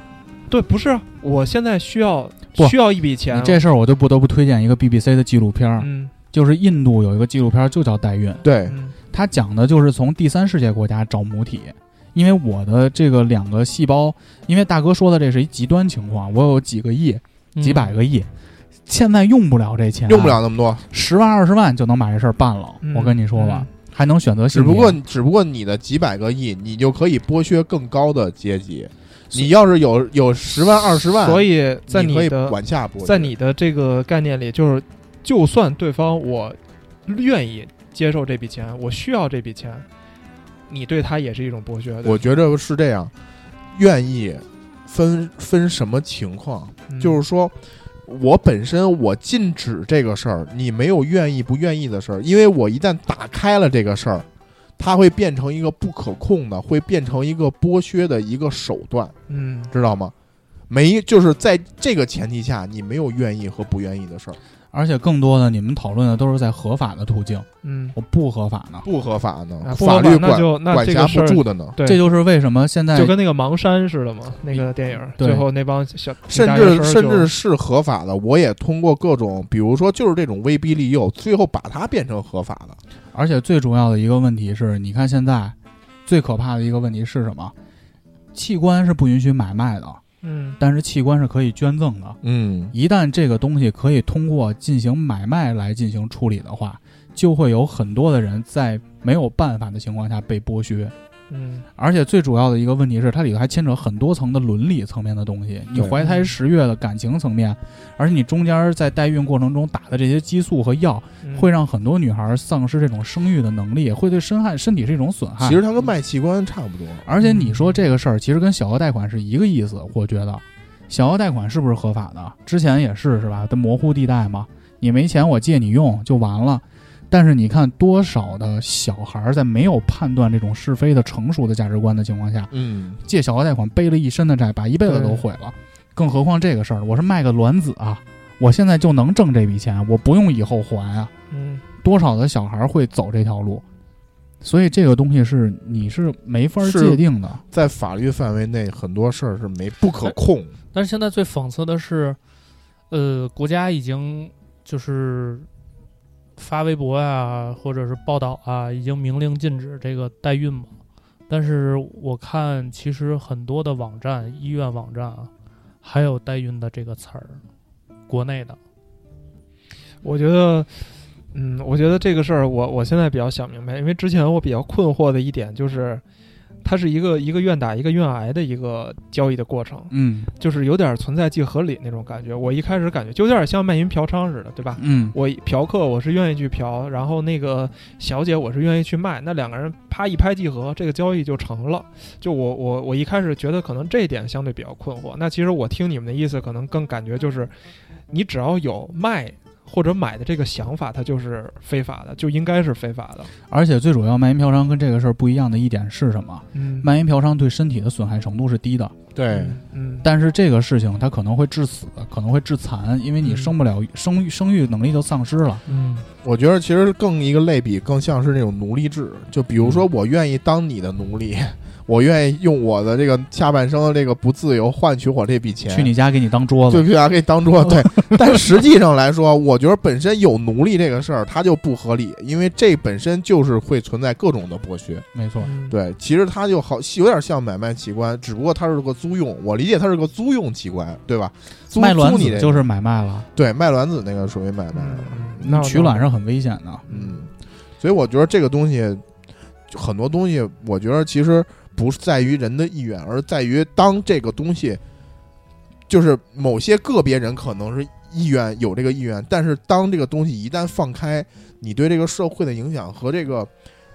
Speaker 10: 对，不是，啊我现在需要
Speaker 8: 不
Speaker 10: 需要一笔钱啊
Speaker 8: 你。这事儿我就不得不推荐一个 BBC 的纪录片儿，
Speaker 10: 嗯
Speaker 8: 就是印度有一个纪录片儿就叫代孕，
Speaker 4: 对，
Speaker 10: 嗯
Speaker 8: 它讲的就是从第三世界国家找母体。因为我的这个两个细胞，因为大哥说的这是一极端情况，我有几个亿、
Speaker 11: 嗯
Speaker 10: 嗯
Speaker 8: 几百个亿，现在用不了这钱，啊
Speaker 4: 用不了那么多，
Speaker 8: 十万二十万就能把这事儿办了。
Speaker 10: 嗯
Speaker 8: 我跟你说吧，还能选择
Speaker 4: 只
Speaker 8: 性别。
Speaker 4: 不
Speaker 10: 啊
Speaker 4: 过只不过你的几百个亿，你就可以剥削更高的阶级。你要是有有十万二十万，
Speaker 10: 所以在
Speaker 4: 你可以
Speaker 10: 的
Speaker 4: 往下剥削，
Speaker 10: 在你的这个概念里，就是就算对方我愿意接受这笔钱，我需要这笔钱，你对他也是一种剥削。对
Speaker 4: 我觉着是这样，愿意分分什么情况，
Speaker 10: 嗯
Speaker 4: 就是说。我本身我禁止这个事儿，你没有愿意不愿意的事儿，因为我一旦打开了这个事儿，它会变成一个不可控的，会变成一个剥削的一个手段，
Speaker 10: 嗯，啊
Speaker 4: 知道吗？没，就是在这个前提下，你没有愿意和不愿意的事儿。
Speaker 8: 而且更多的你们讨论的都是在合法的途径，
Speaker 10: 嗯，
Speaker 8: 我不合法呢，
Speaker 4: 不合法呢
Speaker 10: 啊，不
Speaker 4: 法
Speaker 10: 合法
Speaker 4: 律
Speaker 10: 那
Speaker 4: 管
Speaker 10: 就那
Speaker 4: 管
Speaker 10: 这个
Speaker 4: 辖
Speaker 10: 事
Speaker 4: 不
Speaker 10: 儿
Speaker 4: 住的呢。
Speaker 10: 对，
Speaker 8: 这就是为什么现在
Speaker 10: 就跟那个盲山似的嘛，那个电影
Speaker 8: 对
Speaker 10: 最后那帮小
Speaker 4: 甚
Speaker 10: 大学
Speaker 4: 至
Speaker 10: 生
Speaker 4: 甚
Speaker 10: 就
Speaker 4: 至是合法的，我也通过各种，比如说就是这种威逼利诱，最后把它变成合法的。
Speaker 8: 而且最重要的一个问题是，你看现在最可怕的一个问题是什么？器官是不允许买卖的，
Speaker 10: 嗯
Speaker 8: 但是器官是可以捐赠的。
Speaker 4: 嗯，
Speaker 8: 一旦这个东西可以通过进行买卖来进行处理的话，就会有很多的人在没有办法的情况下被剥削。
Speaker 10: 嗯
Speaker 8: 而且最主要的一个问题是，它里头还牵扯很多层的伦理层面的东西，你
Speaker 4: 对
Speaker 8: 怀胎十月的感情层面，而且你中间在代孕过程中打的这些激素和药，
Speaker 10: 嗯
Speaker 8: 会让很多女孩丧失这种生育的能力，会对身害身体是一种损害。
Speaker 4: 其实它跟卖器官差不多。
Speaker 8: 而且你说这个事儿，其实跟小额贷款是一个意思，我觉得。小额贷款是不是合法的？之前也是，是吧？它模糊地带嘛，你没钱我借你用就完了。但是你看多少的小孩儿在没有判断这种是非的成熟的价值观的情况下，
Speaker 4: 嗯，
Speaker 8: 借小额贷款背了一身的债，把一辈子都毁了，更何况这个事儿，我是卖个卵子啊，我现在就能挣这笔钱，我不用以后还啊。
Speaker 10: 嗯
Speaker 8: 多少的小孩儿会走这条路，所以这个东西是你是没法儿
Speaker 4: 是
Speaker 8: 界定的。
Speaker 4: 在法律范围内，很多事儿是没不可控。
Speaker 11: 但是现在最讽刺的是，呃，国家已经就是发微博啊，或者是报道啊，已经明令禁止这个代孕嘛。但是我看，其实很多的网站、医院网站啊，还有代孕的这个词儿，国内的，
Speaker 10: 我觉得，嗯，我觉得这个事儿，我我现在比较想明白，因为之前我比较困惑的一点就是，它是一个一个愿打一个愿挨的一个交易的过程，
Speaker 8: 嗯
Speaker 10: 就是有点存在即合理那种感觉。我一开始感觉就有点像卖淫嫖娼似的，对吧？
Speaker 8: 嗯，
Speaker 10: 我嫖客我是愿意去嫖，然后那个小姐我是愿意去卖，那两个人啪一拍即合，这个交易就成了。就我我我一开始觉得可能这一点相对比较困惑，那其实我听你们的意思，可能更感觉就是，你只要有卖或者买的这个想法，它就是非法的，就应该是非法的。
Speaker 8: 而且最主要，卖淫嫖娼跟这个事儿不一样的一点是什么？
Speaker 10: 嗯
Speaker 8: 卖淫嫖娼对身体的损害程度是低的，
Speaker 4: 对
Speaker 10: 嗯，
Speaker 8: 但是这个事情它可能会致死，可能会致残，因为你
Speaker 10: 嗯
Speaker 8: 生不了生育生育能力就丧失了。
Speaker 10: 嗯
Speaker 4: 我觉得其实更一个类比，更像是那种奴隶制。就比如说，我愿意当你的奴隶， 我愿意用我的这个下半生的这个不自由换取我这笔钱。
Speaker 8: 去你家给你当桌
Speaker 4: 就
Speaker 8: 子，
Speaker 4: 可以拿给当桌。 对，但实际上来说，我觉得本身有奴隶这个事儿，它就不合理，因为这本身就是会存在各种的剥削。
Speaker 8: 没错。
Speaker 10: 嗯，
Speaker 4: 对，其实它就好有点像买卖器官，只不过它是个租用，我理解它是个租用器官，对吧？租
Speaker 8: 卖卵
Speaker 4: 租你
Speaker 8: 子
Speaker 4: 这
Speaker 8: 就是买卖了，
Speaker 4: 对卖卵子那个属于买卖
Speaker 10: 嗯
Speaker 4: 了，
Speaker 10: 那我
Speaker 8: 取卵是很危险的。
Speaker 4: 嗯，所以我觉得这个东西，就很多东西，我觉得其实不是在于人的意愿，而在于当这个东西，就是某些个别人可能是意愿有这个意愿，但是当这个东西一旦放开，你对这个社会的影响和这个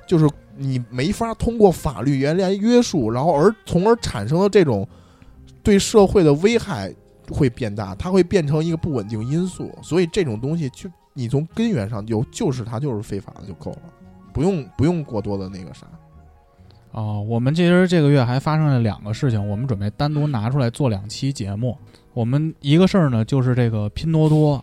Speaker 4: 就是你没法通过法律原来约束，然后而从而产生的这种对社会的危害会变大，它会变成一个不稳定因素。所以这种东西去，你从根源上就就是它就是非法的就够了，不用不用过多的那个啥。
Speaker 8: 哦，我们其实这个月还发生了两个事情，我们准备单独拿出来做两期节目。我们一个事儿呢，就是这个拼多多，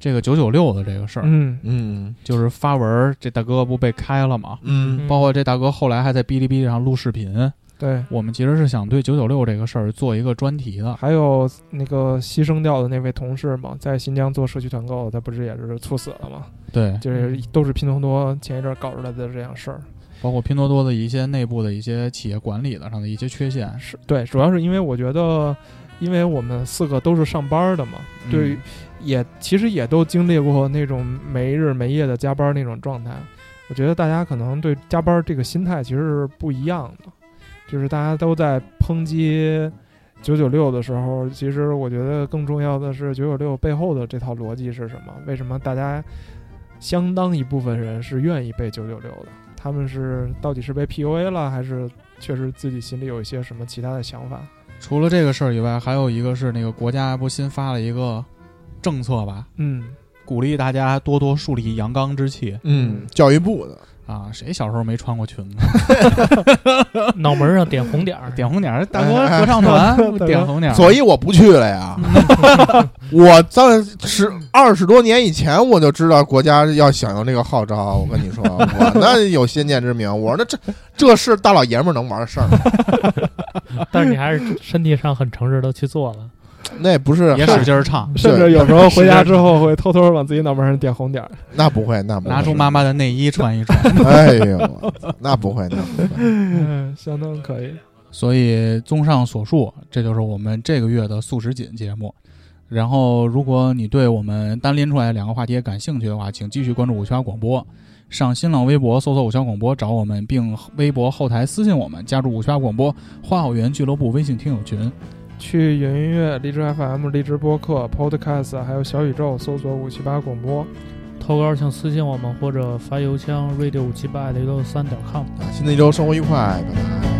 Speaker 8: 这个九九六的这个事儿，
Speaker 10: 嗯
Speaker 4: 嗯
Speaker 8: 就是发文儿，这大哥不被开了吗？
Speaker 4: 嗯
Speaker 8: 包括这大哥后来还在哔哩哔哩上录视频。
Speaker 10: 对。
Speaker 8: 我们其实是想对九九六这个事儿做一个专题的。
Speaker 10: 还有那个牺牲掉的那位同事嘛，在新疆做社区团购，他不是也是猝死了吗？
Speaker 8: 对，
Speaker 10: 就是都是拼多多前一阵儿搞出来的这样事儿。
Speaker 8: 包括拼多多的一些内部的一些企业管理的上的一些缺陷。
Speaker 10: 是对，主要是因为我觉得，因为我们四个都是上班儿的嘛，对于，也其实也都经历过那种没日没夜的加班儿那种状态。我觉得大家可能对加班儿这个心态其实是不一样的，就是大家都在抨击九九六的时候，其实我觉得更重要的是九九六背后的这套逻辑是什么？为什么大家相当一部分人是愿意被九九六的？他们是到底是被 PUA 了，还是确实自己心里有一些什么其他的想法？
Speaker 8: 除了这个事儿以外，还有一个是那个国家不新发了一个政策吧，
Speaker 10: 嗯
Speaker 8: 鼓励大家多多树立阳刚之气
Speaker 4: 嗯，教育部的，
Speaker 8: 啊、啊，谁小时候没穿过裙子？
Speaker 4: 哎
Speaker 11: 脑门上点红点儿，
Speaker 8: 点红点儿，大哥合唱 团
Speaker 10: 哎哎哎
Speaker 8: 点红点儿，
Speaker 4: 所以我不去了 呀。我在十二十多年以前我就知道国家要响应这个号召，我跟你说，我那有先见之明。我说那这这是大老爷们儿能玩的事儿吗，
Speaker 11: 但是你还是身体上很诚实的去做 了。
Speaker 4: 那也不是
Speaker 8: 也使劲儿唱，
Speaker 10: 甚至有时候回家之后会偷偷往自己脑门上点红点儿。
Speaker 4: 那不会，那不会
Speaker 8: 拿出妈妈的内衣穿一穿。
Speaker 4: 哎呦，我操那不会，那不会。
Speaker 10: 嗯，相当可以。
Speaker 8: 所以，综上所述，这就是我们这个月的素食锦节目。然后，如果你对我们单拎出来的两个话题感兴趣的话，请继续关注五七八广播，上新浪微博搜索“五七八广播”找我们，并微博后台私信我们，加入五七八广播花好园俱乐部微信听友群。
Speaker 10: 去云音乐、荔枝 FM、荔枝播客、Podcast，还有小宇宙搜索五七八广播。
Speaker 11: 投稿请私信我们或者发邮箱 radio 五七八六三点 com。
Speaker 4: 啊新的一周生活愉快，拜拜。
Speaker 9: Oh,